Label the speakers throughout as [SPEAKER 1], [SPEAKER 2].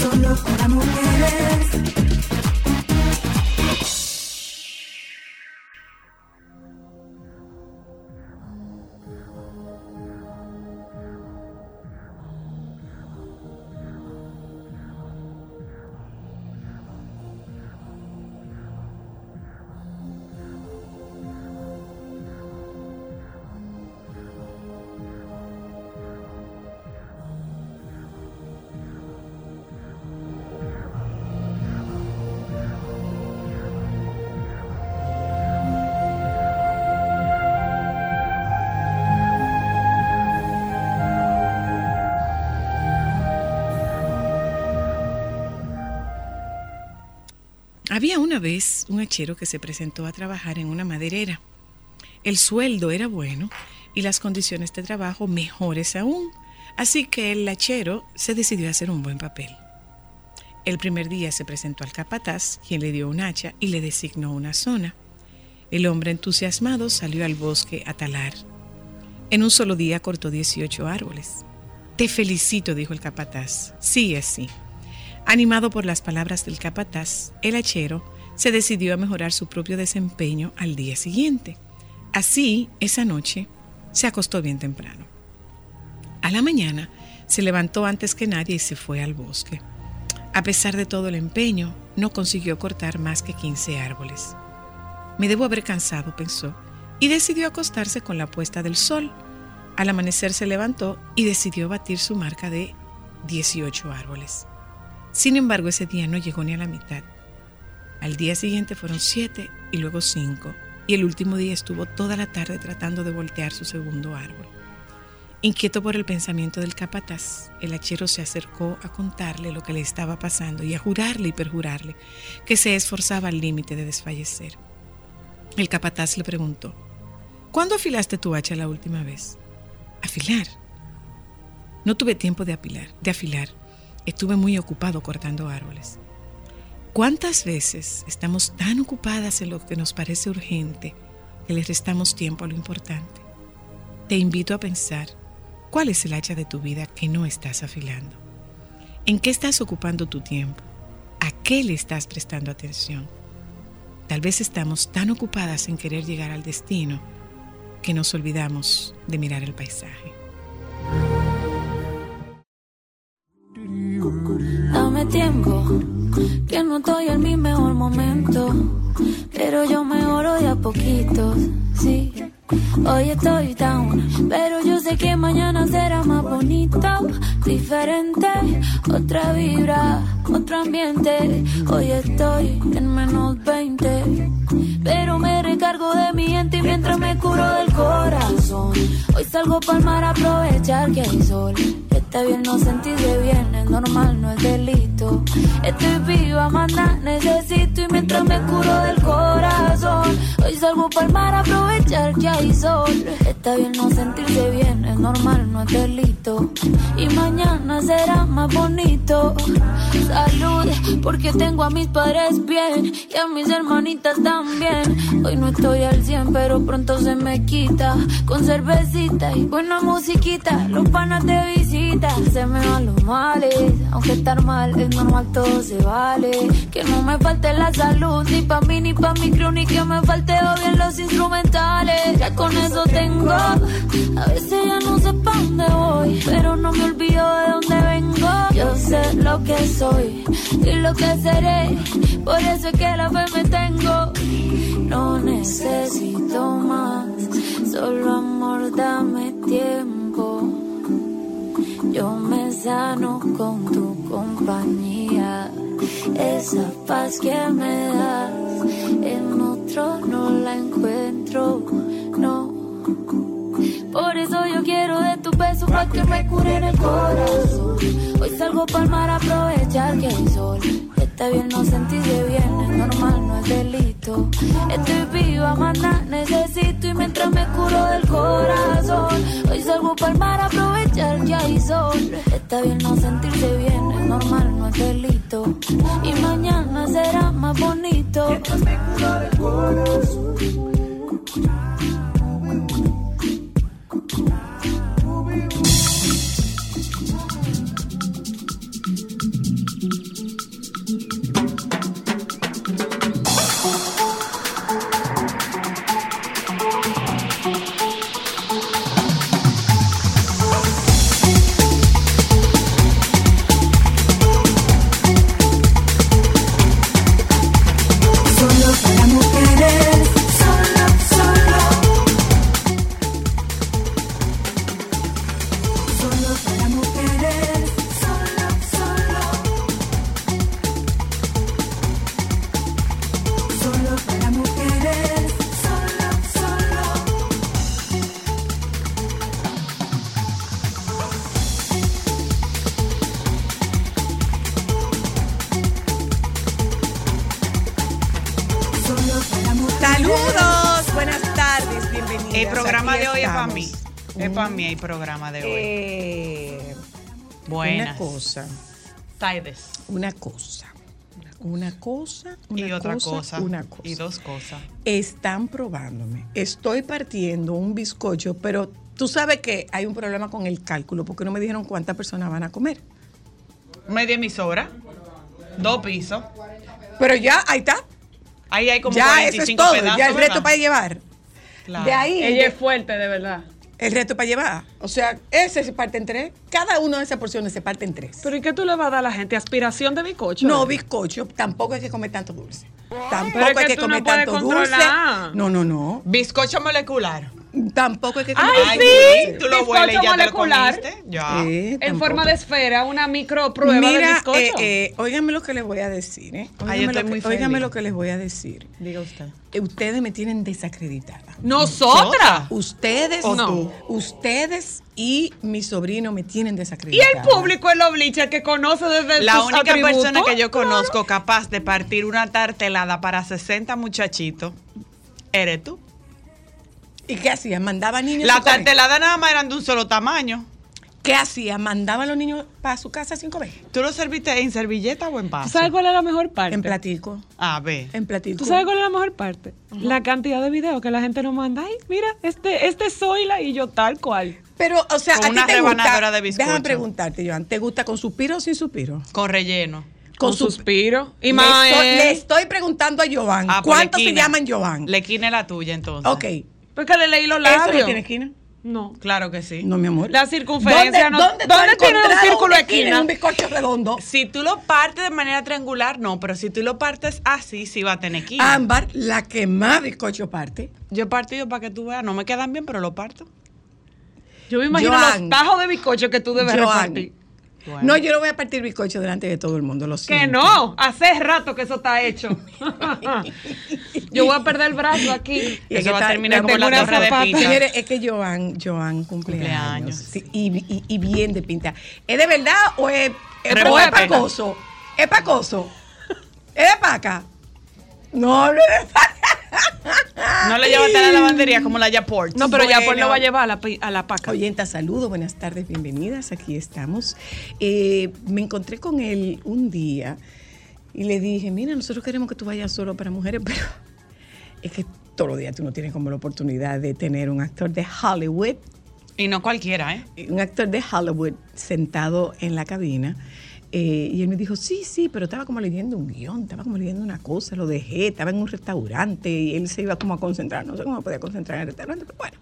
[SPEAKER 1] Solo para mujeres.
[SPEAKER 2] Había una vez un hachero que se presentó a trabajar en una maderera. El sueldo era bueno y las condiciones de trabajo mejores aún, así que el hachero se decidió a hacer un buen papel. El primer día se presentó al capataz, quien le dio un hacha y le designó una zona. El hombre entusiasmado salió al bosque a talar. En un solo día cortó 18 árboles. Te felicito, dijo el capataz. Sí, es sí. Animado por las palabras del capataz, el hachero se decidió a mejorar su propio desempeño al día siguiente. Así, esa noche, se acostó bien temprano. A la mañana, se levantó antes que nadie y se fue al bosque. A pesar de todo el empeño, no consiguió cortar más que 15 árboles. Me debo haber cansado, pensó, y decidió acostarse con la puesta del sol. Al amanecer se levantó y decidió batir su marca de 18 árboles. Sin embargo, ese día no llegó ni a la mitad. Al día siguiente fueron siete y luego cinco, y el último día estuvo toda la tarde tratando de voltear su segundo árbol. Inquieto por el pensamiento del capataz, el hachero se acercó a contarle lo que le estaba pasando y a jurarle y perjurarle que se esforzaba al límite de desfallecer. El capataz le preguntó, ¿Cuándo afilaste tu hacha la última vez? Afilar. No tuve tiempo de apilar, de afilar. Estuve muy ocupado cortando árboles. ¿Cuántas veces estamos tan ocupadas en lo que nos parece urgente que les restamos tiempo a lo importante? Te invito a pensar, ¿cuál es el hacha de tu vida que no estás afilando? ¿En qué estás ocupando tu tiempo? ¿A qué le estás prestando atención? Tal vez estamos tan ocupadas en querer llegar al destino que nos olvidamos de mirar el paisaje.
[SPEAKER 1] Dame tiempo, que no estoy en mi mejor momento. Pero yo mejoro de a poquito, sí. Hoy estoy down, pero yo sé que mañana será más bonito, diferente, otra vibra, otro ambiente. Hoy estoy en menos 20, pero me recargo de mi gente y mientras me curo del corazón. Hoy salgo para mar a aprovechar que hay sol. Está bien no sentirse bien, es normal, no es delito. Este Estoy viva, manda, necesito y mientras me curo del corazón. Hoy salgo para mar a aprovechar que hay sol. Está bien no sentirse bien, es normal, no es delito. Y mañana será más bonito. Salud, porque tengo a mis padres bien y a mis hermanitas también. Hoy no estoy al 100, pero pronto se me quita. Con cervecita y buena musiquita, los panas de visita. Se me van los males, aunque estar mal es normal, todo se vale. Que no me falte la salud, ni pa' mí, ni pa' mi crew, ni que me falte o bien los instrumentales. Ya con eso tengo, a veces ya no sé pa' dónde voy, pero no me olvido de dónde vengo. Yo sé lo que soy y lo que seré, por eso es que la fe me tengo. No necesito más, solo amor, dame tiempo. Yo me sano con tu compañía, esa paz que me das, en otro no la encuentro, no. Por eso yo quiero de tu beso pa' que me cure en el corazón. Hoy salgo para mar a aprovechar que hay sol. Está Está bien no sentirse bien, es normal, no es delito. Estoy viva, maná, necesito y mientras me curo del corazón. Hoy salgo para mar a aprovechar que hay sol. Está bien no sentirse bien, es normal, no es delito. Y mañana será más bonito.
[SPEAKER 3] Solo para mujeres, solo, solo. Solo para mujeres, solo, solo. Solo para mujeres, solo, solo. Solo para mujeres.
[SPEAKER 2] Saludos, buenas tardes, bienvenidos.
[SPEAKER 4] El programa
[SPEAKER 2] Aquí
[SPEAKER 4] de hoy es para
[SPEAKER 2] estamos.
[SPEAKER 4] mí. Es para mí el programa de hoy.
[SPEAKER 2] Eh, una
[SPEAKER 4] Buenas
[SPEAKER 2] cosa,
[SPEAKER 4] tardes.
[SPEAKER 2] una cosa, una cosa, una
[SPEAKER 4] y otra cosa,
[SPEAKER 2] una cosa.
[SPEAKER 4] Y dos cosas.
[SPEAKER 2] Están probándome. Estoy partiendo un bizcocho, pero tú sabes que hay un problema con el cálculo porque no me dijeron cuántas personas van a comer.
[SPEAKER 4] Media emisora. Dos pisos.
[SPEAKER 2] Pero ya, ahí está.
[SPEAKER 4] Ahí hay como
[SPEAKER 2] ya, eso
[SPEAKER 4] 45
[SPEAKER 2] es todo.
[SPEAKER 4] pedazos.
[SPEAKER 2] ya el reto
[SPEAKER 4] ¿verdad?
[SPEAKER 2] para llevar.
[SPEAKER 4] Claro.
[SPEAKER 2] De ahí,
[SPEAKER 5] Ella es fuerte, de verdad.
[SPEAKER 2] el reto para llevar. O sea, ese se parte en tres. Cada una de esas porciones se parte en tres.
[SPEAKER 5] Pero ¿y qué tú le vas a dar a la gente? ¿Aspiración de bizcocho?
[SPEAKER 2] No, bizcocho, tampoco hay que comer tanto dulce. Tampoco
[SPEAKER 5] Pero es
[SPEAKER 2] hay
[SPEAKER 5] que
[SPEAKER 2] que
[SPEAKER 5] tú no
[SPEAKER 2] comer
[SPEAKER 5] puedes
[SPEAKER 2] tanto dulce.
[SPEAKER 5] controlar.
[SPEAKER 2] No, no, no.
[SPEAKER 4] Bizcocho molecular.
[SPEAKER 2] Tampoco hay que comer
[SPEAKER 5] ¡Ay,
[SPEAKER 4] Ay,
[SPEAKER 2] tanto
[SPEAKER 5] sí!
[SPEAKER 4] Tú lo
[SPEAKER 5] Bizcocho
[SPEAKER 4] hueles y ya te lo
[SPEAKER 5] molecular.
[SPEAKER 4] comiste. Ya.
[SPEAKER 2] Eh,
[SPEAKER 5] En
[SPEAKER 2] tampoco.
[SPEAKER 5] forma de esfera, una micro prueba de
[SPEAKER 2] Mira,
[SPEAKER 5] bizcocho.
[SPEAKER 2] eh, eh, óigame lo que les voy a decir, ¿eh?
[SPEAKER 4] Ay,
[SPEAKER 2] Óigame,
[SPEAKER 4] yo
[SPEAKER 2] lo,
[SPEAKER 4] estoy
[SPEAKER 2] que,
[SPEAKER 4] muy feliz.
[SPEAKER 2] óigame lo que les voy a decir.
[SPEAKER 4] Diga usted.
[SPEAKER 2] Eh, Ustedes me tienen desacreditada.
[SPEAKER 5] ¡Nosotras!
[SPEAKER 2] Ustedes,
[SPEAKER 5] ¿O
[SPEAKER 2] no.
[SPEAKER 5] tú?
[SPEAKER 2] ustedes y mi sobrino me tienen
[SPEAKER 5] Y
[SPEAKER 2] desacreditada.
[SPEAKER 5] el público en los bleachers que conoce desde
[SPEAKER 4] La
[SPEAKER 5] sus
[SPEAKER 4] única
[SPEAKER 5] atributos.
[SPEAKER 4] persona que yo conozco capaz de partir una tarta helada para 60 muchachitos eres tú.
[SPEAKER 2] ¿Y qué hacía? ¿Mandaba niños a
[SPEAKER 4] La
[SPEAKER 2] su casa?
[SPEAKER 4] tarta helada nada más eran de un solo tamaño.
[SPEAKER 2] ¿Qué hacía? ¿Mandaba a los niños para su casa cinco veces?
[SPEAKER 4] ¿Tú lo serviste en servilleta o en
[SPEAKER 5] ¿Tú
[SPEAKER 4] vaso?
[SPEAKER 5] sabes cuál es la mejor parte?
[SPEAKER 2] En platico.
[SPEAKER 4] A ver.
[SPEAKER 2] En platico.
[SPEAKER 5] ¿Tú sabes cuál es la mejor parte? La cantidad de videos que la gente nos manda. Ay, mira, este, este soy la y yo tal cual.
[SPEAKER 2] Pero, o sea,
[SPEAKER 4] Con
[SPEAKER 2] a ti
[SPEAKER 4] una
[SPEAKER 2] te
[SPEAKER 4] rebanadora
[SPEAKER 2] gusta.
[SPEAKER 4] de bizcocho.
[SPEAKER 2] Déjame preguntarte, Joan, ¿te gusta con suspiro o sin suspiro?
[SPEAKER 4] Con relleno.
[SPEAKER 5] Con
[SPEAKER 2] sus-
[SPEAKER 5] suspiro. Y
[SPEAKER 2] le,
[SPEAKER 5] más.
[SPEAKER 2] estoy, le
[SPEAKER 5] eh,
[SPEAKER 2] estoy preguntando a Joan.
[SPEAKER 4] Ah, pues,
[SPEAKER 2] ¿Cuántos se
[SPEAKER 4] lequina.
[SPEAKER 2] llaman Joan?
[SPEAKER 4] Lequina es la tuya, entonces.
[SPEAKER 2] Ok.
[SPEAKER 5] Porque le leí los
[SPEAKER 2] ¿Eso
[SPEAKER 5] labios.
[SPEAKER 2] no tiene esquina?
[SPEAKER 5] No.
[SPEAKER 4] Claro que sí.
[SPEAKER 2] No, mi amor.
[SPEAKER 5] La circunferencia no.
[SPEAKER 2] ¿Dónde, tú has
[SPEAKER 5] tiene un
[SPEAKER 2] encontrado
[SPEAKER 5] círculo
[SPEAKER 2] una
[SPEAKER 5] de esquina?
[SPEAKER 2] en un bizcocho redondo.
[SPEAKER 4] Si tú lo partes de manera triangular, no, pero si tú lo partes así, sí va a tener que
[SPEAKER 5] Ah.
[SPEAKER 2] Ámbar, la que más bizcocho parte.
[SPEAKER 4] Yo he partido para que tú veas, no me quedan bien, pero lo parto.
[SPEAKER 5] Yo me imagino
[SPEAKER 2] Joan.
[SPEAKER 5] los tajos de bizcocho que tú debes
[SPEAKER 2] Joan.
[SPEAKER 5] repartir.
[SPEAKER 4] Bueno.
[SPEAKER 2] No, yo no voy a partir bizcocho delante de todo el mundo, lo siento.
[SPEAKER 5] Que no, hace rato que eso está hecho. Yo voy a perder el brazo aquí.
[SPEAKER 2] Y es
[SPEAKER 4] Eso
[SPEAKER 2] que
[SPEAKER 4] va a
[SPEAKER 2] está-
[SPEAKER 4] terminar
[SPEAKER 2] no,
[SPEAKER 4] como la
[SPEAKER 5] tengo una
[SPEAKER 4] torre de
[SPEAKER 5] zapata.
[SPEAKER 4] pizza.
[SPEAKER 2] Señores, es que Joan, Joan cumpleaños.
[SPEAKER 4] Cumpleaños,
[SPEAKER 2] Sí, y, y- y bien de pinta. ¿Es de verdad o es, es-
[SPEAKER 4] Revuelta.
[SPEAKER 2] o es pacoso? ¿Es pacoso? ¿Es de paca? No, no es de paca.
[SPEAKER 4] No le llevaste a la lavandería como la Yaport.
[SPEAKER 5] No, pero ya por
[SPEAKER 2] Bueno.
[SPEAKER 5] lo va a llevar a la, pi- a la paca.
[SPEAKER 2] Oyenta, saludo, buenas tardes, bienvenidas, aquí estamos. Eh, me encontré con él un día y le dije, mira, nosotros queremos que tú vayas solo para mujeres, pero es que todos los días tú no tienes como la oportunidad de tener un actor de Hollywood
[SPEAKER 4] Y no cualquiera, ¿eh?
[SPEAKER 2] un actor de Hollywood sentado en la cabina. eh, y él me dijo, sí, sí, pero estaba como leyendo un guión, estaba como leyendo una cosa, lo dejé, estaba en un restaurante y él se iba como a concentrar, no sé cómo podía concentrar en el restaurante, pero bueno,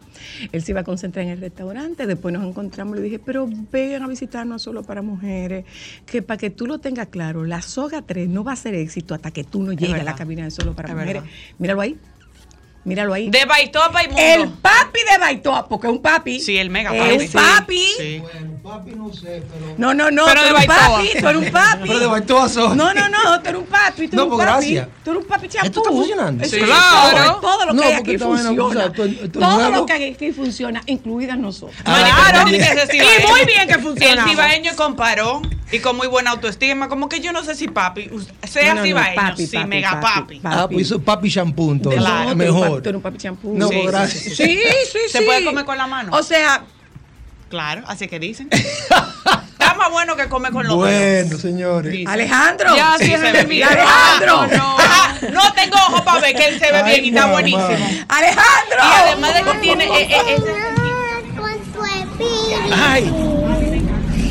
[SPEAKER 2] él se iba a concentrar en el restaurante, después nos encontramos, le dije, pero vengan a visitarnos solo para mujeres, que para que tú lo tengas claro, la soga 3 no va a ser éxito hasta que tú no llegues a la
[SPEAKER 4] verdad.
[SPEAKER 2] cabina de solo para
[SPEAKER 4] Es
[SPEAKER 2] mujeres.
[SPEAKER 4] verdad.
[SPEAKER 2] Míralo ahí, míralo ahí.
[SPEAKER 4] De Baitoa para
[SPEAKER 2] El
[SPEAKER 4] Mundo.
[SPEAKER 2] papi de Baitoa, porque es Eh, un papi.
[SPEAKER 4] Sí, el mega
[SPEAKER 2] Es
[SPEAKER 4] papi.
[SPEAKER 2] un papi.
[SPEAKER 4] Sí.
[SPEAKER 6] papi no sé, pero.
[SPEAKER 2] No, no, no, tú
[SPEAKER 4] Pero de
[SPEAKER 2] eres un
[SPEAKER 4] Baitoa.
[SPEAKER 2] papi, tú eres un papi.
[SPEAKER 6] Pero de Baitoa soy.
[SPEAKER 2] No, no, no, tú eres un papi, tú eres
[SPEAKER 6] No,
[SPEAKER 2] un
[SPEAKER 6] pues,
[SPEAKER 2] papi.
[SPEAKER 6] gracias.
[SPEAKER 2] Tú eres un papi champú.
[SPEAKER 6] ¿Esto está funcionando?
[SPEAKER 2] Eso
[SPEAKER 4] Sí,
[SPEAKER 2] es
[SPEAKER 4] claro.
[SPEAKER 2] Todo, todo lo que
[SPEAKER 6] No,
[SPEAKER 2] hay
[SPEAKER 6] porque
[SPEAKER 2] aquí
[SPEAKER 6] esta vaina,
[SPEAKER 2] funciona.
[SPEAKER 6] o sea, esto- esto es
[SPEAKER 2] todo
[SPEAKER 6] nuevo.
[SPEAKER 2] lo que hay aquí funciona, incluidas nosotros.
[SPEAKER 6] Ah,
[SPEAKER 4] Claro.
[SPEAKER 6] Marica,
[SPEAKER 4] Tiene que ser
[SPEAKER 5] Y
[SPEAKER 4] cibaeño.
[SPEAKER 5] muy bien que
[SPEAKER 4] El
[SPEAKER 5] funcionaba.
[SPEAKER 4] cibaeño comparó y con muy buena autoestima, como que yo no sé si papi, usted-
[SPEAKER 2] No,
[SPEAKER 4] sea
[SPEAKER 2] no, no,
[SPEAKER 4] cibaeño,
[SPEAKER 2] papi,
[SPEAKER 4] sí,
[SPEAKER 2] papi,
[SPEAKER 4] mega papi.
[SPEAKER 2] papi,
[SPEAKER 6] Ah, pues hizo papi shampoo, entonces.
[SPEAKER 4] Claro.
[SPEAKER 2] Tú
[SPEAKER 6] Mejor.
[SPEAKER 2] eres un papi champú.
[SPEAKER 6] No,
[SPEAKER 2] Sí,
[SPEAKER 6] pues
[SPEAKER 2] sí,
[SPEAKER 6] gracias.
[SPEAKER 2] Sí, sí, sí.
[SPEAKER 4] ¿Se
[SPEAKER 2] sí.
[SPEAKER 4] puede comer con la mano?
[SPEAKER 2] O sea,
[SPEAKER 4] Claro, así que dicen. Está más bueno que come con los dedos.
[SPEAKER 6] Bueno, señores.
[SPEAKER 2] Alejandro.
[SPEAKER 5] Ya, sí,
[SPEAKER 4] Sí, se ve bien.
[SPEAKER 2] Alejandro.
[SPEAKER 4] Ah, no, Ajá, no tengo ojo para ver que él se ve
[SPEAKER 6] Ay,
[SPEAKER 4] bien y está
[SPEAKER 6] mamá.
[SPEAKER 4] buenísimo. Y
[SPEAKER 2] Alejandro.
[SPEAKER 4] además de que tiene eh, eh, ese
[SPEAKER 7] con su espíritu.
[SPEAKER 6] Ay.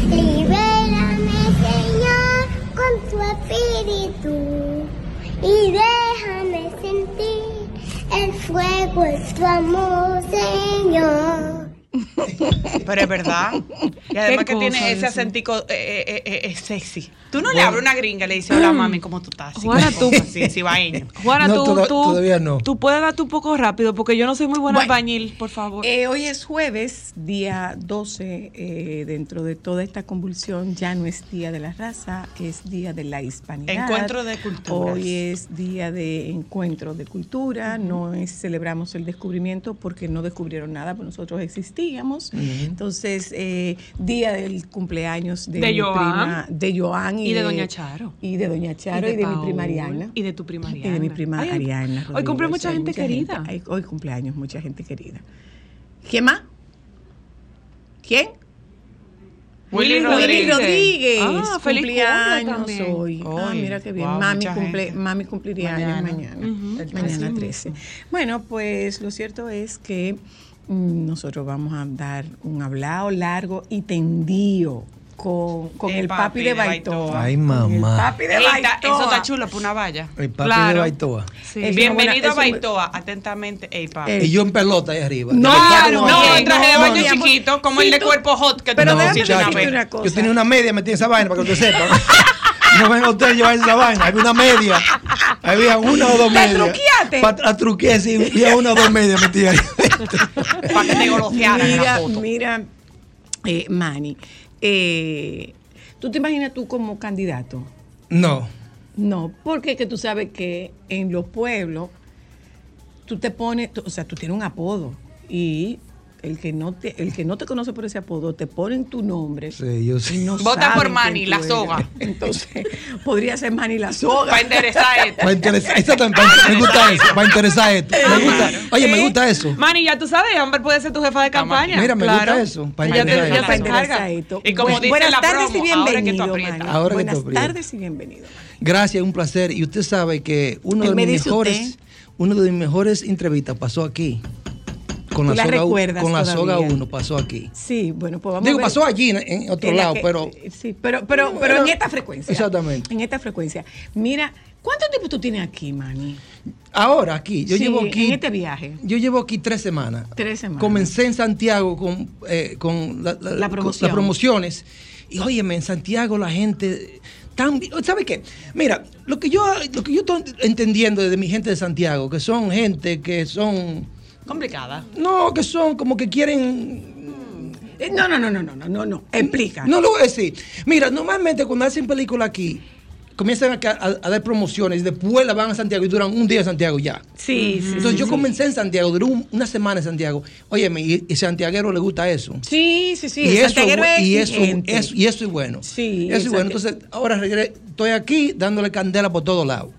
[SPEAKER 7] Libérame, Señor, con su espíritu. Y déjame sentir el fuego de tu amor, Señor.
[SPEAKER 4] Pero es verdad. Y además que
[SPEAKER 5] cosa
[SPEAKER 4] tiene ese
[SPEAKER 5] eso.
[SPEAKER 4] acentico eh, eh, eh, eh, sexy. Tú no le abres una gringa y le dices, hola mami, ¿cómo tú estás? Así,
[SPEAKER 5] Juana,
[SPEAKER 4] como
[SPEAKER 5] tú-
[SPEAKER 4] así, cibaeño.
[SPEAKER 5] Juana,
[SPEAKER 6] No,
[SPEAKER 5] tú,
[SPEAKER 6] toda-
[SPEAKER 5] tú-
[SPEAKER 6] todavía no.
[SPEAKER 5] Tú puedes darte un poco rápido porque yo no soy muy buena
[SPEAKER 2] Bueno.
[SPEAKER 5] albañil, por favor.
[SPEAKER 2] Eh, hoy es jueves, día 12. eh, dentro de toda esta convulsión ya no es día de la raza, es día de la hispanidad.
[SPEAKER 4] Encuentro de culturas.
[SPEAKER 2] Hoy es día de encuentro de cultura. No es celebramos el descubrimiento porque no descubrieron nada, pues nosotros existíamos. Entonces, eh, día del cumpleaños de,
[SPEAKER 5] De
[SPEAKER 2] mi
[SPEAKER 5] Joan.
[SPEAKER 2] prima- de Joan
[SPEAKER 5] Y de Doña Charo.
[SPEAKER 2] y de Doña Charo y de, mi prima
[SPEAKER 5] Paul,
[SPEAKER 2] Ariana.
[SPEAKER 5] Y de tu prima
[SPEAKER 2] Y
[SPEAKER 5] Ariana.
[SPEAKER 2] de mi prima
[SPEAKER 5] Ay,
[SPEAKER 2] Ariana.
[SPEAKER 5] Hoy cumple
[SPEAKER 2] Rodríguez.
[SPEAKER 5] mucha
[SPEAKER 2] Hay
[SPEAKER 5] gente querida.
[SPEAKER 2] gente- hay- hoy cumpleaños, mucha gente querida. ¿Quién más? ¿Quién?
[SPEAKER 4] Willy
[SPEAKER 5] Willy
[SPEAKER 4] Rodríguez.
[SPEAKER 2] Willy Rodríguez.
[SPEAKER 5] Ah, feliz cumple
[SPEAKER 2] cumpleaños
[SPEAKER 5] también.
[SPEAKER 2] hoy. Ah,
[SPEAKER 4] Hoy.
[SPEAKER 2] mira qué bien.
[SPEAKER 4] Wow,
[SPEAKER 2] mami,
[SPEAKER 4] mucha
[SPEAKER 2] cumple,
[SPEAKER 4] gente.
[SPEAKER 2] mami cumpliría
[SPEAKER 4] Mañana.
[SPEAKER 2] años mañana.
[SPEAKER 5] Ujú. El
[SPEAKER 2] Mañana
[SPEAKER 5] 13.
[SPEAKER 2] 13. Bueno, pues lo cierto es que mm, nosotros vamos a dar un hablado largo y tendido con, con
[SPEAKER 4] El
[SPEAKER 2] el, papi,
[SPEAKER 4] papi
[SPEAKER 2] de
[SPEAKER 4] de
[SPEAKER 2] Baitoa.
[SPEAKER 4] Baitoa.
[SPEAKER 6] Ay,
[SPEAKER 2] Con El
[SPEAKER 6] mamá.
[SPEAKER 2] papi de
[SPEAKER 4] Ey, está-
[SPEAKER 2] Baitoa.
[SPEAKER 4] eso está chulo para una valla.
[SPEAKER 6] El papi de
[SPEAKER 5] Claro.
[SPEAKER 6] Baitoa.
[SPEAKER 5] Sí.
[SPEAKER 2] Es una buena- es
[SPEAKER 4] Bienvenido a
[SPEAKER 2] un-
[SPEAKER 4] Baitoa, atentamente, ey papi.
[SPEAKER 2] Eh,
[SPEAKER 6] Y yo en pelota ahí arriba.
[SPEAKER 2] No,
[SPEAKER 4] Claro,
[SPEAKER 2] no,
[SPEAKER 4] no,
[SPEAKER 2] no,
[SPEAKER 4] un traje de
[SPEAKER 2] no,
[SPEAKER 4] baño
[SPEAKER 2] mi amor.
[SPEAKER 4] chiquito, como el
[SPEAKER 2] Sí,
[SPEAKER 4] de
[SPEAKER 2] tú-
[SPEAKER 4] cuerpo hot que tú
[SPEAKER 2] pero
[SPEAKER 6] No,
[SPEAKER 2] déjame
[SPEAKER 4] pusiste una
[SPEAKER 6] muchacho.
[SPEAKER 2] decirte
[SPEAKER 4] vez.
[SPEAKER 2] una cosa.
[SPEAKER 6] Yo tenía una media metida en esa vaina para que usted sepa. No venga usted a llevar esa vaina. Había una media. Había una o dos
[SPEAKER 2] ¿Te
[SPEAKER 6] medias.
[SPEAKER 2] truqueaste?
[SPEAKER 6] Pa- a truquear, sí. Había una o dos medias metidas ahí.
[SPEAKER 4] Para que te golosearan en la
[SPEAKER 2] Mira,
[SPEAKER 4] foto.
[SPEAKER 2] mira, eh, Manny, eh, ¿tú te imaginas tú como candidato?
[SPEAKER 6] No.
[SPEAKER 2] No, porque es que tú sabes que en los pueblos tú te pones, tú- o sea, tú tienes un apodo y el que no te, el que no te conoce por ese apodo te ponen tu nombre.
[SPEAKER 6] Sí, yo
[SPEAKER 2] y
[SPEAKER 6] sí.
[SPEAKER 2] no
[SPEAKER 4] Vota
[SPEAKER 2] saben
[SPEAKER 4] por
[SPEAKER 2] quién
[SPEAKER 4] Manny,
[SPEAKER 2] tú
[SPEAKER 4] la
[SPEAKER 2] eres.
[SPEAKER 4] soga.
[SPEAKER 2] Entonces, podría ser Manny la soga.
[SPEAKER 4] Para enderezar esto.
[SPEAKER 6] Va a interesar, esta tam- va- me gusta eso, va a interesar esto. Me gusta, oye, me gusta eso.
[SPEAKER 5] Mani, ya tú sabes, Amber puede ser tu jefa de campaña.
[SPEAKER 6] Mira, me gusta eso, para
[SPEAKER 5] Ella te-
[SPEAKER 6] enderezar.
[SPEAKER 5] ella
[SPEAKER 2] Para
[SPEAKER 5] se
[SPEAKER 2] enderezar
[SPEAKER 5] encarga.
[SPEAKER 2] esto.
[SPEAKER 4] Y como
[SPEAKER 2] Bu-
[SPEAKER 4] dice
[SPEAKER 2] Buenas
[SPEAKER 4] la
[SPEAKER 2] tardes y
[SPEAKER 4] promo, ahora que tú
[SPEAKER 2] bienvenido,
[SPEAKER 4] aprietas.
[SPEAKER 2] Manny.
[SPEAKER 6] Ahora que tú
[SPEAKER 2] Buenas
[SPEAKER 6] aprietas.
[SPEAKER 2] tardes y bienvenido.
[SPEAKER 6] Gracias, un placer. Y usted sabe que uno
[SPEAKER 2] Él
[SPEAKER 6] de
[SPEAKER 2] me
[SPEAKER 6] mis
[SPEAKER 2] dice
[SPEAKER 6] mejores,
[SPEAKER 2] usted.
[SPEAKER 6] uno de mis mejores entrevistas pasó aquí. Con la,
[SPEAKER 2] ¿Tú la
[SPEAKER 6] soga, u-
[SPEAKER 2] recuerdas
[SPEAKER 6] con la soga
[SPEAKER 2] todavía?
[SPEAKER 6] 1 pasó aquí.
[SPEAKER 2] Sí, bueno, pues vamos a
[SPEAKER 6] Digo,
[SPEAKER 2] ver.
[SPEAKER 6] pasó allí en, en otro
[SPEAKER 2] En la
[SPEAKER 6] lado,
[SPEAKER 2] que- eh,
[SPEAKER 6] pero
[SPEAKER 2] Sí, pero, pero, pero
[SPEAKER 6] Pero-
[SPEAKER 2] en esta frecuencia.
[SPEAKER 6] Exactamente.
[SPEAKER 2] En esta frecuencia. Mira, ¿cuánto tiempo tú tienes aquí, Manny?
[SPEAKER 6] ahora aquí, yo
[SPEAKER 2] Sí,
[SPEAKER 6] llevo aquí.
[SPEAKER 2] En este viaje.
[SPEAKER 6] Yo llevo aquí tres semanas.
[SPEAKER 2] Tres semanas.
[SPEAKER 6] Comencé en Santiago con, eh, con la- la-
[SPEAKER 2] La
[SPEAKER 6] con
[SPEAKER 2] promoción.
[SPEAKER 6] las promociones. Y óyeme, en Santiago la gente... Tan, ¿Sabe qué? Mira, lo que yo lo que yo estoy entendiendo de mi gente de Santiago, que son gente que son...
[SPEAKER 4] Complicada.
[SPEAKER 6] No, que son como que quieren
[SPEAKER 2] Eh, No, no, no, no, no, no, no, no. Explica.
[SPEAKER 6] No lo voy a decir. Mira, normalmente cuando hacen película aquí, comienzan acá a, a dar promociones y después la van a Santiago y duran un día en Santiago ya.
[SPEAKER 2] Sí, sí.
[SPEAKER 6] Entonces
[SPEAKER 2] sí,
[SPEAKER 6] yo
[SPEAKER 2] sí.
[SPEAKER 6] comencé en Santiago, duró un- una semana en Santiago. Óyeme, y, y santiaguero le gusta eso.
[SPEAKER 2] Sí, sí, sí.
[SPEAKER 6] y,
[SPEAKER 2] el
[SPEAKER 6] eso,
[SPEAKER 2] santiaguero es
[SPEAKER 6] y, eso,
[SPEAKER 2] exigente.
[SPEAKER 6] eso- y eso es bueno.
[SPEAKER 2] Sí,
[SPEAKER 6] Eso es
[SPEAKER 2] el
[SPEAKER 6] bueno.
[SPEAKER 2] santi-
[SPEAKER 6] Entonces, ahora regre- estoy aquí dándole candela por todos lados.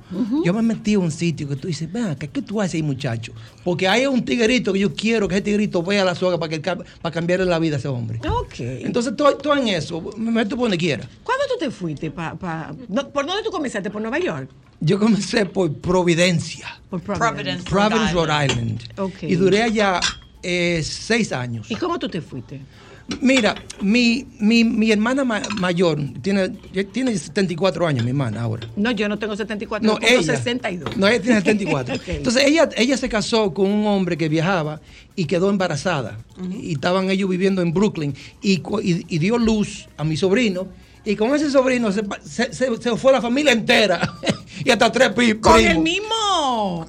[SPEAKER 6] Yo me metí a un sitio que tú dices, ven acá, ¿qué tú haces ahí, muchacho? Porque hay un tiguerito que yo quiero que ese tiguerito vea la soga para, que, el ca- para cambiarle la vida a ese hombre.
[SPEAKER 2] Ok.
[SPEAKER 6] Entonces, todo, todo en eso, me meto por donde quiera.
[SPEAKER 2] ¿Cuándo tú te fuiste? Pa, pa- no, ¿Por dónde tú comenzaste? ¿Por Nueva York?
[SPEAKER 6] Yo comencé por Providencia,
[SPEAKER 2] Por
[SPEAKER 4] Providence.
[SPEAKER 6] Providence,
[SPEAKER 4] Rhode
[SPEAKER 6] Rhode Island.
[SPEAKER 2] Ok.
[SPEAKER 6] Y duré allá eh, seis años.
[SPEAKER 2] ¿Y cómo tú te fuiste?
[SPEAKER 6] Mira, mi, mi, mi hermana ma- mayor tiene, tiene 74 años, mi hermana ahora.
[SPEAKER 2] No, yo no tengo 74,
[SPEAKER 6] No,
[SPEAKER 2] yo tengo
[SPEAKER 6] ella.
[SPEAKER 2] 62.
[SPEAKER 6] No, ella tiene 74.
[SPEAKER 2] Ok.
[SPEAKER 6] Entonces, ella, ella se casó con un hombre que viajaba y quedó embarazada. Y estaban ellos viviendo en Brooklyn y, cu- y- y dio luz a mi sobrino. Y con ese sobrino se, pa- se- se- se fue la familia entera y hasta tres pi-
[SPEAKER 2] Con
[SPEAKER 6] primos.
[SPEAKER 2] el mismo.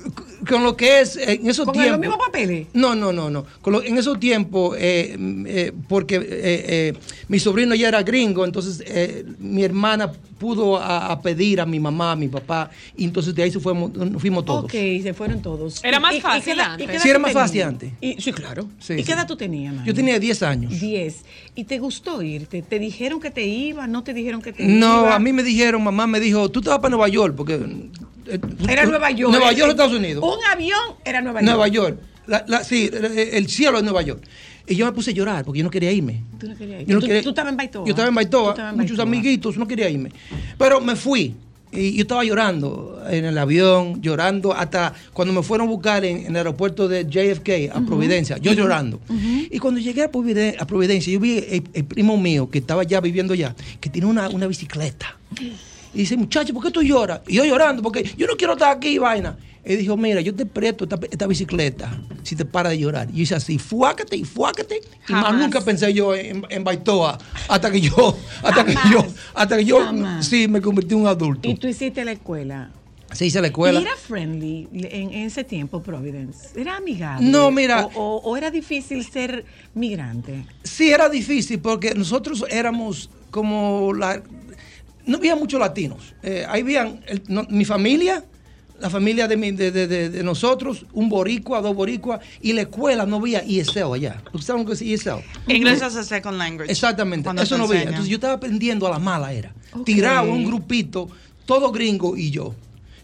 [SPEAKER 6] con lo que es eh, en esos
[SPEAKER 2] ¿Con los
[SPEAKER 6] tiempos.
[SPEAKER 2] mismos papeles?
[SPEAKER 6] No, no, no, no. Con lo- en esos tiempos, eh, mm, eh, porque eh, eh, mi sobrino ya era gringo, entonces eh, mi hermana pudo a, a pedir a mi mamá, a mi papá, y entonces de ahí se fuimos, nos fuimos todos.
[SPEAKER 2] Ok, se fueron todos.
[SPEAKER 5] Era más
[SPEAKER 2] ¿Y- y
[SPEAKER 5] fácil
[SPEAKER 2] qué edad-
[SPEAKER 5] antes.
[SPEAKER 2] y qué edad
[SPEAKER 6] Sí, era
[SPEAKER 2] tú
[SPEAKER 6] más fácil
[SPEAKER 2] tenías?
[SPEAKER 6] antes.
[SPEAKER 2] Y- sí, claro.
[SPEAKER 6] Sí,
[SPEAKER 2] ¿Y qué
[SPEAKER 6] sí.
[SPEAKER 2] edad tú tenías, Mario?
[SPEAKER 6] Yo tenía 10 años.
[SPEAKER 2] 10. ¿Y te gustó irte? ¿Te dijeron que te ibas? ¿No te dijeron que te ibas?
[SPEAKER 6] No, a mí me dijeron, mamá me dijo, tú te vas para Nueva York, porque... eh, tú-
[SPEAKER 2] Era
[SPEAKER 6] tú-
[SPEAKER 2] Nueva York.
[SPEAKER 6] Nueva York, Estados Unidos.
[SPEAKER 2] Un avión era Nueva York.
[SPEAKER 6] Nueva York. La- la- sí, el- el cielo de Nueva York. Y yo me puse a llorar porque yo no quería irme.
[SPEAKER 2] Tú no querías irte.
[SPEAKER 6] Yo
[SPEAKER 2] Tú- tú estabas en Baitoa.
[SPEAKER 6] Yo estaba en
[SPEAKER 2] Tú
[SPEAKER 6] Baitoa,
[SPEAKER 2] estabas en
[SPEAKER 6] muchos
[SPEAKER 2] Baitoa.
[SPEAKER 6] amiguitos, no quería irme. Pero me fui. Y yo estaba llorando en el avión, llorando hasta cuando me fueron a buscar en, en el aeropuerto de JFK a Providencia, yo llorando. Y cuando llegué a Providen- a Providencia, yo vi el, el primo mío que estaba ya viviendo allá, que tiene una, una bicicleta. Y dice, muchacho, ¿por qué tú lloras? Y yo llorando, porque yo no quiero estar aquí, vaina. Él dijo, mira, yo te presto esta, esta bicicleta si te paras de llorar. Y yo hice así, fuácate y fuácate. Y más
[SPEAKER 5] Jamás.
[SPEAKER 6] nunca pensé yo en, en Baitoa hasta que yo, hasta que yo, hasta que yo,
[SPEAKER 2] Jamás.
[SPEAKER 6] sí, me convertí en un adulto.
[SPEAKER 2] Y tú hiciste la escuela.
[SPEAKER 6] Se hizo la escuela.
[SPEAKER 2] ¿Y era friendly en, en ese tiempo, Providence? ¿Era amigable?
[SPEAKER 6] No, mira.
[SPEAKER 2] O, o- o era difícil ser migrante?
[SPEAKER 6] Sí, era difícil porque nosotros éramos como la... No había muchos latinos. Eh, ahí habían el- no- mi familia, la familia de, mi- de, de- de- de nosotros, un boricua, dos boricuas, y la escuela no había ESL allá. ¿Ustedes saben lo que es ESL?
[SPEAKER 4] Inglés es a second language.
[SPEAKER 6] Exactamente,
[SPEAKER 4] Cuando
[SPEAKER 6] eso
[SPEAKER 4] te
[SPEAKER 6] no veía.
[SPEAKER 4] enseñan.
[SPEAKER 6] Entonces yo estaba aprendiendo a la mala era. Tirado a un grupito, todo gringo y yo.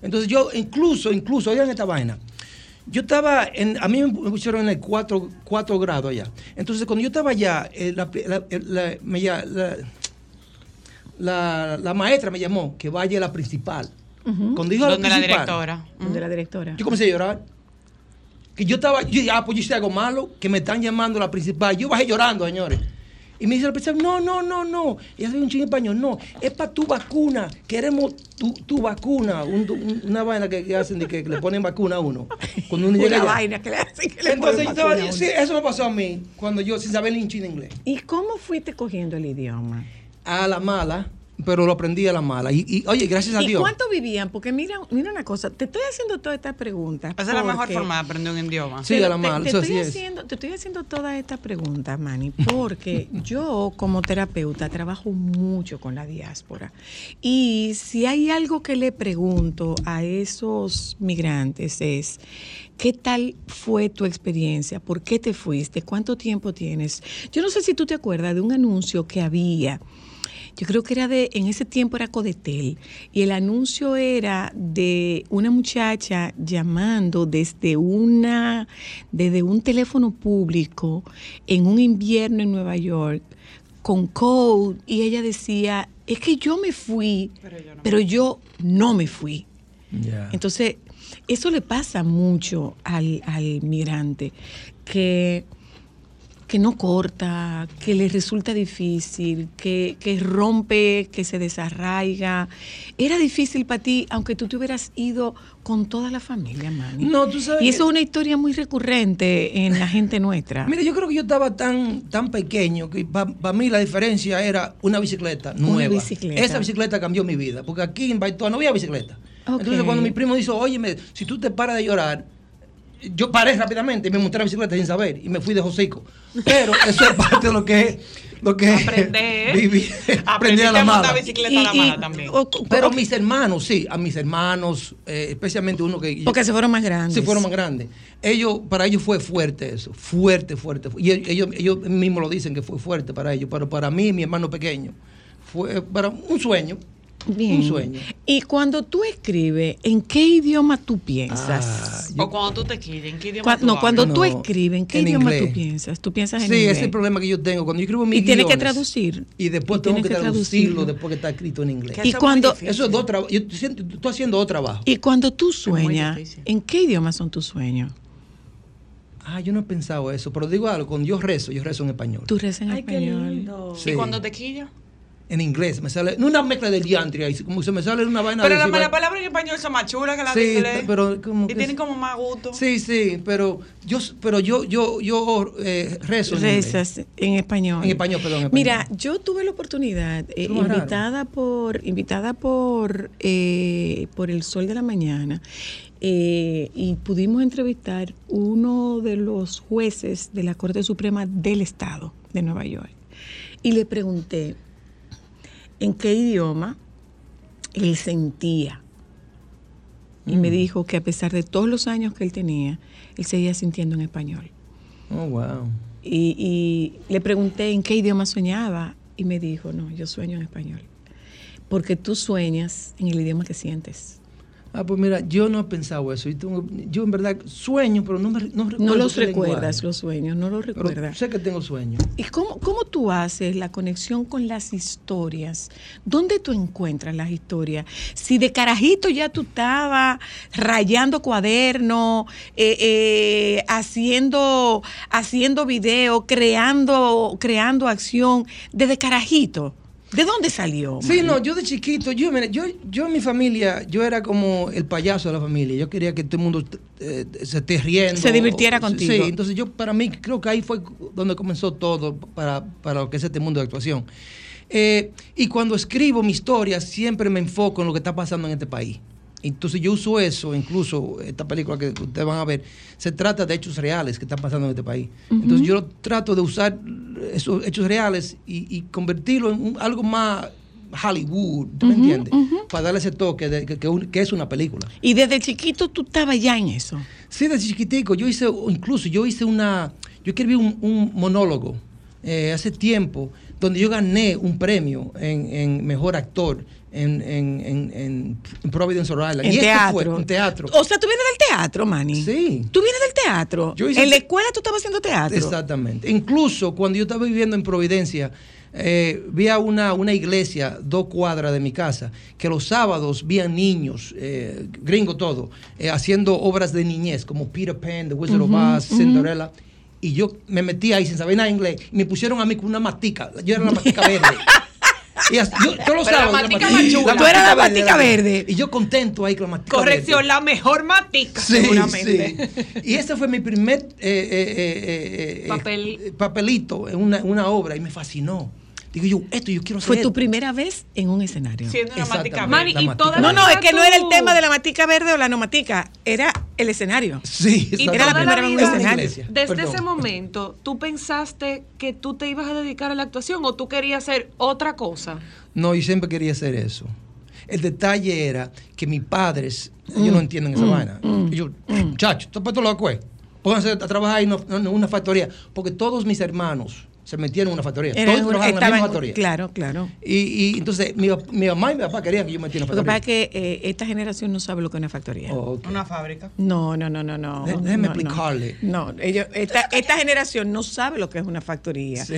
[SPEAKER 6] Entonces yo incluso, incluso, oigan esta vaina. Yo estaba, en, a mí me pusieron en el 4, grado allá. Entonces cuando yo estaba allá, eh, la, la- la- me lla- la- la- la maestra me llamó que vaya la principal. Cuando dijo
[SPEAKER 4] Donde la
[SPEAKER 6] principal,
[SPEAKER 4] directora.
[SPEAKER 2] ¿De la directora?
[SPEAKER 6] Mm. yo comencé a llorar. Que yo estaba, yo dije, ah, pues yo hice algo malo, que me están llamando la principal. Yo bajé llorando, señores. Y me dice la principal, no, no, no, no. Y hace un chingo español, no, es para tu vacuna. Queremos tu, tu vacuna. Un- un- una vaina que, que hacen de que, que le ponen vacuna a uno. Cuando uno
[SPEAKER 2] Una
[SPEAKER 6] llega allá.
[SPEAKER 2] vaina que le hacen que le
[SPEAKER 6] Entonces
[SPEAKER 2] ponen
[SPEAKER 6] yo estaba,
[SPEAKER 2] vacuna a uno.
[SPEAKER 6] sí, eso me pasó a mí, cuando yo, sin saber ni un chin de inglés.
[SPEAKER 2] ¿Y cómo fuiste cogiendo el idioma?
[SPEAKER 6] A la mala, pero lo aprendí a la mala. Y, y, oye, gracias a
[SPEAKER 2] ¿Y
[SPEAKER 6] Dios.
[SPEAKER 2] cuánto vivían? Porque mira, mira una cosa, te estoy haciendo todas estas preguntas.
[SPEAKER 4] Esa es la mejor
[SPEAKER 2] porque-
[SPEAKER 4] forma de aprender un idioma.
[SPEAKER 6] Sí, a la
[SPEAKER 2] Pero
[SPEAKER 6] mala,
[SPEAKER 2] Te,
[SPEAKER 6] eso
[SPEAKER 2] te estoy
[SPEAKER 6] sí es.
[SPEAKER 2] haciendo, te estoy haciendo todas estas preguntas, Manny, porque yo como terapeuta trabajo mucho con la diáspora. Y si hay algo que le pregunto a esos migrantes es, ¿qué tal fue tu experiencia? ¿Por qué te fuiste? ¿Cuánto tiempo tienes? Yo no sé si tú te acuerdas de un anuncio que había yo creo que era de, en ese tiempo era Codetel, y el anuncio era de una muchacha llamando desde una, desde un teléfono público en un invierno en Nueva York, con code, y ella decía, es que yo me fui, pero yo no, me fui.
[SPEAKER 6] Ya.
[SPEAKER 2] Entonces, eso le pasa mucho al, al migrante, que que no corta, que le resulta difícil, que, que rompe, que se desarraiga. Era difícil para ti, aunque tú te hubieras ido con toda la familia, Manny.
[SPEAKER 6] No, tú sabes
[SPEAKER 2] Y eso
[SPEAKER 6] que-
[SPEAKER 2] es una historia muy recurrente en la gente nuestra.
[SPEAKER 6] Mira, yo creo que yo estaba tan, tan pequeño que para mí la diferencia era una bicicleta nueva.
[SPEAKER 2] bicicleta.
[SPEAKER 6] Esa bicicleta cambió mi vida, porque aquí en Baitoa no había bicicleta.
[SPEAKER 2] Ok.
[SPEAKER 6] Entonces cuando mi primo dijo, óyeme, si tú te paras de llorar, yo paré rápidamente y me monté en la bicicleta sin saber y me fui de Josico. Pero eso es parte de lo que es, lo que es
[SPEAKER 4] Aprender.
[SPEAKER 6] vivir,
[SPEAKER 4] Aprendí
[SPEAKER 6] aprender a la mala.
[SPEAKER 4] bicicleta a la
[SPEAKER 2] Y- y-
[SPEAKER 4] mala también.
[SPEAKER 2] o- o-
[SPEAKER 6] Pero
[SPEAKER 2] ok,
[SPEAKER 6] mis hermanos, sí, a mis hermanos, eh, especialmente uno que...
[SPEAKER 2] porque se fueron más grandes.
[SPEAKER 6] Sí, fueron más grandes. Ellos, para ellos fue fuerte eso, fuerte, fuerte. fu- Y ellos, ellos- ellos mismos lo dicen que fue fuerte para ellos, pero para mí, mi hermano pequeño, fue para un sueño.
[SPEAKER 2] Bien.
[SPEAKER 6] Un sueño.
[SPEAKER 2] Y cuando tú escribes, ¿en qué idioma tú
[SPEAKER 6] Ah,
[SPEAKER 2] piensas?
[SPEAKER 4] O cuando tú te quilles, ¿en qué idioma
[SPEAKER 2] Cua-
[SPEAKER 4] tú
[SPEAKER 2] no,
[SPEAKER 4] hablas?
[SPEAKER 2] cuando tú
[SPEAKER 6] No,
[SPEAKER 2] escribes, ¿en qué
[SPEAKER 6] en
[SPEAKER 2] idioma
[SPEAKER 6] inglés.
[SPEAKER 2] tú piensas? ¿Tú piensas en
[SPEAKER 6] sí, ese
[SPEAKER 2] inglés?
[SPEAKER 6] es el problema que yo tengo. Cuando yo escribo mis
[SPEAKER 2] Y tienes que
[SPEAKER 6] guiones,
[SPEAKER 2] traducir.
[SPEAKER 6] Y después
[SPEAKER 2] Y
[SPEAKER 6] tengo
[SPEAKER 2] tienes
[SPEAKER 6] que
[SPEAKER 2] que
[SPEAKER 6] traducirlo
[SPEAKER 2] traducirlo.
[SPEAKER 6] después que está escrito en inglés.
[SPEAKER 4] Que
[SPEAKER 2] Y
[SPEAKER 4] eso es muy
[SPEAKER 2] cuando-
[SPEAKER 4] difícil.
[SPEAKER 6] Eso es dos trabajos. Yo siento- estoy haciendo dos trabajos.
[SPEAKER 2] Y cuando tú
[SPEAKER 4] muy
[SPEAKER 2] sueñas,
[SPEAKER 4] difícil.
[SPEAKER 2] ¿en qué idioma son tus sueños?
[SPEAKER 6] Ah, yo no he pensado eso, pero digo algo, cuando yo rezo, yo rezo en español.
[SPEAKER 2] Tú rezas en
[SPEAKER 5] Ay, qué
[SPEAKER 2] español.
[SPEAKER 5] lindo.
[SPEAKER 6] Sí,
[SPEAKER 4] Y cuando te quillas.
[SPEAKER 6] En inglés, me sale una mezcla de diantre ahí, como se me sale una vaina
[SPEAKER 4] Pero
[SPEAKER 6] de
[SPEAKER 4] la,
[SPEAKER 6] decir-
[SPEAKER 4] la palabra en español son más chulas que la de
[SPEAKER 6] Sí,
[SPEAKER 4] inglés.
[SPEAKER 6] pero como
[SPEAKER 4] y
[SPEAKER 6] que
[SPEAKER 4] tienen
[SPEAKER 6] es-
[SPEAKER 4] como más gusto.
[SPEAKER 6] Sí, sí, pero yo, pero yo, yo, yo eh, rezo. en inglés.
[SPEAKER 2] Rezas en español.
[SPEAKER 6] En español, perdón, en español.
[SPEAKER 2] Mira, yo tuve la oportunidad, eh,
[SPEAKER 6] Qué raro.
[SPEAKER 2] invitada por, invitada por, eh, por el Sol de la Mañana, eh, y pudimos entrevistar uno de los jueces de la Corte Suprema del Estado de Nueva York. Y le pregunté en qué idioma él sentía. Y
[SPEAKER 6] Mm.
[SPEAKER 2] me dijo que a pesar de todos los años que él tenía, él seguía sintiendo en español.
[SPEAKER 6] Oh, wow.
[SPEAKER 2] Y, y le pregunté en qué idioma soñaba y me dijo, no, yo sueño en español. Porque tú sueñas en el idioma que sientes.
[SPEAKER 6] Ah, pues mira, yo no he pensado eso. Yo, tengo- yo en verdad sueño, pero no, me, re- no recuerdo.
[SPEAKER 2] No los
[SPEAKER 6] ese
[SPEAKER 2] recuerdas,
[SPEAKER 6] lenguaje.
[SPEAKER 2] los sueños, no los
[SPEAKER 6] Pero
[SPEAKER 2] recuerdas.
[SPEAKER 6] sé que tengo sueños.
[SPEAKER 2] ¿Y cómo, cómo tú haces la conexión con las historias? ¿Dónde tú encuentras las historias? Si de carajito ya tú estabas rayando cuaderno, eh, eh, haciendo, haciendo video, creando, creando acción, desde carajito, ¿de dónde salió?
[SPEAKER 6] Sí, no, yo de chiquito, yo, mira, yo, yo en mi familia, yo era como el payaso de la familia. Yo quería que todo el mundo eh, se esté riendo.
[SPEAKER 2] Se divirtiera
[SPEAKER 6] Sí,
[SPEAKER 2] contigo.
[SPEAKER 6] Sí, entonces yo para mí creo que ahí fue donde comenzó todo para, para lo que es este mundo de actuación. Eh, y cuando escribo mi historia, siempre me enfoco en lo que está pasando en este país. Entonces yo uso eso, incluso esta película que ustedes van a ver, se trata de hechos reales que están pasando en este país. Entonces yo trato de usar esos hechos reales y, y convertirlo en un- algo más Hollywood, ¿tú me entiendes? Para darle ese toque de, que- que un- que es una película.
[SPEAKER 2] Y desde chiquito tú estabas ya en eso.
[SPEAKER 6] Sí, desde chiquitico. Yo hice, o incluso yo hice una, yo escribí un, un monólogo eh, hace tiempo donde yo gané un premio en, en mejor actor en, en, en- en- en Providence, Rhode Island.
[SPEAKER 2] En
[SPEAKER 6] Y este
[SPEAKER 2] teatro.
[SPEAKER 6] fue, en teatro.
[SPEAKER 2] O sea, tú vienes del teatro, Manny.
[SPEAKER 6] Sí.
[SPEAKER 2] Tú vienes del teatro.
[SPEAKER 6] Yo hice-
[SPEAKER 2] en la escuela tú estabas haciendo teatro.
[SPEAKER 6] Exactamente. Incluso cuando yo estaba viviendo en Providencia, eh, vi a una, una iglesia dos cuadras de mi casa, que los sábados vi a niños, eh, gringo todo, eh, haciendo obras de niñez, como Peter Pan, The Wizard of Oz, Cinderella. Y yo me metí ahí sin saber nada de inglés. Y me pusieron a mí con una matica. Yo era la matica verde. Y así- yo, todos los
[SPEAKER 4] Pero la
[SPEAKER 6] sábados,
[SPEAKER 4] matica más chula.
[SPEAKER 2] Tú eras la matica
[SPEAKER 6] era-
[SPEAKER 2] verde.
[SPEAKER 6] Y yo contento ahí con la matica verde.
[SPEAKER 4] Corrección, la mejor matica,
[SPEAKER 6] Sí,
[SPEAKER 4] seguramente.
[SPEAKER 6] sí. Y ese fue mi primer eh, eh, eh, eh,
[SPEAKER 4] Papel.
[SPEAKER 6] eh, papelito en una, una obra y me fascinó. Digo yo, esto yo quiero hacer.
[SPEAKER 2] Fue tu
[SPEAKER 6] esto.
[SPEAKER 2] primera vez en un escenario.
[SPEAKER 4] Siendo una matica.
[SPEAKER 6] Exactamente.
[SPEAKER 4] Mari,
[SPEAKER 6] La
[SPEAKER 4] y
[SPEAKER 6] matica.
[SPEAKER 4] toda
[SPEAKER 2] No, no, es que no era el
[SPEAKER 5] tu-
[SPEAKER 2] tema de la matica verde o la no matica, era el escenario.
[SPEAKER 6] Sí,
[SPEAKER 4] Y
[SPEAKER 6] exactamente.
[SPEAKER 2] Era la
[SPEAKER 5] toda
[SPEAKER 2] primera en un
[SPEAKER 5] vida,
[SPEAKER 2] escenario.
[SPEAKER 6] Iglesia.
[SPEAKER 5] Desde
[SPEAKER 6] Perdón.
[SPEAKER 5] ese momento, ¿tú pensaste que tú te ibas a dedicar a la actuación o tú querías hacer otra cosa?
[SPEAKER 6] No, yo siempre quería hacer eso. El detalle era que mis padres, ellos
[SPEAKER 2] Mm,
[SPEAKER 6] no entienden esa vaina. Y yo, muchachos, esto es para todos locos, eh. Pónganse a trabajar en una, en una factoría. Porque todos mis hermanos se metieron en una factoría.
[SPEAKER 2] Era
[SPEAKER 6] todos
[SPEAKER 2] un-
[SPEAKER 6] trabajaban en la
[SPEAKER 2] estaban-
[SPEAKER 6] misma factoría.
[SPEAKER 2] Claro, claro.
[SPEAKER 6] Y, y entonces mi, pap- mi mamá y mi papá querían que yo me metiera en
[SPEAKER 2] Lo
[SPEAKER 6] una
[SPEAKER 2] que pasa
[SPEAKER 6] factoría.
[SPEAKER 2] es que eh, esta generación no sabe lo que es una factoría.
[SPEAKER 6] Oh, ok.
[SPEAKER 4] Una fábrica.
[SPEAKER 2] No, no, no, no, no.
[SPEAKER 6] De- déjeme
[SPEAKER 2] no, no.
[SPEAKER 6] explicarle.
[SPEAKER 2] No, ellos, esta, esta generación no sabe lo que es una factoría.
[SPEAKER 6] Sí.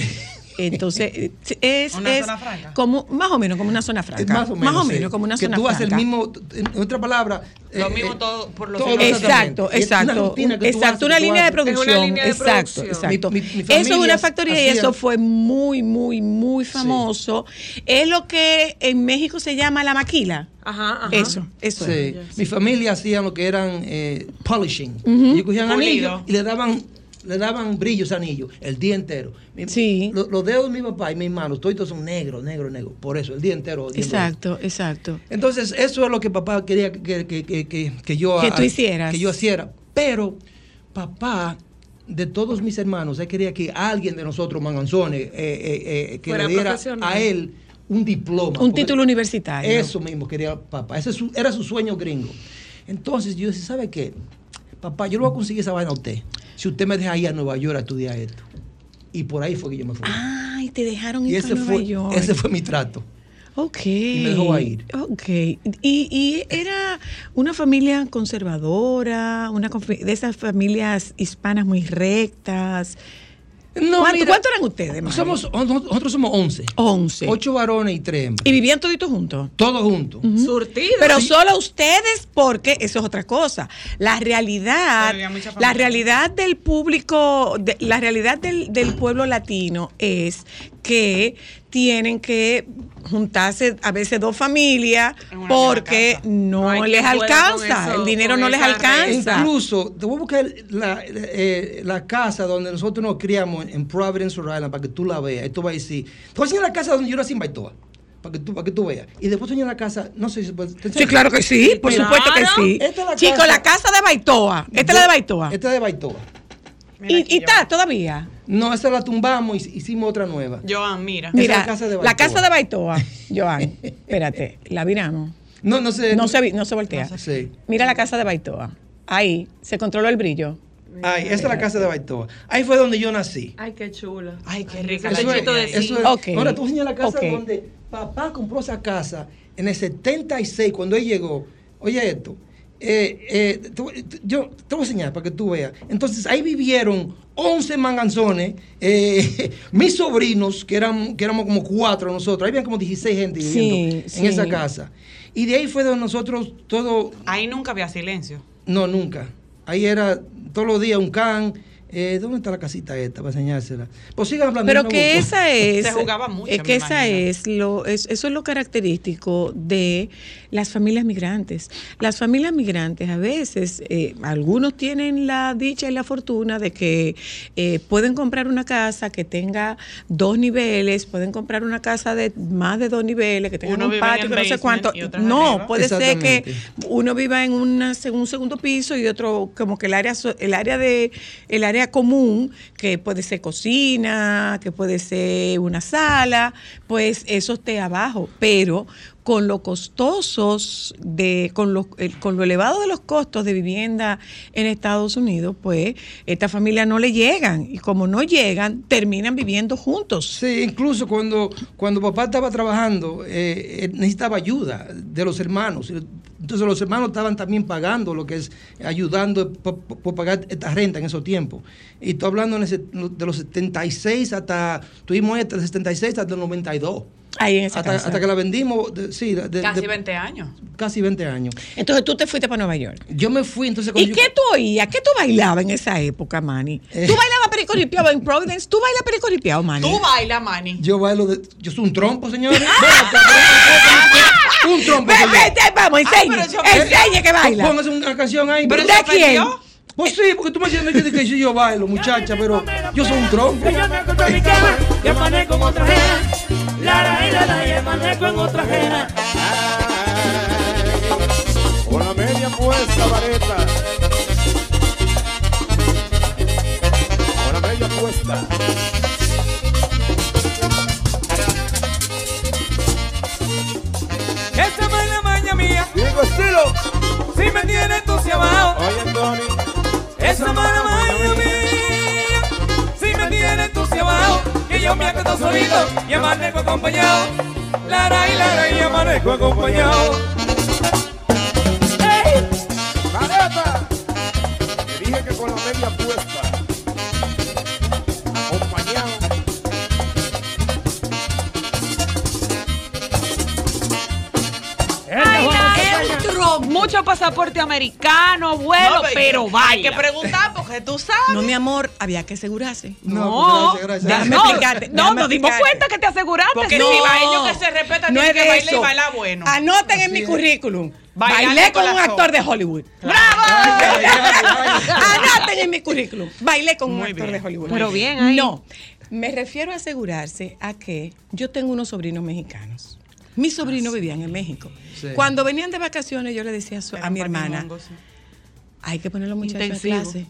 [SPEAKER 2] Entonces, eh, es,
[SPEAKER 4] Una
[SPEAKER 2] es
[SPEAKER 4] zona franca.
[SPEAKER 2] como más o menos como una zona franca.
[SPEAKER 6] Más o menos. sí.
[SPEAKER 2] como una
[SPEAKER 6] que
[SPEAKER 2] zona
[SPEAKER 6] tú
[SPEAKER 2] franca.
[SPEAKER 6] haces el mismo, en otra palabra. eh,
[SPEAKER 4] Lo mismo todo por los
[SPEAKER 6] todo
[SPEAKER 4] ojos.
[SPEAKER 6] exactamente.
[SPEAKER 2] Exacto,
[SPEAKER 6] Es Una
[SPEAKER 2] exacto.
[SPEAKER 6] rutina que tú haces,
[SPEAKER 2] exacto,
[SPEAKER 6] que
[SPEAKER 2] una
[SPEAKER 6] tú
[SPEAKER 2] línea de
[SPEAKER 6] haces.
[SPEAKER 4] una
[SPEAKER 2] producción.
[SPEAKER 4] línea de
[SPEAKER 2] exacto,
[SPEAKER 4] producción.
[SPEAKER 2] exacto.
[SPEAKER 6] Mi- mi- mi
[SPEAKER 2] eso es
[SPEAKER 6] familia
[SPEAKER 2] una factoría y
[SPEAKER 6] hacía-
[SPEAKER 2] eso fue muy, muy, muy famoso. Es lo que en México se llama la maquila.
[SPEAKER 5] Ajá, ajá.
[SPEAKER 2] Eso, eso.
[SPEAKER 6] Sí.
[SPEAKER 2] es.
[SPEAKER 6] Mi familia hacían lo que eran eh, polishing. Ellos cogían
[SPEAKER 4] Pulido.
[SPEAKER 6] anillos y le daban le daban brillos a anillos el día entero. Mi-
[SPEAKER 2] Sí.
[SPEAKER 6] lo- los dedos de mi papá y mis manos, todos son negros, negros, negros. Por eso, el día entero. el día entero.
[SPEAKER 2] Exacto, exacto.
[SPEAKER 6] Entonces, eso es lo que papá quería que, que- que- que- que yo
[SPEAKER 2] Que tú hicieras.
[SPEAKER 6] Que yo hiciera. Pero papá, de todos mis hermanos, él quería que alguien de nosotros, Manganzone, eh, eh, eh, que
[SPEAKER 5] Fuera
[SPEAKER 6] le diera
[SPEAKER 5] profesional.
[SPEAKER 6] a él un diploma.
[SPEAKER 2] Un
[SPEAKER 6] porque
[SPEAKER 2] título universitario.
[SPEAKER 6] Eso mismo quería papá. Ese es su- era su sueño gringo. Entonces yo decía, ¿sabe qué? Papá, yo le voy a conseguir esa vaina a usted. Si usted me deja ir a Nueva York a estudiar esto. Y por ahí fue que yo me fui.
[SPEAKER 2] Ay, te dejaron ir
[SPEAKER 6] y
[SPEAKER 2] a
[SPEAKER 6] ese
[SPEAKER 2] Ah, Nueva
[SPEAKER 6] fue,
[SPEAKER 2] York.
[SPEAKER 6] ese fue mi trato.
[SPEAKER 2] Ok.
[SPEAKER 6] me dejó a ir.
[SPEAKER 2] Ok. Y, y era una familia conservadora, una confi- de esas familias hispanas muy rectas.
[SPEAKER 6] No,
[SPEAKER 2] ¿Cuánto-
[SPEAKER 6] mira,
[SPEAKER 2] cuánto eran ustedes, Mari?
[SPEAKER 6] Somos, oh, nosotros somos 11.
[SPEAKER 2] 11.
[SPEAKER 6] 8 varones y 3 hembras.
[SPEAKER 2] Y vivían toditos juntos.
[SPEAKER 6] Todos juntos.
[SPEAKER 4] Surtido.
[SPEAKER 2] Pero solo ustedes, porque eso es otra cosa. La realidad,
[SPEAKER 4] Había mucha familia.
[SPEAKER 2] la realidad del público, de- la realidad del, del pueblo latino es que tienen que juntarse a veces dos familias
[SPEAKER 4] En una misma
[SPEAKER 2] porque
[SPEAKER 4] casa.
[SPEAKER 2] no,
[SPEAKER 4] No hay
[SPEAKER 2] les
[SPEAKER 4] quien pueda
[SPEAKER 2] alcanza,
[SPEAKER 4] con eso,
[SPEAKER 2] el dinero
[SPEAKER 4] con
[SPEAKER 2] no les
[SPEAKER 4] esa
[SPEAKER 6] E
[SPEAKER 2] alcanza.
[SPEAKER 6] Incluso, te voy a buscar la, eh, la casa donde nosotros nos criamos en Providence, Rhode Island, para que tú la veas. Y tú vas a decir, te voy a enseñar la casa donde yo nací en Baitoa. para que tú, para que tú veas. Y después soñé en la casa, no sé si se puede. ¿te
[SPEAKER 2] Sí, claro que sí, por
[SPEAKER 6] Claro.
[SPEAKER 2] supuesto que sí.
[SPEAKER 6] Esta es la
[SPEAKER 2] Chicos,
[SPEAKER 6] casa.
[SPEAKER 2] la casa de Baitoa. Esta es la de Baitoa.
[SPEAKER 6] Esta es de Baitoa.
[SPEAKER 4] Mira
[SPEAKER 2] Y,
[SPEAKER 4] aquí,
[SPEAKER 2] y está todavía.
[SPEAKER 6] No, esa la tumbamos y hicimos otra nueva.
[SPEAKER 4] Joan. Joan, mira.
[SPEAKER 6] Esa es
[SPEAKER 2] Mira,
[SPEAKER 6] la casa de
[SPEAKER 2] la
[SPEAKER 6] Baitoa.
[SPEAKER 2] casa de Baitoa, Joan, espérate, la viramos.
[SPEAKER 6] No, no sé.
[SPEAKER 2] No se, vi- no se voltea.
[SPEAKER 6] Sí.
[SPEAKER 2] Mira la casa de Baitoa. Ahí se controló el brillo.
[SPEAKER 6] Ay, esa es la casa de Baitoa. Ahí fue donde yo nací.
[SPEAKER 5] Ay, qué chula.
[SPEAKER 4] Ay, qué rica la
[SPEAKER 6] Eso es-
[SPEAKER 4] chito de
[SPEAKER 6] eso
[SPEAKER 4] zinc.
[SPEAKER 6] es-
[SPEAKER 2] Ok.
[SPEAKER 6] Ahora, tú enseñas la casa
[SPEAKER 2] Ok.
[SPEAKER 6] donde papá compró esa casa en el 76, cuando él llegó. Oye esto. eh, eh, te voy- te- yo te voy a enseñar para que tú veas. Entonces, ahí vivieron 11 manganzones. eh, mis sobrinos, que, eran, que éramos como cuatro nosotros. Ahí habían como 16 gente
[SPEAKER 2] Sí,
[SPEAKER 6] viviendo
[SPEAKER 2] sí.
[SPEAKER 6] en esa casa. Y de ahí fue donde nosotros todo
[SPEAKER 4] Ahí nunca había silencio.
[SPEAKER 6] no, nunca. Ahí era todos los días un can. Eh, ¿Dónde está la casita esta para enseñársela? Pues sigan hablando. yo
[SPEAKER 2] Pero
[SPEAKER 6] no
[SPEAKER 2] que
[SPEAKER 6] busco.
[SPEAKER 2] esa es,
[SPEAKER 4] Se jugaba mucho,
[SPEAKER 2] es que
[SPEAKER 4] me
[SPEAKER 2] esa
[SPEAKER 4] imagino.
[SPEAKER 2] es lo, es- eso es lo característico de las familias migrantes. Las familias migrantes a veces, eh, algunos tienen la dicha y la fortuna de que eh, pueden comprar una casa que tenga dos niveles, pueden comprar una casa de más de dos niveles, que tenga
[SPEAKER 4] Uno
[SPEAKER 2] un
[SPEAKER 4] vive en
[SPEAKER 2] patio,
[SPEAKER 4] el
[SPEAKER 2] que no sé
[SPEAKER 4] basement
[SPEAKER 2] cuánto.
[SPEAKER 4] y otras
[SPEAKER 2] No,
[SPEAKER 4] arriba.
[SPEAKER 2] puede ser que
[SPEAKER 6] Exactamente.
[SPEAKER 2] uno viva en una, seg- un segundo piso y otro como que el área so- el área de el área común que puede ser cocina que puede ser una sala pues eso esté abajo pero con lo costosos de con lo, eh, con lo elevado de los costos de vivienda en Estados Unidos pues estas familias no le llegan y como no llegan terminan viviendo juntos
[SPEAKER 6] Sí, incluso cuando, cuando papá estaba trabajando, eh, él necesitaba ayuda de los hermanos. Entonces los hermanos estaban también pagando lo que es ayudando por, por- por pagar esta renta en esos tiempos. Y estoy hablando en ese- de los 76 hasta, tuvimos esta del 76 hasta el 92.
[SPEAKER 2] ahí en esa
[SPEAKER 6] Hasta,
[SPEAKER 2] casa.
[SPEAKER 6] hasta que la vendimos, de- sí, de- de-
[SPEAKER 4] Casi
[SPEAKER 6] de-
[SPEAKER 4] 20 años.
[SPEAKER 6] casi 20 años.
[SPEAKER 2] entonces tú te fuiste para Nueva York
[SPEAKER 6] Yo me fui, entonces
[SPEAKER 2] ¿Y
[SPEAKER 6] cuando yo-
[SPEAKER 2] qué tú oías? ¿Qué tú bailabas en esa época, Manny?
[SPEAKER 6] Eh.
[SPEAKER 2] ¿Tú bailabas perico ripiado en Providence? ¿Tú bailas perico ripiado, Manny?
[SPEAKER 4] Tú baila, Manny.
[SPEAKER 6] Yo bailo de. Yo soy un trompo, señores. Ven acá, un trompo.
[SPEAKER 2] Ve,
[SPEAKER 6] señor.
[SPEAKER 2] ve, te- vamos, enseña.
[SPEAKER 4] pero yo-
[SPEAKER 2] enseña que baila.
[SPEAKER 6] Eh, Póngase una canción ahí.
[SPEAKER 2] ¿De
[SPEAKER 6] Pero
[SPEAKER 2] quién?
[SPEAKER 4] perdió.
[SPEAKER 6] Pues sí, porque tú me entiendes que, que yo bailo, muchacha, pero yo soy un trompo.
[SPEAKER 8] Con la media puesta, vareta. Con la media puesta.
[SPEAKER 5] Esa es la maña mía,
[SPEAKER 8] Digo estilo.
[SPEAKER 5] si me tiene entusiasmado.
[SPEAKER 8] Oye, Tony.
[SPEAKER 5] Esa es la maña mía, si me tiene entusiasmado. Que yo me acuesto solito y amanezco acompañado. Lara y lara y amanezco acompañado.
[SPEAKER 8] Vareta. Te dije que con la media puesta. Acompañado.
[SPEAKER 5] Mucho pasaporte americano,
[SPEAKER 4] No,
[SPEAKER 5] vuelo, pero
[SPEAKER 4] Hay
[SPEAKER 5] baila.
[SPEAKER 4] que preguntar porque tú sabes.
[SPEAKER 2] No, mi amor, había que asegurarse.
[SPEAKER 6] No, pues gracias, gracias.
[SPEAKER 2] déjame
[SPEAKER 5] no,
[SPEAKER 2] explicarte,
[SPEAKER 5] No,
[SPEAKER 2] déjame
[SPEAKER 5] nos dimos
[SPEAKER 2] explicarte.
[SPEAKER 5] cuenta que te aseguraste.
[SPEAKER 4] Porque
[SPEAKER 5] sí.
[SPEAKER 4] si va ellos que se respetan, tienen que
[SPEAKER 2] es
[SPEAKER 4] bailar y
[SPEAKER 2] eso.
[SPEAKER 4] bailar bueno.
[SPEAKER 2] Anoten en mi currículum.
[SPEAKER 4] Bailar de
[SPEAKER 2] Bailé con un
[SPEAKER 4] corazón.
[SPEAKER 2] actor de Hollywood.
[SPEAKER 6] Ay, ay, ay, ay.
[SPEAKER 2] Anoten en mi currículum. Bailé con un
[SPEAKER 4] Muy
[SPEAKER 2] actor
[SPEAKER 4] bien.
[SPEAKER 2] de Hollywood.
[SPEAKER 5] Pero bien ahí.
[SPEAKER 2] No, me refiero a asegurarse a que yo tengo unos sobrinos mexicanos. Mis sobrinos vivían en México.
[SPEAKER 6] Sí.
[SPEAKER 2] Cuando venían de vacaciones, yo le decía a, su- a mi hermana, hay que poner a los muchachos
[SPEAKER 4] Intensivo.
[SPEAKER 2] en clase.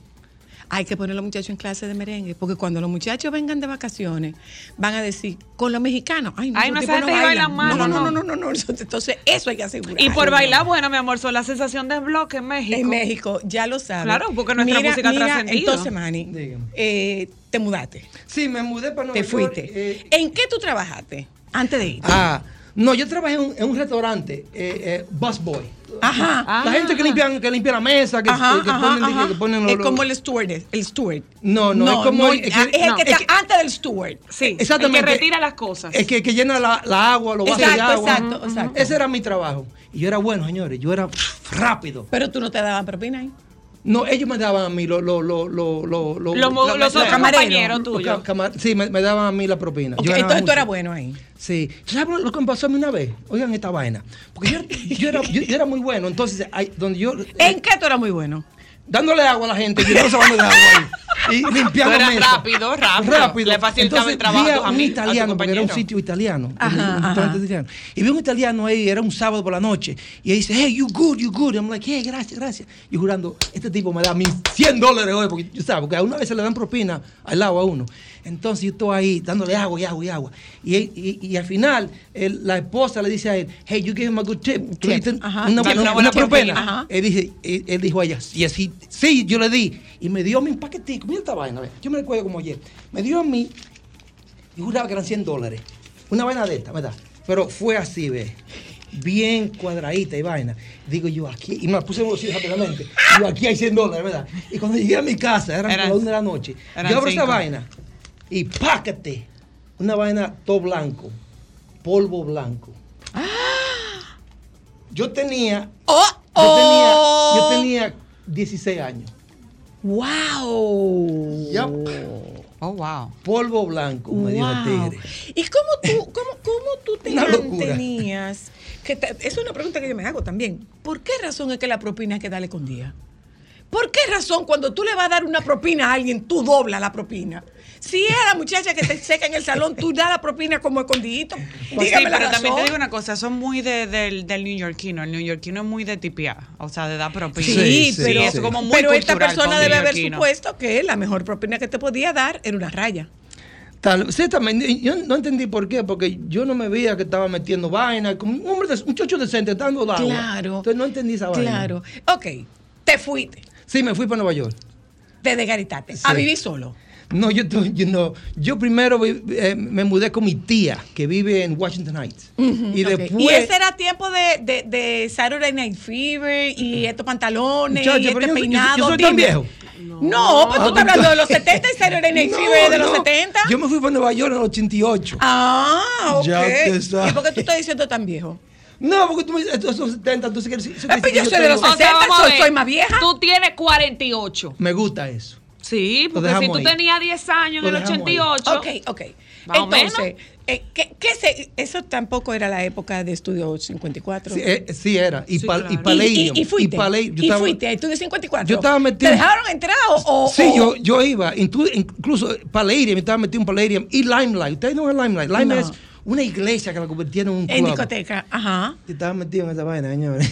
[SPEAKER 2] Hay que poner a los muchachos en clase de merengue, porque cuando los muchachos vengan de vacaciones, van a decir, con los mexicanos, ay, no,
[SPEAKER 5] Ay,
[SPEAKER 2] esos
[SPEAKER 5] no, esa
[SPEAKER 2] tipos
[SPEAKER 5] gente baila
[SPEAKER 2] bailan".
[SPEAKER 5] mal,
[SPEAKER 2] no, no,
[SPEAKER 5] no.
[SPEAKER 2] no, no, no, no, entonces eso hay que asegurar.
[SPEAKER 5] Y por bailar buena, mi amor, son la sensación de bloque en México.
[SPEAKER 2] En México, ya lo sabes.
[SPEAKER 5] Claro, porque nuestra música ha trascendido.
[SPEAKER 2] Entonces, Manny,
[SPEAKER 6] Dígame.
[SPEAKER 2] eh, te mudaste,
[SPEAKER 6] Sí, me mudé para Nueva
[SPEAKER 2] te
[SPEAKER 6] York,
[SPEAKER 2] fuiste.
[SPEAKER 6] eh,
[SPEAKER 2] ¿En qué tú trabajaste antes de ir?
[SPEAKER 6] ah, no, yo trabajé en, un- en un restaurante, eh, eh, busboy.
[SPEAKER 2] Ajá.
[SPEAKER 6] la gente que limpia, que limpia la mesa, que,
[SPEAKER 2] Ah. Ajá,
[SPEAKER 6] Ah, que- que
[SPEAKER 2] ajá,
[SPEAKER 6] ponen,
[SPEAKER 2] ajá.
[SPEAKER 6] que ponen los-
[SPEAKER 2] Es como
[SPEAKER 6] los-
[SPEAKER 2] el steward, el steward.
[SPEAKER 6] No, no, es como
[SPEAKER 2] no,
[SPEAKER 6] el- es que-
[SPEAKER 2] ah, es el
[SPEAKER 6] no.
[SPEAKER 2] que
[SPEAKER 6] Es
[SPEAKER 2] está
[SPEAKER 6] que-
[SPEAKER 2] antes del steward.
[SPEAKER 5] Sí,
[SPEAKER 6] Exactamente.
[SPEAKER 5] el que retira las cosas.
[SPEAKER 6] Es que, que llena la, la agua, los vasos de
[SPEAKER 2] Exacto,
[SPEAKER 6] agua.
[SPEAKER 2] exacto, exacto.
[SPEAKER 6] Ese era mi trabajo. Y yo era bueno, señores. Yo era rápido.
[SPEAKER 2] Pero tú no te daban propina ahí.
[SPEAKER 6] No, ellos me daban a mí los los los los los
[SPEAKER 5] Los mo- los otros
[SPEAKER 2] camareros,
[SPEAKER 5] compañeros tuyos.
[SPEAKER 6] Sí, me, me daban a mí la propina.
[SPEAKER 2] Ok,
[SPEAKER 6] Yo ganaba
[SPEAKER 2] entonces tú
[SPEAKER 6] mucho.
[SPEAKER 2] eras bueno ahí.
[SPEAKER 6] Sí. ¿Sabes lo que me pasó a mí una vez? Oigan esta vaina. Porque yo, yo era, yo, yo era muy bueno. Entonces, ahí, donde yo.
[SPEAKER 2] ¿En qué tú eras muy bueno?
[SPEAKER 6] Dándole agua a la gente. Yo no sabía de agua ahí. y limpiando
[SPEAKER 4] Tú eras
[SPEAKER 6] mesas.
[SPEAKER 4] rápido, rápido. Le facilitaba el trabajo
[SPEAKER 6] vi a
[SPEAKER 4] a
[SPEAKER 6] un
[SPEAKER 4] mí, a tu
[SPEAKER 6] italiano, porque era un
[SPEAKER 4] compañero.
[SPEAKER 6] sitio italiano.
[SPEAKER 2] Ajá,
[SPEAKER 6] un restaurante
[SPEAKER 2] ajá.
[SPEAKER 6] italiano. Y vi un italiano ahí, era un sábado por la noche. Y él dice, hey, you good, you good. I'm like, hey, gracias, gracias. Y jurando, este tipo me da mis 100 dólares hoy, porque yo sabes, porque a una vez se le dan propina al lado a uno. Entonces yo estoy ahí dándole agua y agua y agua. Y, él- y, y al final, él- la esposa le dice a él, hey, you gave him a good tip. Tú le diste
[SPEAKER 2] Ajá.
[SPEAKER 4] Dale
[SPEAKER 6] una,
[SPEAKER 4] una
[SPEAKER 6] buena- una,
[SPEAKER 4] buena
[SPEAKER 6] propina.
[SPEAKER 4] propina.
[SPEAKER 2] Ajá.
[SPEAKER 6] Él, dice, él, él dijo a ella, sí, sí, sí, yo le di. Y me dio a mí un paquetico. Mira esta vaina, ve. yo me recuerdo como ayer. Me dio a mí, y juraba que eran 100 dólares. Una vaina de esta, ¿verdad? Pero fue así, ve. Bien cuadradita y vaina. Digo yo aquí, y me la puse en el bolsillo rápidamente. Digo aquí hay 100 dólares, ¿verdad? Y cuando llegué a mi casa, eran
[SPEAKER 4] Eran-
[SPEAKER 6] las 1 de la noche.
[SPEAKER 4] eran
[SPEAKER 6] Yo abro esa
[SPEAKER 4] cinco.
[SPEAKER 6] vaina y pácate. Una vaina todo blanco, polvo blanco.
[SPEAKER 4] ¡Ah!
[SPEAKER 6] Yo tenía
[SPEAKER 4] Oh,
[SPEAKER 6] yo tenía, yo tenía 16 años.
[SPEAKER 2] ¡Wow!
[SPEAKER 6] Yup.
[SPEAKER 4] Oh, wow.
[SPEAKER 6] Polvo blanco, me dijo el
[SPEAKER 2] Wow.
[SPEAKER 6] tigre.
[SPEAKER 2] ¿Y cómo tú, cómo, cómo tú te
[SPEAKER 6] Una locura.
[SPEAKER 2] mantenías? Que te- es una pregunta que yo me hago también. ¿Por qué razón es que la propina hay que darle con día? ¿Por qué razón cuando tú le vas a dar una propina a alguien, tú doblas la propina? Si es la muchacha que te seca en el salón, tú das la propina como escondidito.
[SPEAKER 4] Pues sí,
[SPEAKER 2] Dígame la
[SPEAKER 4] pero también te
[SPEAKER 2] razón.
[SPEAKER 4] digo una cosa, son muy de- del, del neoyorquino. El neoyorquino es muy de tipiar, o sea, de dar propina.
[SPEAKER 2] Sí,
[SPEAKER 6] Sí, sí,
[SPEAKER 2] pero,
[SPEAKER 6] sí.
[SPEAKER 4] es como muy
[SPEAKER 2] pero esta
[SPEAKER 4] cultural
[SPEAKER 2] persona
[SPEAKER 4] para un
[SPEAKER 2] debe haber
[SPEAKER 4] neoyorquino.
[SPEAKER 2] supuesto que la mejor propina que te podía dar era una raya.
[SPEAKER 6] Tal, sí, también, y yo no entendí por qué, porque yo no me veía que estaba metiendo vaina, como un hombre, de- un chocho decente, dando agua.
[SPEAKER 2] Claro.
[SPEAKER 6] Entonces no entendí esa vaina.
[SPEAKER 2] Claro. Ok, te fuiste,
[SPEAKER 6] Sí, me fui para Nueva York.
[SPEAKER 2] te desgaritaste, a
[SPEAKER 6] Sí.
[SPEAKER 2] vivir solo.
[SPEAKER 6] No, yo, tu- yo no. Yo primero vi- eh, me mudé con mi tía, que vive en Washington Heights. Y
[SPEAKER 2] Ok.
[SPEAKER 6] después.
[SPEAKER 2] Y ese era tiempo de, de, de Saturday Night Fever y estos pantalones
[SPEAKER 6] Muchacho,
[SPEAKER 2] y este
[SPEAKER 6] Mm. pero yo- yo-
[SPEAKER 2] peinado.
[SPEAKER 6] yo soy tan
[SPEAKER 2] Dime.
[SPEAKER 6] viejo.
[SPEAKER 2] No, pues tú
[SPEAKER 6] Ah,
[SPEAKER 2] estás hablando de los 70 y Saturday Night
[SPEAKER 6] No,
[SPEAKER 2] Fever de los
[SPEAKER 6] no.
[SPEAKER 2] 70.
[SPEAKER 6] Yo me fui para Nueva York en el 88.
[SPEAKER 2] Ah, ok.
[SPEAKER 6] Ya te sabes.
[SPEAKER 2] ¿Y por qué tú estás diciendo tan viejo?
[SPEAKER 6] No, porque tú me dices, estos son 70, entonces quieres decir.
[SPEAKER 2] Es que Ah, yo soy de los
[SPEAKER 6] tengo-
[SPEAKER 9] O sea,
[SPEAKER 2] 60,
[SPEAKER 9] vamos a
[SPEAKER 2] soy-
[SPEAKER 9] ver.
[SPEAKER 2] soy más vieja.
[SPEAKER 9] Tú tienes 48.
[SPEAKER 6] Me gusta eso.
[SPEAKER 9] Sí,
[SPEAKER 6] Lo
[SPEAKER 9] porque si
[SPEAKER 6] dejamos
[SPEAKER 9] tú
[SPEAKER 6] ahí.
[SPEAKER 9] tenías 10 años en
[SPEAKER 6] Lo
[SPEAKER 9] el
[SPEAKER 6] dejamos ahí.
[SPEAKER 9] 88.
[SPEAKER 2] Ok, ok.
[SPEAKER 9] Más o
[SPEAKER 2] Entonces,
[SPEAKER 9] menos.
[SPEAKER 2] eh, ¿qué, qué se- eso tampoco era la época de Estudio 54.
[SPEAKER 6] Sí, eh, sí era. Y,
[SPEAKER 9] Sí,
[SPEAKER 6] pa-
[SPEAKER 9] claro.
[SPEAKER 6] y
[SPEAKER 9] Y-
[SPEAKER 6] Palladium.
[SPEAKER 2] Y, y, y fuiste.
[SPEAKER 6] Y, Palladium. Yo
[SPEAKER 2] y
[SPEAKER 6] estaba-
[SPEAKER 2] fuiste a Estudio 54.
[SPEAKER 6] yo estaba metido-
[SPEAKER 2] ¿Te dejaron entrar o.? o-
[SPEAKER 6] Sí,
[SPEAKER 2] o-
[SPEAKER 6] yo, yo iba, intu- incluso Palladium, estaba metido en Palladium y Limelight. Ustedes no ven Limelight. Limelight
[SPEAKER 2] No.
[SPEAKER 6] es una iglesia que la convirtieron en un club.
[SPEAKER 2] En discoteca. Ajá.
[SPEAKER 6] Yo estaba metido en esa vaina, señores.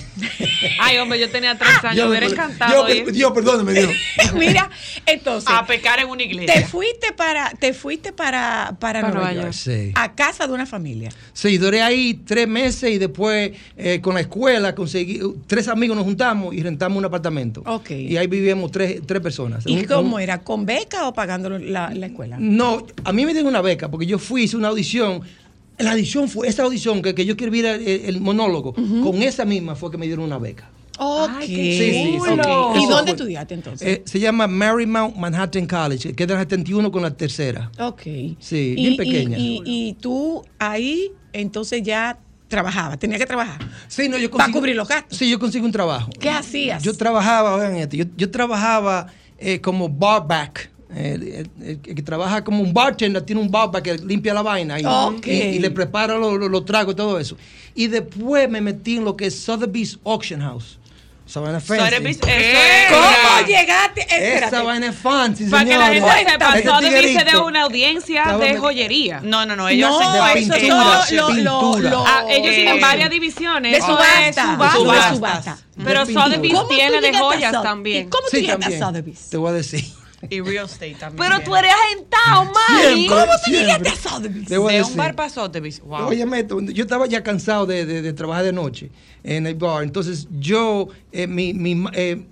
[SPEAKER 9] Ay, hombre, yo tenía 3 años. me hubiera encantado
[SPEAKER 6] Ah, Yo,
[SPEAKER 2] eh.
[SPEAKER 9] ir.
[SPEAKER 6] Dios, perdóneme, Dios.
[SPEAKER 2] Mira, entonces.
[SPEAKER 9] Ah,
[SPEAKER 4] A pecar en una
[SPEAKER 2] Te
[SPEAKER 4] iglesia.
[SPEAKER 2] fuiste para, te fuiste para, para,
[SPEAKER 9] Para
[SPEAKER 2] Nueva
[SPEAKER 9] Nueva
[SPEAKER 2] York.
[SPEAKER 6] Sí.
[SPEAKER 2] A casa de una familia.
[SPEAKER 6] Sí, duré ahí tres meses y después eh, con la escuela conseguí, tres amigos nos juntamos y rentamos un apartamento.
[SPEAKER 2] Ok.
[SPEAKER 6] Y ahí vivíamos tres, tres personas.
[SPEAKER 2] ¿Y
[SPEAKER 6] Un-
[SPEAKER 2] cómo
[SPEAKER 6] un-
[SPEAKER 2] era? ¿Con beca o pagando la, la escuela?
[SPEAKER 9] Mm.
[SPEAKER 6] No, a mí me dieron una beca porque yo fui, hice una audición. La audición fue, esa audición que, que yo escribí era el, el monólogo, con esa misma fue que me dieron una beca.
[SPEAKER 2] Ok.
[SPEAKER 6] Sí, sí, sí.
[SPEAKER 2] Ok. ¿Y
[SPEAKER 6] Eso
[SPEAKER 2] dónde
[SPEAKER 6] fue.
[SPEAKER 2] estudiaste entonces?
[SPEAKER 6] Eh, se llama Marymount Manhattan College, que es de la 71 con la tercera.
[SPEAKER 2] ok.
[SPEAKER 6] sí, bien pequeña.
[SPEAKER 2] Y, y tú ahí entonces ya trabajabas, tenías que trabajar.
[SPEAKER 6] Sí, no, yo
[SPEAKER 2] ¿Para
[SPEAKER 6] consigo-
[SPEAKER 2] cubrir los gastos?
[SPEAKER 6] Sí, yo consigo un trabajo.
[SPEAKER 2] ¿Qué hacías?
[SPEAKER 6] Yo trabajaba, oigan esto, yo, yo trabajaba eh, como barback. El, el- el que trabaja como un bartender tiene un barback que limpia la vaina y,
[SPEAKER 2] Ok.
[SPEAKER 6] y- y le prepara los los- los tragos y todo eso. Y después me metí en lo que es Sotheby's Auction House. Esa vaina es fancy.
[SPEAKER 4] Sotheby's,
[SPEAKER 9] eh,
[SPEAKER 4] eso es-
[SPEAKER 2] Eh, ¿Cómo llegaste?
[SPEAKER 6] Esa
[SPEAKER 2] Espérate.
[SPEAKER 6] vaina es fancy,
[SPEAKER 9] Para que la
[SPEAKER 6] señores. Este
[SPEAKER 9] gente sepa,
[SPEAKER 6] Ese
[SPEAKER 9] todo dice de
[SPEAKER 6] tiguerito.
[SPEAKER 9] una audiencia
[SPEAKER 6] Estaba
[SPEAKER 9] de
[SPEAKER 6] metido.
[SPEAKER 9] joyería.
[SPEAKER 4] No, no, no, ellos
[SPEAKER 2] No,
[SPEAKER 4] hacen
[SPEAKER 2] eso
[SPEAKER 6] pintura,
[SPEAKER 2] es
[SPEAKER 4] pinturas.
[SPEAKER 2] lo, lo,
[SPEAKER 6] pintura.
[SPEAKER 2] lo-
[SPEAKER 9] Ah, ellos tienen
[SPEAKER 4] eh,
[SPEAKER 9] varias divisiones.
[SPEAKER 2] De
[SPEAKER 9] Eso es
[SPEAKER 2] subasta.
[SPEAKER 9] subasta.
[SPEAKER 2] De
[SPEAKER 4] Subastas.
[SPEAKER 2] subasta.
[SPEAKER 9] Pero
[SPEAKER 6] De pintura.
[SPEAKER 9] Sotheby's
[SPEAKER 2] ¿Cómo tú
[SPEAKER 9] tiene de
[SPEAKER 2] llegaste a
[SPEAKER 9] joyas
[SPEAKER 2] Sotheby's?
[SPEAKER 9] también.
[SPEAKER 2] ¿Cómo tú
[SPEAKER 6] Sí,
[SPEAKER 2] llegaste
[SPEAKER 6] también.
[SPEAKER 2] a Sotheby's?
[SPEAKER 6] Te voy a decir.
[SPEAKER 4] Y real estate también.
[SPEAKER 9] Pero tú eres agentado, Mari.
[SPEAKER 6] Siempre,
[SPEAKER 2] ¿Cómo tú llegaste
[SPEAKER 6] siempre.
[SPEAKER 2] a Sotheby's?
[SPEAKER 6] Te voy a
[SPEAKER 4] De un
[SPEAKER 6] decir.
[SPEAKER 4] bar para Sotheby's. Wow.
[SPEAKER 6] Oye, yo estaba ya cansado de, de- de trabajar de noche en el bar. Entonces, yo, eh, mi, mi, eh,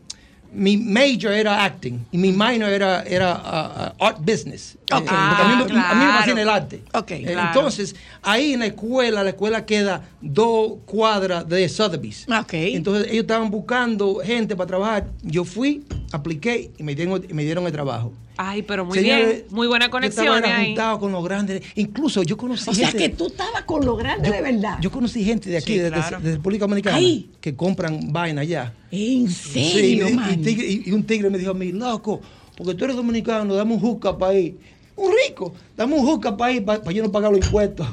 [SPEAKER 6] mi major era acting y mi minor era, era ah, ah, art business.
[SPEAKER 2] Ok.
[SPEAKER 6] Eh, porque a, mí, me-
[SPEAKER 9] Ah,
[SPEAKER 6] a mí me
[SPEAKER 9] claro.
[SPEAKER 6] fascina el arte.
[SPEAKER 2] Ok,
[SPEAKER 6] Eh,
[SPEAKER 2] claro.
[SPEAKER 6] Entonces, ahí en la escuela, la escuela queda dos cuadras de Sotheby's.
[SPEAKER 2] Ok.
[SPEAKER 6] Entonces, ellos estaban buscando gente para trabajar. Yo fui, apliqué y me dieron, y me dieron el trabajo.
[SPEAKER 9] Ay, pero muy
[SPEAKER 6] Señores,
[SPEAKER 9] bien. Muy buena
[SPEAKER 6] yo estaba
[SPEAKER 9] conexión eh,
[SPEAKER 6] era
[SPEAKER 9] ahí.
[SPEAKER 6] juntado con los grandes. Incluso yo conocí
[SPEAKER 2] O sea
[SPEAKER 6] gente-
[SPEAKER 2] que tú estabas con lo grande
[SPEAKER 6] yo,
[SPEAKER 2] de verdad.
[SPEAKER 6] yo conocí gente de aquí,
[SPEAKER 4] Sí,
[SPEAKER 6] de, de-
[SPEAKER 4] claro.
[SPEAKER 6] de República Dominicana,
[SPEAKER 2] Ay.
[SPEAKER 6] que compran vaina allá.
[SPEAKER 2] en
[SPEAKER 6] Sí,
[SPEAKER 2] serio,
[SPEAKER 6] y- y,
[SPEAKER 2] man.
[SPEAKER 6] tigre- y- y un tigre me dijo a mí, loco, porque tú eres dominicano, dame un hookah para ahí. Un rico, dame un hookah para ahí, para yo no pagar los impuestos.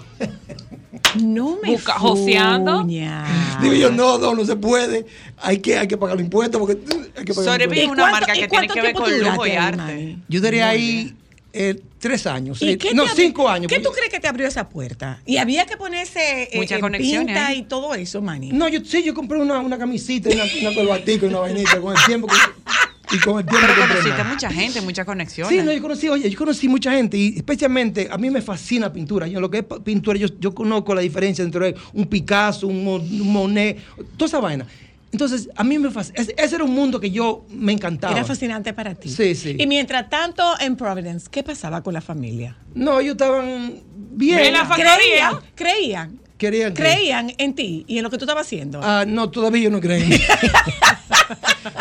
[SPEAKER 2] No me
[SPEAKER 9] Busca- joseando.
[SPEAKER 2] fuña.
[SPEAKER 6] Digo
[SPEAKER 2] Ah.
[SPEAKER 6] yo, no, no, no se puede. Hay que, hay que pagar los impuestos porque uh, hay que pagar los
[SPEAKER 4] Sorebí es
[SPEAKER 6] impuestos.
[SPEAKER 4] una marca que tiene
[SPEAKER 2] cuánto
[SPEAKER 4] que ver
[SPEAKER 2] tiempo
[SPEAKER 4] con
[SPEAKER 2] duraste
[SPEAKER 4] lujo y
[SPEAKER 2] ahí,
[SPEAKER 4] arte.
[SPEAKER 2] mami?
[SPEAKER 6] Yo daría ahí eh, tres años,
[SPEAKER 2] ¿Y
[SPEAKER 6] seis-
[SPEAKER 2] qué
[SPEAKER 6] no,
[SPEAKER 2] te abri-
[SPEAKER 6] cinco años. pues.
[SPEAKER 2] ¿Qué tú
[SPEAKER 6] porque-
[SPEAKER 2] crees que te abrió esa puerta? Y había que ponerse eh,
[SPEAKER 4] Muchas
[SPEAKER 2] en
[SPEAKER 4] conexiones
[SPEAKER 2] pinta
[SPEAKER 4] ahí.
[SPEAKER 2] y todo eso, Manny.
[SPEAKER 6] No, yo sí, yo compré una, una camisita, y una, una corbatica, y una vainita con el tiempo. que- y con el tiempo
[SPEAKER 4] Pero
[SPEAKER 6] compré
[SPEAKER 4] conociste
[SPEAKER 6] más.
[SPEAKER 4] mucha gente, muchas conexiones.
[SPEAKER 6] Sí, no, yo conocí, oye, yo conocí mucha gente y especialmente a mí me fascina pintura. Yo lo que es pa- pintura, yo, yo conozco la diferencia entre un Picasso, un, Mo- un Monet, toda esa vaina. Entonces, a mí me fascina. Ese, ese era un mundo que yo me encantaba.
[SPEAKER 2] Era fascinante para ti.
[SPEAKER 6] Sí, sí.
[SPEAKER 2] Y mientras tanto, en Providence, ¿qué pasaba con la familia?
[SPEAKER 6] No, ellos estaban bien.
[SPEAKER 4] Ve la fa-
[SPEAKER 2] Creían, creían,
[SPEAKER 6] Querían que-
[SPEAKER 2] creían en ti y en lo que tú estabas haciendo.
[SPEAKER 6] Ah, no, todavía yo no creen.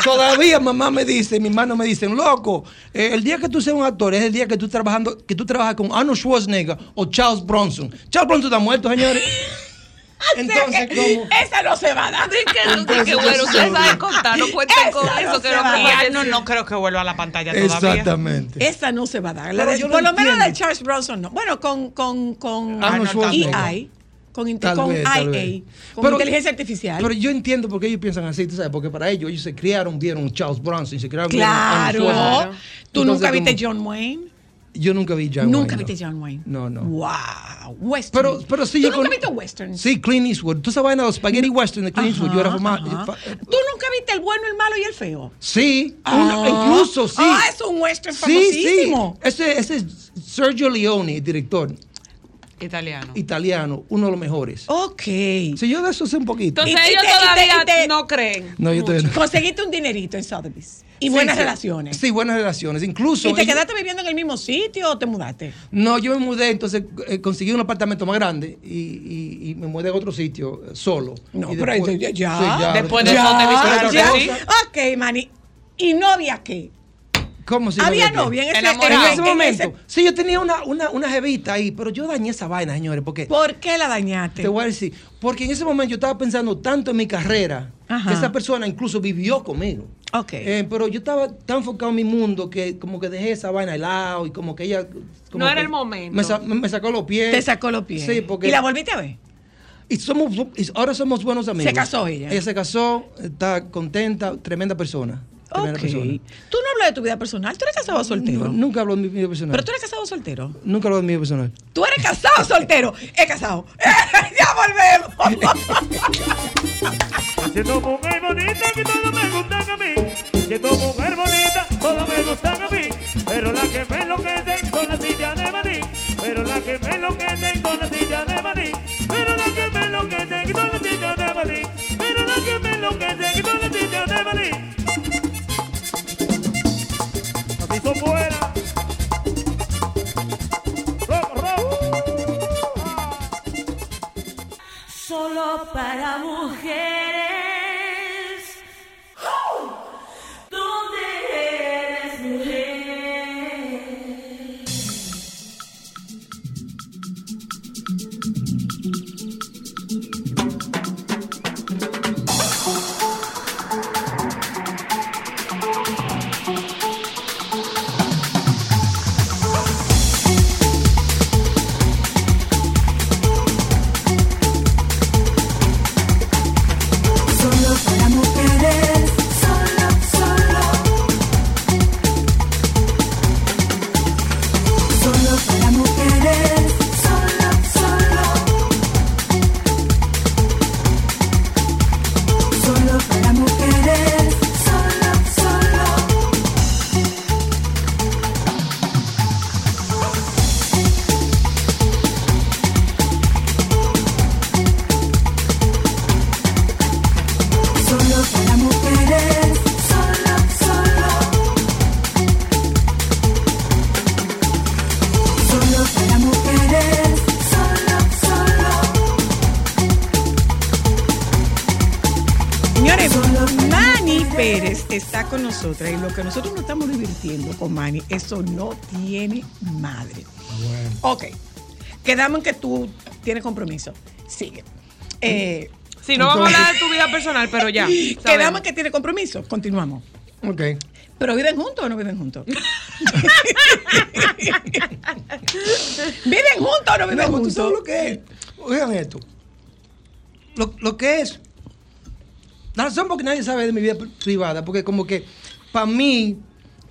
[SPEAKER 6] todavía mamá me dice, mi hermano me dicen, loco, eh, el día que tú seas un actor es el día que tú trabajando, que tú trabajas con Arnold Schwarzenegger o Charles Bronson. Charles Bronson está muerto, señores. Entonces, ¿cómo?
[SPEAKER 2] eh, Esa no se va a dar.
[SPEAKER 9] Entonces, qué bueno, ustedes saben contar, no cuenten con
[SPEAKER 2] Esa
[SPEAKER 9] eso, que no
[SPEAKER 2] no se
[SPEAKER 4] Y
[SPEAKER 2] va.
[SPEAKER 9] pueden
[SPEAKER 4] Arnold
[SPEAKER 9] decir.
[SPEAKER 4] Ah, no creo que vuelva a la pantalla todavía.
[SPEAKER 6] Exactamente.
[SPEAKER 2] Esa no se va a dar. La
[SPEAKER 6] Este. Pero
[SPEAKER 2] de-
[SPEAKER 6] yo lo
[SPEAKER 2] por lo menos la de
[SPEAKER 6] entiendo. Ah,
[SPEAKER 2] Charles Bronson no. Bueno, con, con, con
[SPEAKER 6] Arnold Schwarzenegger.
[SPEAKER 2] EI, con, inte-
[SPEAKER 6] Tal
[SPEAKER 2] con
[SPEAKER 6] vez, tal vez.
[SPEAKER 2] IA, con
[SPEAKER 6] Pero-
[SPEAKER 2] inteligencia artificial.
[SPEAKER 6] Pero yo entiendo por qué ellos piensan así, tú sabes, porque para ellos ellos se criaron, vieron un Charles Bronson, se criaron vieron a Arnold
[SPEAKER 2] claro.
[SPEAKER 6] Schwarzenegger.
[SPEAKER 2] Tú
[SPEAKER 6] Entonces,
[SPEAKER 2] nunca viste
[SPEAKER 6] como-
[SPEAKER 2] John Wayne.
[SPEAKER 6] Yo nunca vi John
[SPEAKER 2] nunca
[SPEAKER 6] Wayne, no.
[SPEAKER 2] viste John Wayne.
[SPEAKER 6] No, no.
[SPEAKER 2] Wow. Western.
[SPEAKER 6] Pero, pero sí,
[SPEAKER 2] ¿Tú
[SPEAKER 6] yo
[SPEAKER 2] nunca
[SPEAKER 6] con-
[SPEAKER 2] viste Western?
[SPEAKER 6] Sí, Clint Eastwood. Tú sabes vaina de los spaghetti western de Clint Eastwood. Yo era fumado.
[SPEAKER 2] ¿Tú nunca viste el bueno, el malo y el feo?
[SPEAKER 6] Sí, una- incluso sí.
[SPEAKER 2] Ah, es un western famosísimo. Ah.
[SPEAKER 6] Sí, sí. Ese, ese es Sergio Leone, el director
[SPEAKER 4] Italiano.
[SPEAKER 6] italiano, uno de los mejores.
[SPEAKER 2] Ok.
[SPEAKER 6] Si yo de eso sé un poquito.
[SPEAKER 9] Entonces
[SPEAKER 2] Y- y
[SPEAKER 9] ellos
[SPEAKER 2] te- y te-
[SPEAKER 9] todavía
[SPEAKER 2] y te-
[SPEAKER 9] no creen.
[SPEAKER 6] no, yo todavía no.
[SPEAKER 2] Conseguiste un dinerito en Sotheby's. Y
[SPEAKER 6] Sí,
[SPEAKER 2] buenas
[SPEAKER 6] sí.
[SPEAKER 2] relaciones.
[SPEAKER 6] Sí, buenas relaciones. Incluso.
[SPEAKER 2] ¿Y te quedaste viviendo en el mismo sitio o te mudaste?
[SPEAKER 6] No, yo me mudé, entonces eh, conseguí un apartamento más grande y, y- y me mudé a otro sitio eh, solo.
[SPEAKER 2] No,
[SPEAKER 6] Y
[SPEAKER 2] pero
[SPEAKER 6] después-
[SPEAKER 2] ya- ya.
[SPEAKER 6] Sí,
[SPEAKER 9] Después de eso te
[SPEAKER 2] Ah,
[SPEAKER 9] visitaron.
[SPEAKER 6] otra
[SPEAKER 2] ya.
[SPEAKER 6] cosa.
[SPEAKER 2] Ok, Manny. ¿Y novia qué?
[SPEAKER 6] ¿Cómo si
[SPEAKER 2] Había
[SPEAKER 6] qué?
[SPEAKER 2] novia en ese,
[SPEAKER 4] Enamorado.
[SPEAKER 6] en
[SPEAKER 2] en-
[SPEAKER 6] ese
[SPEAKER 2] en
[SPEAKER 6] momento.
[SPEAKER 2] ese-
[SPEAKER 6] Sí, yo tenía una, una, una jevita ahí, pero yo dañé esa vaina, señores, porque
[SPEAKER 2] ¿Por qué la dañaste?
[SPEAKER 6] te voy a decir, porque en ese momento yo estaba pensando tanto en mi carrera,
[SPEAKER 2] Ajá.
[SPEAKER 6] que esa persona incluso vivió conmigo.
[SPEAKER 2] Ok.
[SPEAKER 6] Eh, pero yo estaba tan enfocado en mi mundo que como que dejé esa vaina de lado y como que ella... como
[SPEAKER 9] No era
[SPEAKER 6] que
[SPEAKER 9] el momento.
[SPEAKER 6] Me, sa- me- me sacó los pies.
[SPEAKER 2] Te sacó los pies.
[SPEAKER 6] Sí, porque...
[SPEAKER 2] ¿Y la volviste a ver?
[SPEAKER 6] y somos, y ahora somos buenos amigos.
[SPEAKER 2] Se casó ella.
[SPEAKER 6] Ella se casó, está contenta, tremenda persona. Tremenda
[SPEAKER 2] Ok.
[SPEAKER 6] persona.
[SPEAKER 2] Tú no hablas de tu vida personal. ¿Tú eres casado o soltero?
[SPEAKER 6] No, nunca hablo de mi vida personal.
[SPEAKER 2] Pero tú eres casado o soltero.
[SPEAKER 6] Nunca hablo de mi vida personal.
[SPEAKER 2] Tú eres casado o soltero. He casado. ya volvemos.
[SPEAKER 5] Siendo mujer bonita que todo me gustan a mí. Siendo mujer bonita, todo me gustan a mí. Pero la que me enloquece con la silla de maní. Pero la que me enloquece con la silla de maní. Pero la que me enloquece con la silla de maní. Pero la que me enloquece con la silla de maní. Así son buenas. Rock, rock.
[SPEAKER 1] Solo para mujeres. ¿Dónde eres mujer?
[SPEAKER 3] Solo para mujeres, solo, solo. Solo para mujeres, solo, solo. Solo para mujeres, solo, solo. Solo para mujeres, solo, solo. Solo para mujeres, solo, solo.
[SPEAKER 2] Señores, Manny Pérez está con nosotras y lo que nosotros nos estamos divirtiendo con Manny, eso no tiene madre. Ok, quedamos en que tú tienes compromiso. Sigue. Eh,
[SPEAKER 9] Si no vamos a hablar de tu vida personal, pero ya.
[SPEAKER 2] quedamos
[SPEAKER 9] sabemos.
[SPEAKER 2] en que tiene compromiso. Continuamos.
[SPEAKER 6] Ok.
[SPEAKER 2] ¿Pero viven juntos o no viven juntos? ¿Viven juntos o no viven
[SPEAKER 6] No, tú
[SPEAKER 2] juntos?
[SPEAKER 6] sabes lo que es. Oigan esto. Lo, lo que es. La razón por que nadie sabe de mi vida pri- privada, porque como que para mí,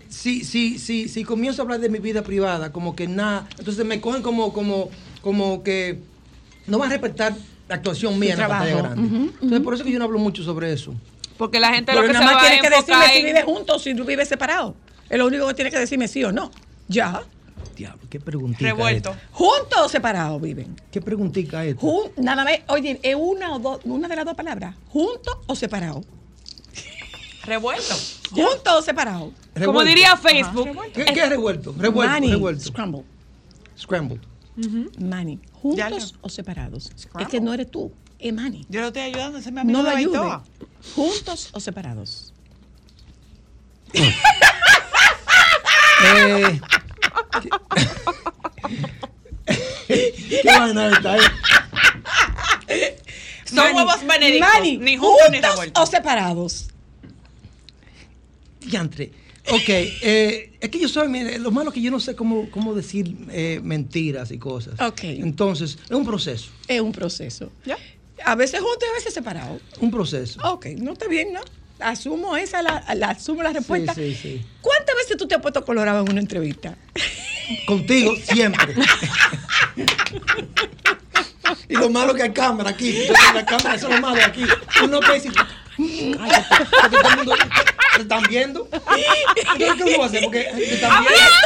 [SPEAKER 6] si, si, si, si comienzo a hablar de mi vida privada, como que nada. Entonces me cogen como, como, como que no van a respetar la actuación mía en la
[SPEAKER 2] trabajo.
[SPEAKER 6] pantalla grande. Entonces por eso que yo no hablo mucho sobre eso.
[SPEAKER 9] Porque la gente
[SPEAKER 2] Pero
[SPEAKER 9] lo que se
[SPEAKER 2] nada más
[SPEAKER 9] va a
[SPEAKER 2] tienes que decirme
[SPEAKER 9] enfocar
[SPEAKER 2] si vives
[SPEAKER 9] en...
[SPEAKER 2] juntos o si tú vives separado. Es lo único que tienes que decirme sí o no. Ya.
[SPEAKER 6] Diablo, qué preguntita.
[SPEAKER 2] Revuelto.
[SPEAKER 6] esta.
[SPEAKER 2] ¿Juntos o separados viven?
[SPEAKER 6] ¿Qué preguntita es?
[SPEAKER 2] Jun- nada más, oye, es una o dos, una de las dos palabras. ¿Juntos o separados?
[SPEAKER 9] Revuelto.
[SPEAKER 2] ¿Juntos o separados?
[SPEAKER 9] Como diría Facebook.
[SPEAKER 6] ¿Qué, qué es revuelto? Revuelto,
[SPEAKER 2] Money.
[SPEAKER 6] revuelto.
[SPEAKER 2] Scramble.
[SPEAKER 6] Scrambled.
[SPEAKER 2] Manny,
[SPEAKER 4] Ya
[SPEAKER 2] ¿juntos
[SPEAKER 4] lo-
[SPEAKER 2] o separados?
[SPEAKER 4] Scramble.
[SPEAKER 2] Es que no eres tú, es Manny.
[SPEAKER 4] Yo lo estoy ayudando, se me
[SPEAKER 2] No
[SPEAKER 4] amigo
[SPEAKER 2] lo
[SPEAKER 4] de
[SPEAKER 2] ayude.
[SPEAKER 4] Baitoa.
[SPEAKER 2] ¿Juntos o separados?
[SPEAKER 6] Eh, ¿Qué vaina está ahí?
[SPEAKER 9] Son huevos benedictos.
[SPEAKER 2] Manny,
[SPEAKER 9] ni juntos ni
[SPEAKER 2] ¿juntos
[SPEAKER 9] revueltos.
[SPEAKER 2] o separados?
[SPEAKER 6] Diantre. Ok, eh, es que yo soy, mire, lo malo es que yo no sé cómo, cómo decir eh, mentiras y cosas.
[SPEAKER 2] Ok.
[SPEAKER 6] Entonces, es un proceso,
[SPEAKER 2] Es un proceso.
[SPEAKER 4] Ya.
[SPEAKER 2] A veces juntos y a veces separados.
[SPEAKER 6] un proceso.
[SPEAKER 2] Ok, no está bien, ¿no? Asumo esa, la, la- asumo la respuesta.
[SPEAKER 6] Sí, sí, sí.
[SPEAKER 2] ¿Cuántas veces tú te has puesto colorado en una entrevista?
[SPEAKER 6] Contigo, siempre. y lo malo que hay cámara aquí, yo tengo la cámara, eso es lo malo aquí. Uno puede decir, "Mm, cállate", porque todo el mundo te están viendo. Entonces, ¿qué uno va a hacer? Porque te
[SPEAKER 2] Ah,
[SPEAKER 6] están
[SPEAKER 2] pero
[SPEAKER 6] viendo.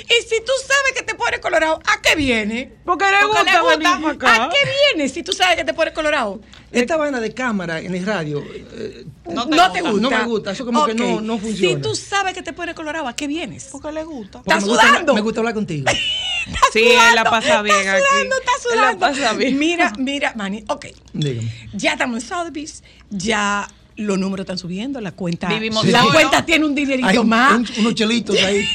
[SPEAKER 2] entonces, y si tú sabes que te pones colorado, ¿a qué viene?
[SPEAKER 4] Porque le
[SPEAKER 2] Porque le
[SPEAKER 4] gusta
[SPEAKER 2] gusta.
[SPEAKER 4] venir acá.
[SPEAKER 2] ¿A qué viene si tú sabes que te pones colorado?
[SPEAKER 6] Esta vaina de cámara en el radio, eh,
[SPEAKER 2] No te, gusta.
[SPEAKER 6] No me gusta, eso como que
[SPEAKER 2] Ok.
[SPEAKER 6] no, no funciona.
[SPEAKER 2] Si tú sabes que te pones colorado, ¿a qué vienes?
[SPEAKER 4] Porque le gusta.
[SPEAKER 6] Porque
[SPEAKER 2] estás
[SPEAKER 6] me gusta, hablar-
[SPEAKER 2] sudando.
[SPEAKER 6] Me gusta hablar contigo.
[SPEAKER 4] Sí, él la pasa bien
[SPEAKER 2] Está sudando,
[SPEAKER 4] aquí.
[SPEAKER 2] está
[SPEAKER 9] Él la
[SPEAKER 2] sudando.
[SPEAKER 9] pasa bien.
[SPEAKER 2] Mira, mira, Manny, ok.
[SPEAKER 6] Dígame.
[SPEAKER 2] Ya estamos en Sotheby's, ya los números están subiendo, la cuenta,
[SPEAKER 9] Vivimos
[SPEAKER 2] la
[SPEAKER 9] solo.
[SPEAKER 2] cuenta tiene un dinerito
[SPEAKER 6] Hay un-
[SPEAKER 2] más.
[SPEAKER 6] un- unos chelitos ahí.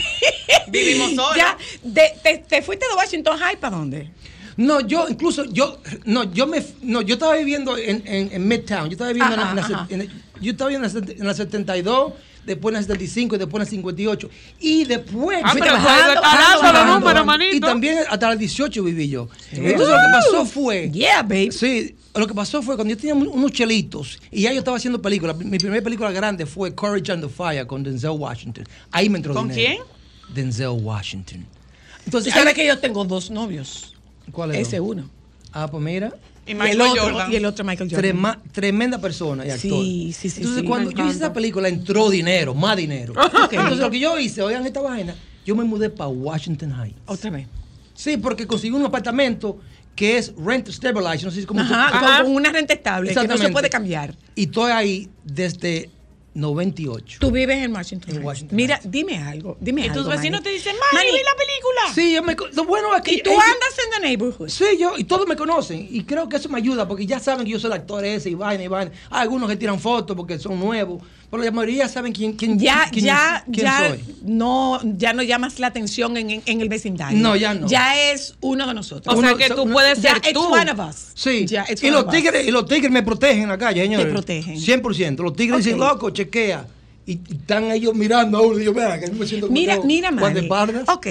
[SPEAKER 4] Vivimos solos.
[SPEAKER 2] Ya, de- te, te fuiste de Washington High para dónde?
[SPEAKER 6] No, yo incluso, yo, no, yo me, no, yo estaba viviendo en, en, en Midtown, yo estaba viviendo en la- en la
[SPEAKER 2] Ajá, ajá.
[SPEAKER 6] set- en el- yo estaba viviendo en la, set- en la 72, después en la 75 y después en la 58. Y después...
[SPEAKER 9] Ah,
[SPEAKER 6] fui
[SPEAKER 9] pero
[SPEAKER 6] trabajando,
[SPEAKER 9] fue disparando
[SPEAKER 6] trabajando,
[SPEAKER 9] los números,
[SPEAKER 6] trabajando. Y
[SPEAKER 9] manito.
[SPEAKER 6] también hasta las 18 viví yo. Entonces lo que pasó fue...
[SPEAKER 2] Yeah, babe.
[SPEAKER 6] Sí, lo que pasó fue cuando yo tenía mu- unos chelitos y ya yo estaba haciendo películas. Mi primera película grande fue Courage and the Fire con Denzel Washington. Ahí me entró
[SPEAKER 4] ¿Con
[SPEAKER 6] dinero. Denzel Washington.
[SPEAKER 2] Tú
[SPEAKER 6] Entonces,
[SPEAKER 2] sabes que yo tengo dos novios.
[SPEAKER 6] ¿Cuál es?
[SPEAKER 2] Ese uno.
[SPEAKER 6] Ah, pues mira.
[SPEAKER 4] Y
[SPEAKER 2] Y el
[SPEAKER 4] Michael
[SPEAKER 2] otro,
[SPEAKER 4] Jordan.
[SPEAKER 2] y el otro Michael Jordan.
[SPEAKER 6] Trema- tremenda persona y actor.
[SPEAKER 2] Sí, sí, sí,
[SPEAKER 6] Entonces,
[SPEAKER 2] sí.
[SPEAKER 6] cuando
[SPEAKER 2] Me
[SPEAKER 6] yo hice
[SPEAKER 2] encanta.
[SPEAKER 6] esa película, entró dinero, más dinero.
[SPEAKER 2] Ok.
[SPEAKER 6] Entonces, lo que yo hice, oigan esta vaina, yo me mudé para Washington Heights.
[SPEAKER 2] Otra vez.
[SPEAKER 6] Sí, porque conseguí un apartamento que es rent stabilized, no sé si como
[SPEAKER 2] Ajá,
[SPEAKER 6] tú-
[SPEAKER 2] Con, con una renta estable que no se
[SPEAKER 6] Exactamente.
[SPEAKER 2] puede cambiar.
[SPEAKER 6] Y estoy ahí desde 98.
[SPEAKER 2] Tú vives en Washington.
[SPEAKER 6] En
[SPEAKER 2] Heights.
[SPEAKER 6] Washington
[SPEAKER 2] Mira, dime algo. Dime
[SPEAKER 4] Y
[SPEAKER 2] algo.
[SPEAKER 4] tus vecinos
[SPEAKER 2] Manny.
[SPEAKER 4] te dicen, Mari, vi la película.
[SPEAKER 6] Sí, yo me, co- lo bueno es que
[SPEAKER 2] Y tú
[SPEAKER 6] ellos-
[SPEAKER 2] andas en the neighborhood.
[SPEAKER 6] Sí, yo, y todos me conocen. Y creo que eso me ayuda, porque ya saben que yo soy el actor ese, y vaina, y vaina. Hay algunos que tiran fotos porque son nuevos, pero la mayoría saben quién, quién,
[SPEAKER 2] Ya,
[SPEAKER 6] quién-
[SPEAKER 2] ya,
[SPEAKER 6] quién
[SPEAKER 2] ya,
[SPEAKER 6] soy.
[SPEAKER 2] no, ya no llamas la atención en, en- en el vecindario.
[SPEAKER 6] No, ya no.
[SPEAKER 2] Ya es uno de nosotros.
[SPEAKER 9] O
[SPEAKER 6] Uno-
[SPEAKER 9] sea que tú
[SPEAKER 6] uno-
[SPEAKER 9] puedes
[SPEAKER 2] ya
[SPEAKER 9] ser
[SPEAKER 2] it's
[SPEAKER 9] tú.
[SPEAKER 2] one of us.
[SPEAKER 6] Sí,
[SPEAKER 2] Ya it's
[SPEAKER 6] y
[SPEAKER 2] one
[SPEAKER 6] los,
[SPEAKER 2] of us.
[SPEAKER 6] tigres, y los tigres me protegen en la calle, señores.
[SPEAKER 2] protegen.
[SPEAKER 6] 100%. Los tigres
[SPEAKER 2] Ok.
[SPEAKER 6] dicen, loco, chequea. Y y están ellos mirando a uno. Y yo, vea, que yo me siento como
[SPEAKER 2] Mira,
[SPEAKER 6] todo
[SPEAKER 2] mira, Manny.
[SPEAKER 6] guardaespaldas".
[SPEAKER 2] Ok.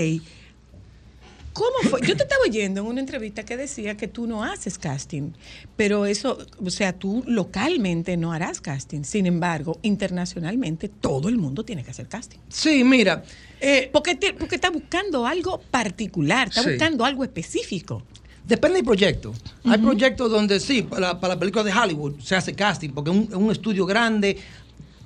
[SPEAKER 2] ¿Cómo fue? Yo te estaba oyendo en una entrevista que decía que tú no haces casting, pero eso, o sea, tú localmente no harás casting. Sin embargo, internacionalmente todo el mundo tiene que hacer casting.
[SPEAKER 6] Sí, mira.
[SPEAKER 2] Eh, porque, te- porque está buscando algo particular, está
[SPEAKER 6] Sí.
[SPEAKER 2] buscando algo específico.
[SPEAKER 6] Depende del proyecto. Hay proyectos donde sí, para, para películas de Hollywood se hace casting, porque es un, es un estudio grande,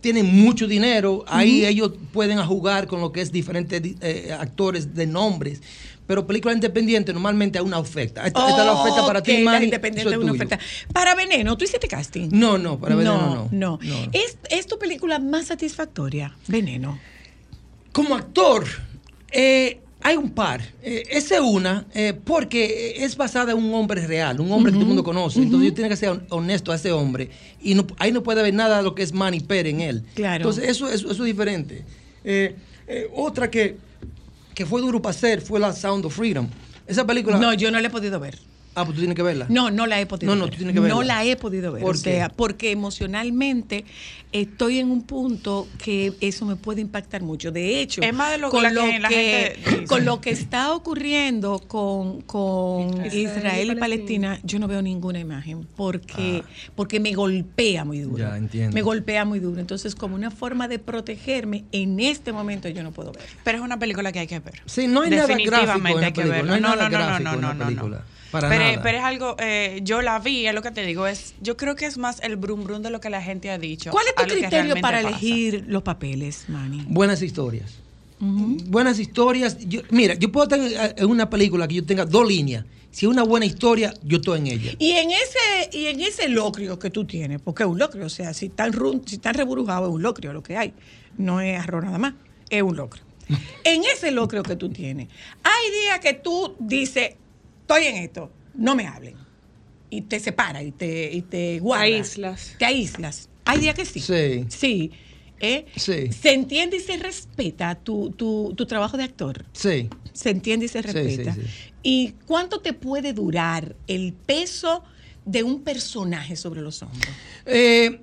[SPEAKER 6] tienen mucho dinero, ahí ellos pueden jugar con lo que es diferentes di- eh, actores de nombres. Pero películas independientes normalmente hay una oferta. Esta, esta es la oferta para ti,
[SPEAKER 2] Ok, la
[SPEAKER 6] Manny,
[SPEAKER 2] independiente
[SPEAKER 6] eso es
[SPEAKER 2] de una
[SPEAKER 6] tuyo.
[SPEAKER 2] oferta. Para Veneno, ¿tú hiciste casting?
[SPEAKER 6] No, no, para Veneno no.
[SPEAKER 2] No,
[SPEAKER 6] No,
[SPEAKER 4] Eh,
[SPEAKER 6] no.
[SPEAKER 2] ¿Es, es tu película más satisfactoria, Veneno?
[SPEAKER 6] Como actor, eh, hay un par. Eh, esa es una, eh, porque es basada en un hombre real, un hombre que todo el mundo conoce. Entonces, yo tengo que ser hon- honesto a ese hombre. Y no- ahí no puede haber nada de lo que es Manny Pérez en él.
[SPEAKER 2] Claro.
[SPEAKER 6] Entonces, eso, eso, eso es diferente. Eh, eh, otra que, que fue duro para hacer fue la Sound of Freedom. Esa película.
[SPEAKER 2] No, yo no la he podido ver.
[SPEAKER 6] Ah, pues tú tienes que verla.
[SPEAKER 2] No, no la he podido
[SPEAKER 6] No, no,
[SPEAKER 2] ver.
[SPEAKER 6] tú tienes que verla.
[SPEAKER 2] No la he podido ver.
[SPEAKER 6] ¿Por
[SPEAKER 2] o sea,
[SPEAKER 6] qué?
[SPEAKER 2] porque emocionalmente estoy en un punto que eso me puede impactar mucho. De hecho,
[SPEAKER 4] Es más de lo que
[SPEAKER 2] con,
[SPEAKER 4] la
[SPEAKER 2] lo
[SPEAKER 4] que la
[SPEAKER 2] que-
[SPEAKER 4] gente dice.
[SPEAKER 2] con lo que está ocurriendo con, con Israel,
[SPEAKER 4] Israel y
[SPEAKER 2] y Palestina, yo no veo ninguna imagen porque,
[SPEAKER 6] Ah.
[SPEAKER 2] porque me golpea muy duro.
[SPEAKER 10] Ya, entiendo.
[SPEAKER 2] Me golpea muy duro. Entonces, como una forma de protegerme, en este momento yo no puedo ver.
[SPEAKER 4] Pero es una película que hay que ver.
[SPEAKER 6] Sí, no hay nada
[SPEAKER 4] Definitivamente
[SPEAKER 6] gráfico en la
[SPEAKER 4] hay que
[SPEAKER 6] película,
[SPEAKER 4] verlo.
[SPEAKER 6] no hay
[SPEAKER 4] No,
[SPEAKER 6] nada
[SPEAKER 4] no, no, no,
[SPEAKER 6] gráfico en
[SPEAKER 4] no,
[SPEAKER 6] la
[SPEAKER 4] no, no.
[SPEAKER 6] película, para
[SPEAKER 4] pero,
[SPEAKER 6] nada.
[SPEAKER 4] pero es algo, eh, yo la vi, es lo que te digo, es, yo creo que es más el brum brum de lo que la gente ha dicho.
[SPEAKER 2] ¿Cuál es tu
[SPEAKER 4] a lo que
[SPEAKER 2] criterio
[SPEAKER 4] realmente
[SPEAKER 2] para
[SPEAKER 4] pasa.
[SPEAKER 2] elegir los papeles, Manny?
[SPEAKER 6] Buenas historias. Buenas historias. Yo- mira, yo puedo tener eh, en una película que yo tenga dos líneas. Si es una buena historia, yo estoy en ella.
[SPEAKER 2] Y en ese y en ese locrio que tú tienes, porque es un locrio, o sea, si están ru- si están reburujados es un locrio lo que hay, no es arroz nada más, es un locrio. en ese locrio que tú tienes, hay días que tú dices, estoy en esto, no me hablen. Y te separa y te y te guardas.
[SPEAKER 9] aíslas.
[SPEAKER 2] Te aíslas. Hay días que sí.
[SPEAKER 6] Sí.
[SPEAKER 2] Sí. ¿eh?
[SPEAKER 6] Sí.
[SPEAKER 2] Se entiende y se respeta tu, tu, tu trabajo de actor.
[SPEAKER 6] Sí.
[SPEAKER 2] Se entiende y se
[SPEAKER 6] Sí,
[SPEAKER 2] respeta.
[SPEAKER 6] sí, sí.
[SPEAKER 2] ¿Y cuánto te puede durar el peso de un personaje sobre los hombros?
[SPEAKER 6] Eh,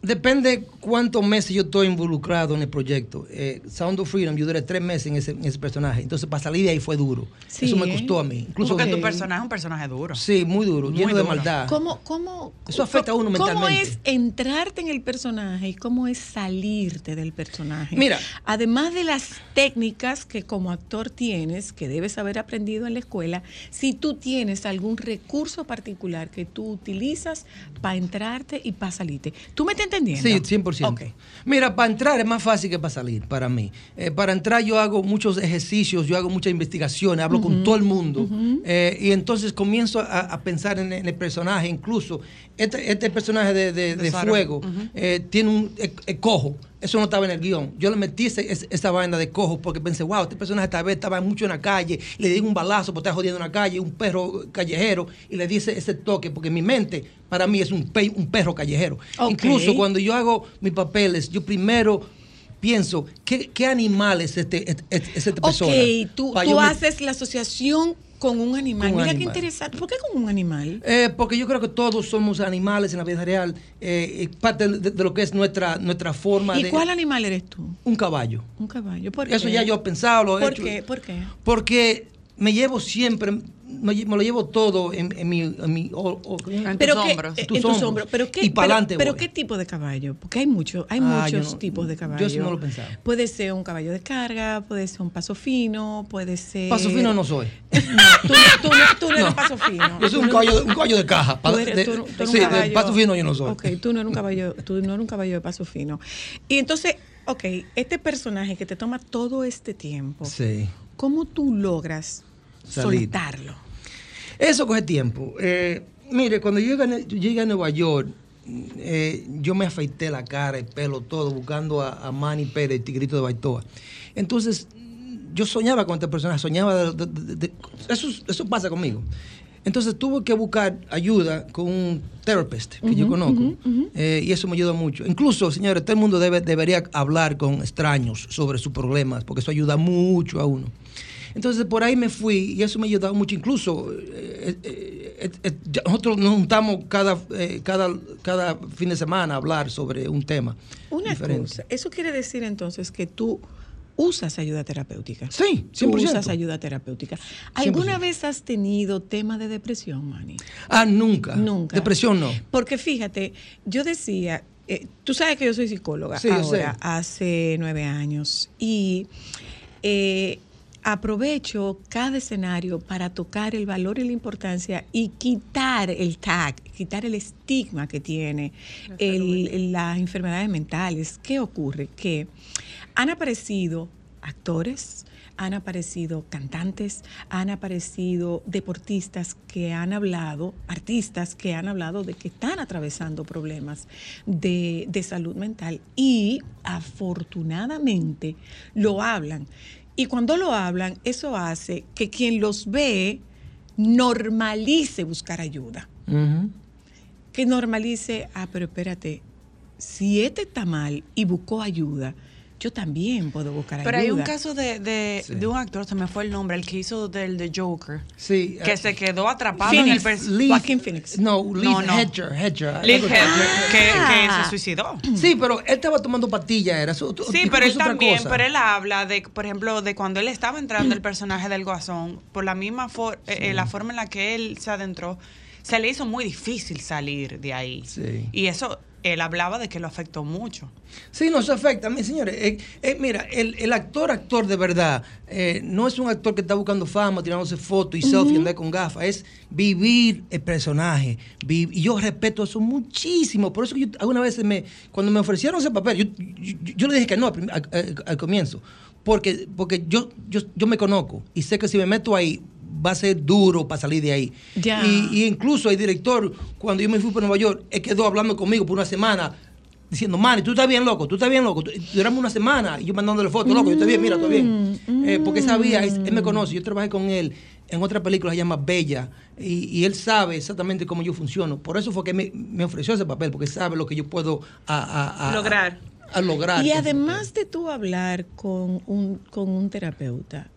[SPEAKER 6] depende cuántos meses yo estoy involucrado en el proyecto. Eh, Sound of Freedom, yo duré tres meses en ese, en ese personaje. Entonces, para salir de ahí fue duro.
[SPEAKER 2] Sí,
[SPEAKER 6] Eso me
[SPEAKER 2] ¿eh?
[SPEAKER 6] costó a mí. Incluso
[SPEAKER 4] Porque tu personaje es un personaje duro.
[SPEAKER 6] Sí, muy duro,
[SPEAKER 4] Muy
[SPEAKER 6] lleno de
[SPEAKER 4] duro.
[SPEAKER 6] maldad.
[SPEAKER 2] ¿Cómo, cómo,
[SPEAKER 6] Eso afecta a uno
[SPEAKER 2] cómo
[SPEAKER 6] mentalmente.
[SPEAKER 2] es entrarte en el personaje y cómo es salirte del personaje?
[SPEAKER 6] Mira.
[SPEAKER 2] Además de las técnicas que como actor tienes, que debes haber aprendido en la escuela, si tú tienes algún recurso particular que tú utilizas para entrarte y para salirte. ¿Tú me estás entendiendo?
[SPEAKER 6] Sí, 100%.
[SPEAKER 2] Ok.
[SPEAKER 6] Mira, para entrar es más fácil que para salir, para mí. Eh, para entrar yo hago muchos ejercicios, yo hago muchas investigaciones, hablo con todo el mundo. Eh, y entonces comienzo a, a pensar en, en el personaje, incluso este, este personaje de,
[SPEAKER 4] De
[SPEAKER 6] de- de
[SPEAKER 4] Sara.
[SPEAKER 6] Fuego
[SPEAKER 4] Ujú.
[SPEAKER 6] eh, tiene un eh, eh, cojo. Eso no estaba en el guión. Yo le metí ese- es- esa vaina de cojo porque pensé, wow, este personaje tal vez estaba mucho en la calle, y le di un balazo porque está jodiendo en la calle, un perro callejero, y le di ese, ese toque, porque mi mente para mí es un, pe- un perro callejero.
[SPEAKER 2] Ok.
[SPEAKER 6] Incluso cuando yo hago mis papeles, yo primero pienso, ¿qué, qué animal es, este, es, es- es esta persona?
[SPEAKER 2] Ok, tú,
[SPEAKER 6] Pa'
[SPEAKER 2] tú
[SPEAKER 6] yo me-
[SPEAKER 2] haces la asociación con un animal.
[SPEAKER 6] Con un
[SPEAKER 2] Mira qué
[SPEAKER 6] animal.
[SPEAKER 2] interesante. ¿Por qué con un animal?
[SPEAKER 6] Eh, porque yo creo que todos somos animales en la vida real, eh, y parte de, de lo que es nuestra, nuestra forma
[SPEAKER 2] ¿Y
[SPEAKER 6] de...
[SPEAKER 2] cuál animal eres tú?
[SPEAKER 6] Un caballo.
[SPEAKER 2] Un caballo. ¿Por
[SPEAKER 6] Eh, Eso
[SPEAKER 2] qué?
[SPEAKER 6] ya yo he pensado, lo he
[SPEAKER 2] ¿Por
[SPEAKER 6] hecho.
[SPEAKER 2] Qué? ¿Por qué?
[SPEAKER 6] Porque me llevo siempre, me, lle- me lo llevo todo en, en mi... En, mi- o- o-
[SPEAKER 2] Pero qué- eh, en tus hombros. Pero qué,
[SPEAKER 6] y para adelante
[SPEAKER 2] pero, pero qué tipo de caballo? Porque hay mucho, hay
[SPEAKER 6] Ah, yo
[SPEAKER 2] muchos
[SPEAKER 6] no-
[SPEAKER 2] tipos de
[SPEAKER 6] yo eso
[SPEAKER 2] caballo.
[SPEAKER 6] no lo pensaba.
[SPEAKER 2] Puede ser un caballo de carga, puede ser un paso fino, puede ser.
[SPEAKER 6] Paso fino no soy.
[SPEAKER 2] Tú, tú no- tú no eres paso fino.
[SPEAKER 6] Yo soy un
[SPEAKER 2] Tú no eres-
[SPEAKER 6] caballo, un caballo de caja.
[SPEAKER 2] Tú
[SPEAKER 6] pa-
[SPEAKER 2] eres-
[SPEAKER 6] de-
[SPEAKER 2] tú- tú eres
[SPEAKER 6] sí,
[SPEAKER 2] un
[SPEAKER 6] de
[SPEAKER 2] caballo-
[SPEAKER 6] paso fino yo no soy.
[SPEAKER 2] Ok, tú no eres un caballo, tú no eres un caballo de paso fino. Y entonces, ok, este personaje que te toma todo este tiempo,
[SPEAKER 6] Sí.
[SPEAKER 2] ¿cómo tú logras
[SPEAKER 6] Salir.
[SPEAKER 2] soltarlo?
[SPEAKER 6] Eso coge tiempo. Eh, mire, cuando yo llegué, a Ne- yo llegué a Nueva York, eh, yo me afeité la cara, el pelo, todo, buscando a, a Manny Pérez, el tigrito de Baitoa. Entonces, yo soñaba con esta persona, soñaba de- de- de- de- eso, eso pasa conmigo. Entonces tuve que buscar ayuda con un therapist que yo
[SPEAKER 11] Ujú,
[SPEAKER 6] conozco.
[SPEAKER 11] ujú, ujú.
[SPEAKER 6] Eh, y eso me ayuda mucho. Incluso, señores, todo el mundo debe- debería hablar con extraños sobre sus problemas, porque eso ayuda mucho a uno. Entonces, por ahí me fui y eso me ha ayudado mucho. Incluso, eh, eh, eh, eh, ya nosotros nos juntamos cada, eh, cada, cada fin de semana a hablar sobre un tema.
[SPEAKER 2] Una
[SPEAKER 6] diferente.
[SPEAKER 2] cosa, eso quiere decir entonces que tú usas ayuda terapéutica.
[SPEAKER 6] Sí,
[SPEAKER 2] Tú
[SPEAKER 6] 100%.
[SPEAKER 2] usas ayuda terapéutica. ¿Alguna vez has tenido tema de depresión, Manny?
[SPEAKER 6] Ah, nunca.
[SPEAKER 2] Nunca.
[SPEAKER 6] Depresión no.
[SPEAKER 2] Porque fíjate, yo decía, eh, tú sabes que yo soy psicóloga
[SPEAKER 6] Sí, yo
[SPEAKER 2] ahora,
[SPEAKER 6] sé.
[SPEAKER 2] hace nueve años, y eh, aprovecho cada escenario para tocar el valor y la importancia y quitar el tag, quitar el estigma que tiene el- las enfermedades mentales. ¿Qué ocurre? Que han aparecido actores, han aparecido cantantes, han aparecido deportistas que han hablado, artistas que han hablado de que están atravesando problemas de, de salud mental y afortunadamente lo hablan. Y cuando lo hablan, eso hace que quien los ve normalice buscar ayuda que normalice, ah, pero espérate, si este está mal y buscó ayuda, yo también puedo buscar ayuda.
[SPEAKER 4] Pero hay un caso de, de,
[SPEAKER 2] Sí.
[SPEAKER 4] de un actor, se me fue el nombre, el que hizo del de Joker.
[SPEAKER 6] Sí.
[SPEAKER 4] Que
[SPEAKER 6] eh,
[SPEAKER 4] se quedó atrapado
[SPEAKER 6] Phoenix,
[SPEAKER 4] en el pers-
[SPEAKER 6] Lee-
[SPEAKER 4] Joaquin-
[SPEAKER 6] No, Lee
[SPEAKER 4] No, no.
[SPEAKER 6] Hedger. Hedger
[SPEAKER 4] Lee
[SPEAKER 6] algo
[SPEAKER 4] Hedger,
[SPEAKER 6] así.
[SPEAKER 4] que- que se suicidó.
[SPEAKER 6] Sí, pero él estaba tomando pastillas. Era su,
[SPEAKER 4] Sí, pero
[SPEAKER 6] es
[SPEAKER 4] él
[SPEAKER 6] otra
[SPEAKER 4] también,
[SPEAKER 6] cosa.
[SPEAKER 4] pero él habla de, por ejemplo, de cuando él estaba entrando el personaje del Guasón, por la misma for- eh, eh, la forma en la que él se adentró, se le hizo muy difícil salir de ahí.
[SPEAKER 6] Sí.
[SPEAKER 4] Y eso, él hablaba de que lo afectó mucho.
[SPEAKER 6] Sí, nos afecta. Mire, señores, eh, eh, mira, el, el actor, actor de verdad, eh, no es un actor que está buscando fama, tirándose fotos y selfie, andar con gafas. Es vivir el personaje. Vi- y yo respeto eso muchísimo. Por eso que yo alguna vez me, cuando me ofrecieron ese papel, yo, yo- yo le dije que no al, prim- al- al- al comienzo. Porque, porque yo, yo, yo me conozco y sé que si me meto ahí va a ser duro para salir de ahí.
[SPEAKER 2] Ya.
[SPEAKER 6] Y, y incluso el director, cuando yo me fui para Nueva York, él quedó hablando conmigo por una semana diciendo, Manny, tú estás bien loco, tú estás bien loco. Tú- Duramos una semana y yo mandándole fotos, loco, yo estoy bien, mira, estoy bien.
[SPEAKER 2] Mm,
[SPEAKER 6] Eh, porque sabía, es- él me conoce, yo trabajé con él en otra película que se llama Bella y, y él sabe exactamente cómo yo funciono. Por eso fue que me, me ofreció ese papel, porque sabe lo que yo puedo a- a- a-
[SPEAKER 2] Lograr.
[SPEAKER 6] A, lograr.
[SPEAKER 2] Y además de tú hablar con un, con un terapeuta,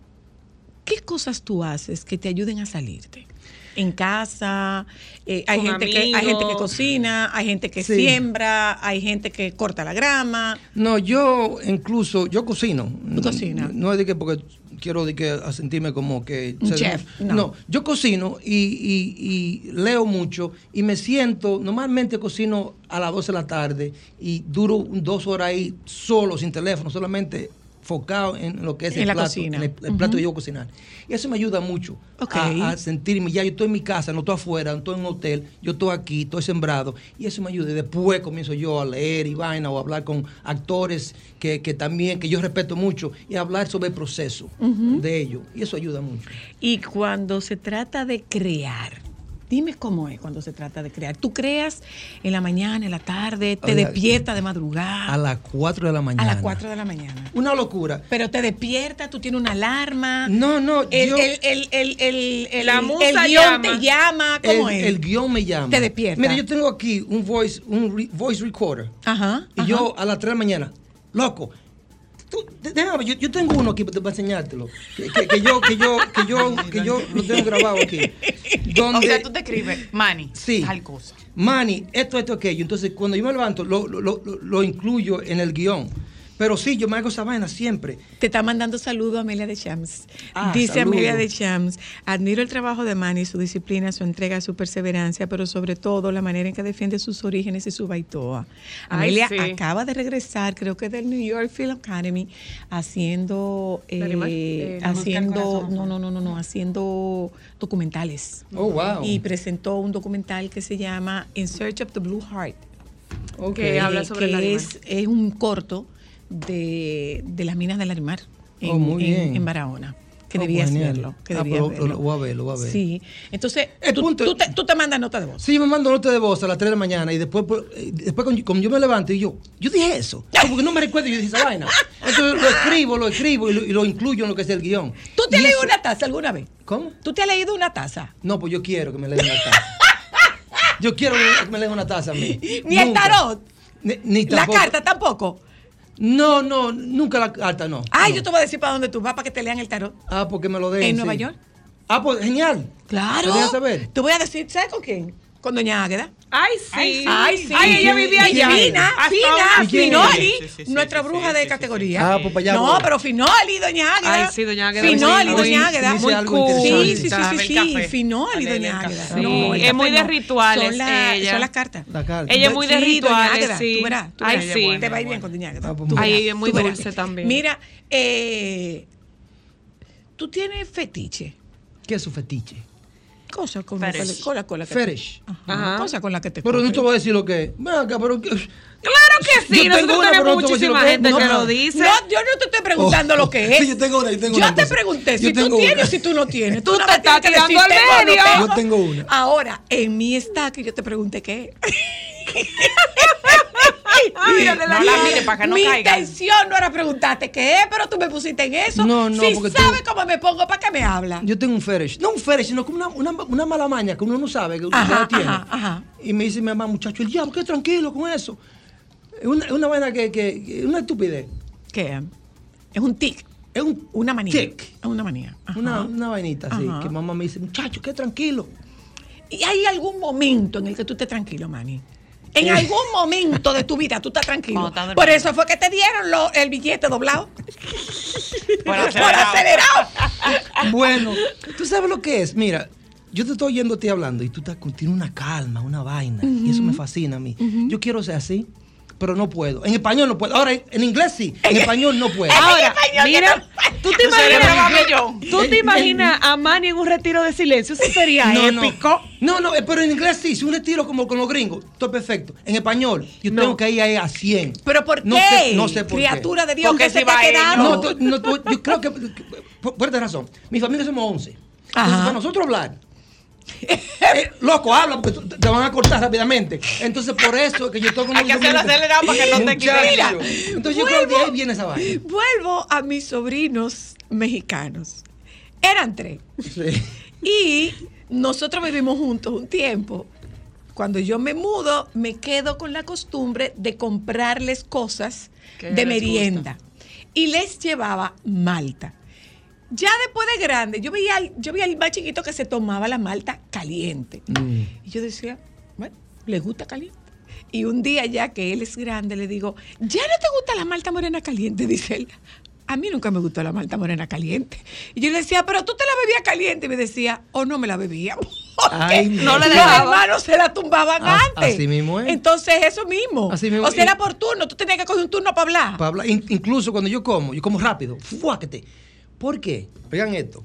[SPEAKER 2] ¿qué cosas tú haces que te ayuden a salirte? En casa, eh, hay,
[SPEAKER 4] Con
[SPEAKER 2] gente que, hay gente que
[SPEAKER 4] amigos.
[SPEAKER 2] cocina, hay gente que
[SPEAKER 6] Sí.
[SPEAKER 2] siembra, hay gente que corta la grama.
[SPEAKER 6] No, yo incluso, yo cocino.
[SPEAKER 2] Tú cocinas.
[SPEAKER 6] No es de que porque quiero de que a sentirme como que...
[SPEAKER 2] Un chef, no.
[SPEAKER 6] No. yo cocino y, y- y leo mucho y me siento, normalmente cocino a las 12 de la tarde y duro un- dos horas ahí solo, sin teléfono, solamente enfocado en lo que es
[SPEAKER 2] En
[SPEAKER 6] el
[SPEAKER 2] la
[SPEAKER 6] plato,
[SPEAKER 2] cocina.
[SPEAKER 6] en el, el plato
[SPEAKER 2] Ujú.
[SPEAKER 6] que yo voy a cocinar. Y eso me ayuda mucho
[SPEAKER 2] Ok.
[SPEAKER 6] a, a sentirme, ya yo estoy en mi casa, no estoy afuera, no estoy en un hotel, yo estoy aquí, estoy sembrado. Y eso me ayuda. Y después comienzo yo a leer y vaina o a hablar con actores que, que también, que yo respeto mucho, y hablar sobre el proceso
[SPEAKER 2] Ujú.
[SPEAKER 6] de ellos. Y eso ayuda mucho.
[SPEAKER 2] Y cuando se trata de crear, dime cómo es cuando se trata de crear. Tú creas en la mañana, en la tarde, te
[SPEAKER 6] Oiga,
[SPEAKER 2] despiertas de madrugada,
[SPEAKER 6] A las 4 de la
[SPEAKER 2] a
[SPEAKER 6] mañana.
[SPEAKER 2] las 4 de la mañana.
[SPEAKER 6] Una locura.
[SPEAKER 2] Pero te despiertas, tú tienes una alarma.
[SPEAKER 6] No, no,
[SPEAKER 2] El,
[SPEAKER 6] yo-
[SPEAKER 2] el, el, el, el, el-
[SPEAKER 6] La
[SPEAKER 2] el
[SPEAKER 6] musa
[SPEAKER 2] guión
[SPEAKER 6] llama.
[SPEAKER 2] te llama. ¿Cómo
[SPEAKER 6] el,
[SPEAKER 2] es?
[SPEAKER 6] el guión me llama.
[SPEAKER 2] Te despierta.
[SPEAKER 6] Mira, yo tengo aquí un voice, un re- voice recorder.
[SPEAKER 2] Ajá.
[SPEAKER 6] Y yo a las 3 de la mañana, loco, tú, de- déjame, ver, yo, yo tengo uno aquí para enseñártelo. Que, que- que yo, que yo, que yo, que yo lo tengo grabado aquí. Donde,
[SPEAKER 9] O sea, tú te escribes, Manny,
[SPEAKER 6] Sí.
[SPEAKER 9] tal cosa.
[SPEAKER 6] Manny, esto, esto, aquello. Entonces, cuando yo me levanto, lo, lo- lo- lo- lo incluyo en el guión. Pero sí, yo me hago esa vaina siempre.
[SPEAKER 2] Te está mandando saludo Amelia de Chams.
[SPEAKER 6] Ah,
[SPEAKER 2] Dice
[SPEAKER 6] saludo.
[SPEAKER 2] Amelia de Chams, admiro el trabajo de Manny, su disciplina, su entrega, su perseverancia, pero sobre todo la manera en que defiende sus orígenes y su baitoa.
[SPEAKER 9] Ay,
[SPEAKER 2] Amelia
[SPEAKER 9] sí.
[SPEAKER 2] acaba de regresar, creo que del New York Film Academy, haciendo, eh,
[SPEAKER 9] Larimar, eh, la
[SPEAKER 2] haciendo,
[SPEAKER 9] Busca el Corazón.
[SPEAKER 2] no, no, no, no, no, haciendo documentales.
[SPEAKER 6] Oh, wow.
[SPEAKER 2] Y presentó un documental que se llama In Search of the Blue Heart
[SPEAKER 6] Ok.
[SPEAKER 2] eh, que es, es un corto de, de las minas del Arimar en,
[SPEAKER 6] Oh, muy
[SPEAKER 2] en-
[SPEAKER 6] bien.
[SPEAKER 2] en Barahona. Que
[SPEAKER 6] Oh,
[SPEAKER 2] debías
[SPEAKER 6] genial.
[SPEAKER 2] verlo. Que
[SPEAKER 6] Ah,
[SPEAKER 2] debías
[SPEAKER 6] pero lo-
[SPEAKER 2] verlo.
[SPEAKER 6] lo voy a ver, lo voy a ver.
[SPEAKER 2] Sí. Entonces,
[SPEAKER 6] El
[SPEAKER 2] tú,
[SPEAKER 6] punto-
[SPEAKER 2] tú te, tú te mandas nota de voz.
[SPEAKER 6] Sí, yo me mando nota de voz a las 3 de la mañana y después, por- eh, después cuando, yo- cuando yo me levanto, y yo, yo dije eso. Ah, Porque no me recuerdo, yo dije esa vaina. Entonces lo escribo, lo escribo y lo, y lo incluyo en lo que es el guión.
[SPEAKER 2] ¿Tú te
[SPEAKER 6] Y
[SPEAKER 2] has leído
[SPEAKER 6] eso-
[SPEAKER 2] una taza alguna vez?
[SPEAKER 6] ¿Cómo?
[SPEAKER 2] ¿Tú te has leído una taza?
[SPEAKER 6] No, pues yo quiero que me lean una taza. Yo quiero que me lean una taza a mí.
[SPEAKER 2] Ni el
[SPEAKER 6] Nunca.
[SPEAKER 2] tarot,
[SPEAKER 6] Ni, ni
[SPEAKER 2] la
[SPEAKER 6] tampoco.
[SPEAKER 2] carta tampoco.
[SPEAKER 6] No, no, nunca la carta, no.
[SPEAKER 2] Ay,
[SPEAKER 6] No.
[SPEAKER 2] Ah, yo te voy a decir para dónde tú vas para que te lean el tarot.
[SPEAKER 6] Ah, porque me lo den.
[SPEAKER 2] ¿En
[SPEAKER 6] sí.
[SPEAKER 2] Nueva York?
[SPEAKER 6] Ah, pues genial.
[SPEAKER 2] Claro.
[SPEAKER 6] ¿Me dejas saber?
[SPEAKER 2] Te voy a decir, ¿sabes con quién? Con Doña Águeda.
[SPEAKER 9] Ay,
[SPEAKER 2] Ay, sí.
[SPEAKER 9] Ay, ella vivía
[SPEAKER 2] Y
[SPEAKER 9] allá.
[SPEAKER 2] Fina,
[SPEAKER 9] Hasta
[SPEAKER 2] Fina,
[SPEAKER 9] ahora.
[SPEAKER 2] Finoli,
[SPEAKER 9] Sí, sí, sí,
[SPEAKER 2] nuestra
[SPEAKER 9] sí,
[SPEAKER 2] bruja
[SPEAKER 9] sí,
[SPEAKER 2] de
[SPEAKER 9] sí,
[SPEAKER 2] categoría.
[SPEAKER 6] sí. Ah, pues para allá
[SPEAKER 2] No,
[SPEAKER 6] voy.
[SPEAKER 2] pero Finoli, Doña Águeda.
[SPEAKER 9] Ay, sí, doña Águeda.
[SPEAKER 2] Finoli,
[SPEAKER 9] Hoy
[SPEAKER 2] Doña Águeda.
[SPEAKER 6] dice algo
[SPEAKER 2] Sí,
[SPEAKER 6] interesante.
[SPEAKER 2] sí, sí,
[SPEAKER 9] Sabe
[SPEAKER 2] sí,
[SPEAKER 9] el
[SPEAKER 2] sí,
[SPEAKER 9] café.
[SPEAKER 2] Finoli,
[SPEAKER 9] Dale, del
[SPEAKER 2] Doña Águeda.
[SPEAKER 9] café.
[SPEAKER 2] No, el
[SPEAKER 9] Sí, es muy
[SPEAKER 2] café
[SPEAKER 9] de
[SPEAKER 2] no.
[SPEAKER 9] rituales
[SPEAKER 2] Son, la-
[SPEAKER 9] ella.
[SPEAKER 2] son las cartas.
[SPEAKER 6] La carta.
[SPEAKER 9] Ella es muy de
[SPEAKER 2] Sí, Doña
[SPEAKER 9] rituales,
[SPEAKER 2] Águeda,
[SPEAKER 9] sí.
[SPEAKER 2] Tú verás, tú
[SPEAKER 9] Ay,
[SPEAKER 2] verás.
[SPEAKER 9] sí.
[SPEAKER 2] Te va a ir bien con Doña Águeda.
[SPEAKER 6] Ah, pues
[SPEAKER 2] Tú
[SPEAKER 6] muy
[SPEAKER 9] Ay,
[SPEAKER 2] verás,
[SPEAKER 9] ella es muy
[SPEAKER 2] tú verás.
[SPEAKER 9] dulce también.
[SPEAKER 2] Mira, eh, tú tienes fetiche.
[SPEAKER 6] ¿Qué es su fetiche?
[SPEAKER 2] Cosas con, con
[SPEAKER 9] Fetish.
[SPEAKER 2] la- con la cola que
[SPEAKER 6] Fetish.
[SPEAKER 2] Ajá. Cosas con las que te
[SPEAKER 6] Pero no te
[SPEAKER 2] coges.
[SPEAKER 6] voy a decir lo que es. Ven acá, pero... ¿qué?
[SPEAKER 9] Claro que sí,
[SPEAKER 6] Yo tengo
[SPEAKER 9] nosotros
[SPEAKER 6] una, pero
[SPEAKER 9] tenemos
[SPEAKER 6] no te voy a decir lo
[SPEAKER 9] muchísima
[SPEAKER 6] que es.
[SPEAKER 9] gente
[SPEAKER 6] No,
[SPEAKER 9] que
[SPEAKER 6] no.
[SPEAKER 9] lo dice.
[SPEAKER 2] No, yo no te estoy preguntando
[SPEAKER 6] Oh,
[SPEAKER 2] lo que es.
[SPEAKER 6] sí, yo tengo una, yo tengo una
[SPEAKER 2] te
[SPEAKER 6] cosa.
[SPEAKER 2] pregunté
[SPEAKER 6] Yo
[SPEAKER 2] si tú
[SPEAKER 6] tengo
[SPEAKER 2] tienes
[SPEAKER 6] una.
[SPEAKER 2] o si tú no tienes. Tú,
[SPEAKER 9] Tú
[SPEAKER 2] no
[SPEAKER 9] te
[SPEAKER 2] me tienes
[SPEAKER 9] estás
[SPEAKER 2] que decir,
[SPEAKER 9] tirando al
[SPEAKER 2] tengo o no
[SPEAKER 9] medio.
[SPEAKER 6] Yo tengo una.
[SPEAKER 2] Ahora, en mí está que yo te pregunté qué.
[SPEAKER 4] Ah,
[SPEAKER 9] Mírale la
[SPEAKER 2] Mi-
[SPEAKER 9] cara, mire, para que no
[SPEAKER 2] Mi
[SPEAKER 9] caiga.
[SPEAKER 2] intención no era preguntarte qué es, pero tú me pusiste en eso.
[SPEAKER 6] No, no,
[SPEAKER 2] si
[SPEAKER 6] porque tú-
[SPEAKER 2] sabes cómo me pongo, ¿para qué me habla?
[SPEAKER 6] Yo tengo un fetish. No un fetish, sino como una, una, una mala maña que uno no sabe que uno
[SPEAKER 2] Ajá,
[SPEAKER 6] la tiene.
[SPEAKER 2] ajá, ajá.
[SPEAKER 6] Y me dice mi mamá, muchacho, el diablo, qué tranquilo con eso. Es una, es una vaina que, que, que- una estupidez.
[SPEAKER 2] ¿Qué? Es un tic.
[SPEAKER 6] Es un,
[SPEAKER 2] una manía.
[SPEAKER 6] tic.
[SPEAKER 2] Es una manía. Ajá.
[SPEAKER 6] Una, una vainita así,
[SPEAKER 2] Ajá.
[SPEAKER 6] que mamá me dice, muchacho, qué tranquilo.
[SPEAKER 2] ¿Y hay algún momento en el que tú estés tranquilo, Manny?
[SPEAKER 6] Eh.
[SPEAKER 2] En algún momento de tu vida tú estás tranquilo.
[SPEAKER 10] Cuando estás
[SPEAKER 2] Por
[SPEAKER 10] durmiendo.
[SPEAKER 2] eso fue que te dieron lo- el billete doblado.
[SPEAKER 6] Por
[SPEAKER 2] acelerado.
[SPEAKER 6] bueno, tú sabes lo que es. Mira, yo te estoy oyendo a ti hablando y tú estás con- tienes una calma, una vaina. Y eso me fascina a mí. Yo quiero ser así, pero no puedo. En español no puedo. Ahora, en- en inglés sí. En español no puedo.
[SPEAKER 9] Ahora, mira, tú te
[SPEAKER 6] Tu cerebro
[SPEAKER 9] imaginas,
[SPEAKER 6] es un millón.
[SPEAKER 9] tú te imaginas a Manny en un retiro de silencio, eso sería
[SPEAKER 6] no,
[SPEAKER 9] épico.
[SPEAKER 6] No, no, eh, pero en inglés sí, si un retiro como con los gringos, todo perfecto. En español, yo tengo que ir ahí a 100.
[SPEAKER 2] ¿Pero por
[SPEAKER 6] No
[SPEAKER 2] qué?
[SPEAKER 6] sé, no sé por qué.
[SPEAKER 2] Criatura de Dios, Porque ¿qué se si te ha va quedado?
[SPEAKER 6] No,
[SPEAKER 2] ellos.
[SPEAKER 6] tú- no, tú- yo creo que, que- por, por esta razón, mi familia somos 11. Entonces, para nosotros hablar, eh, loco, habla porque tú- te van a cortar rápidamente. Entonces, por eso es que yo tengo
[SPEAKER 2] Hay que hacerlo acelerado para que no te quiten. Mira,
[SPEAKER 6] Muchacho. Entonces, yo creo que de
[SPEAKER 2] vuelvo.
[SPEAKER 6] ahí viene esa vaina.
[SPEAKER 2] Vuelvo a mis sobrinos mexicanos. Eran tres. Y nosotros vivimos juntos un tiempo. Cuando yo me mudo, me quedo con la costumbre de comprarles cosas
[SPEAKER 9] Que
[SPEAKER 2] de
[SPEAKER 9] les
[SPEAKER 2] merienda. Y les llevaba malta. Ya después de grande, yo veía, al- yo veía al más chiquito que se tomaba la malta caliente. Y yo decía, bueno, le gusta caliente. Y un día ya que él es grande, le digo, ¿ya no te gusta la malta morena caliente? Dice él, a mí nunca me gustó la malta morena caliente. Y yo le decía, pero tú te la bebías caliente. Y me decía, o no me la bebía. Porque
[SPEAKER 6] Ay,
[SPEAKER 2] no
[SPEAKER 6] no
[SPEAKER 2] le
[SPEAKER 6] le
[SPEAKER 2] Los
[SPEAKER 6] dejaba.
[SPEAKER 2] hermanos se la tumbaban
[SPEAKER 6] As-
[SPEAKER 2] antes.
[SPEAKER 6] así mismo es.
[SPEAKER 2] Entonces, eso mismo.
[SPEAKER 6] Así mismo.
[SPEAKER 2] O sea,
[SPEAKER 6] Y-
[SPEAKER 2] era por turno. Tú tenías que coger un turno para hablar.
[SPEAKER 6] para hablar. In- incluso cuando yo como, yo como rápido. Fuáquete. ¿Por qué? Vean esto.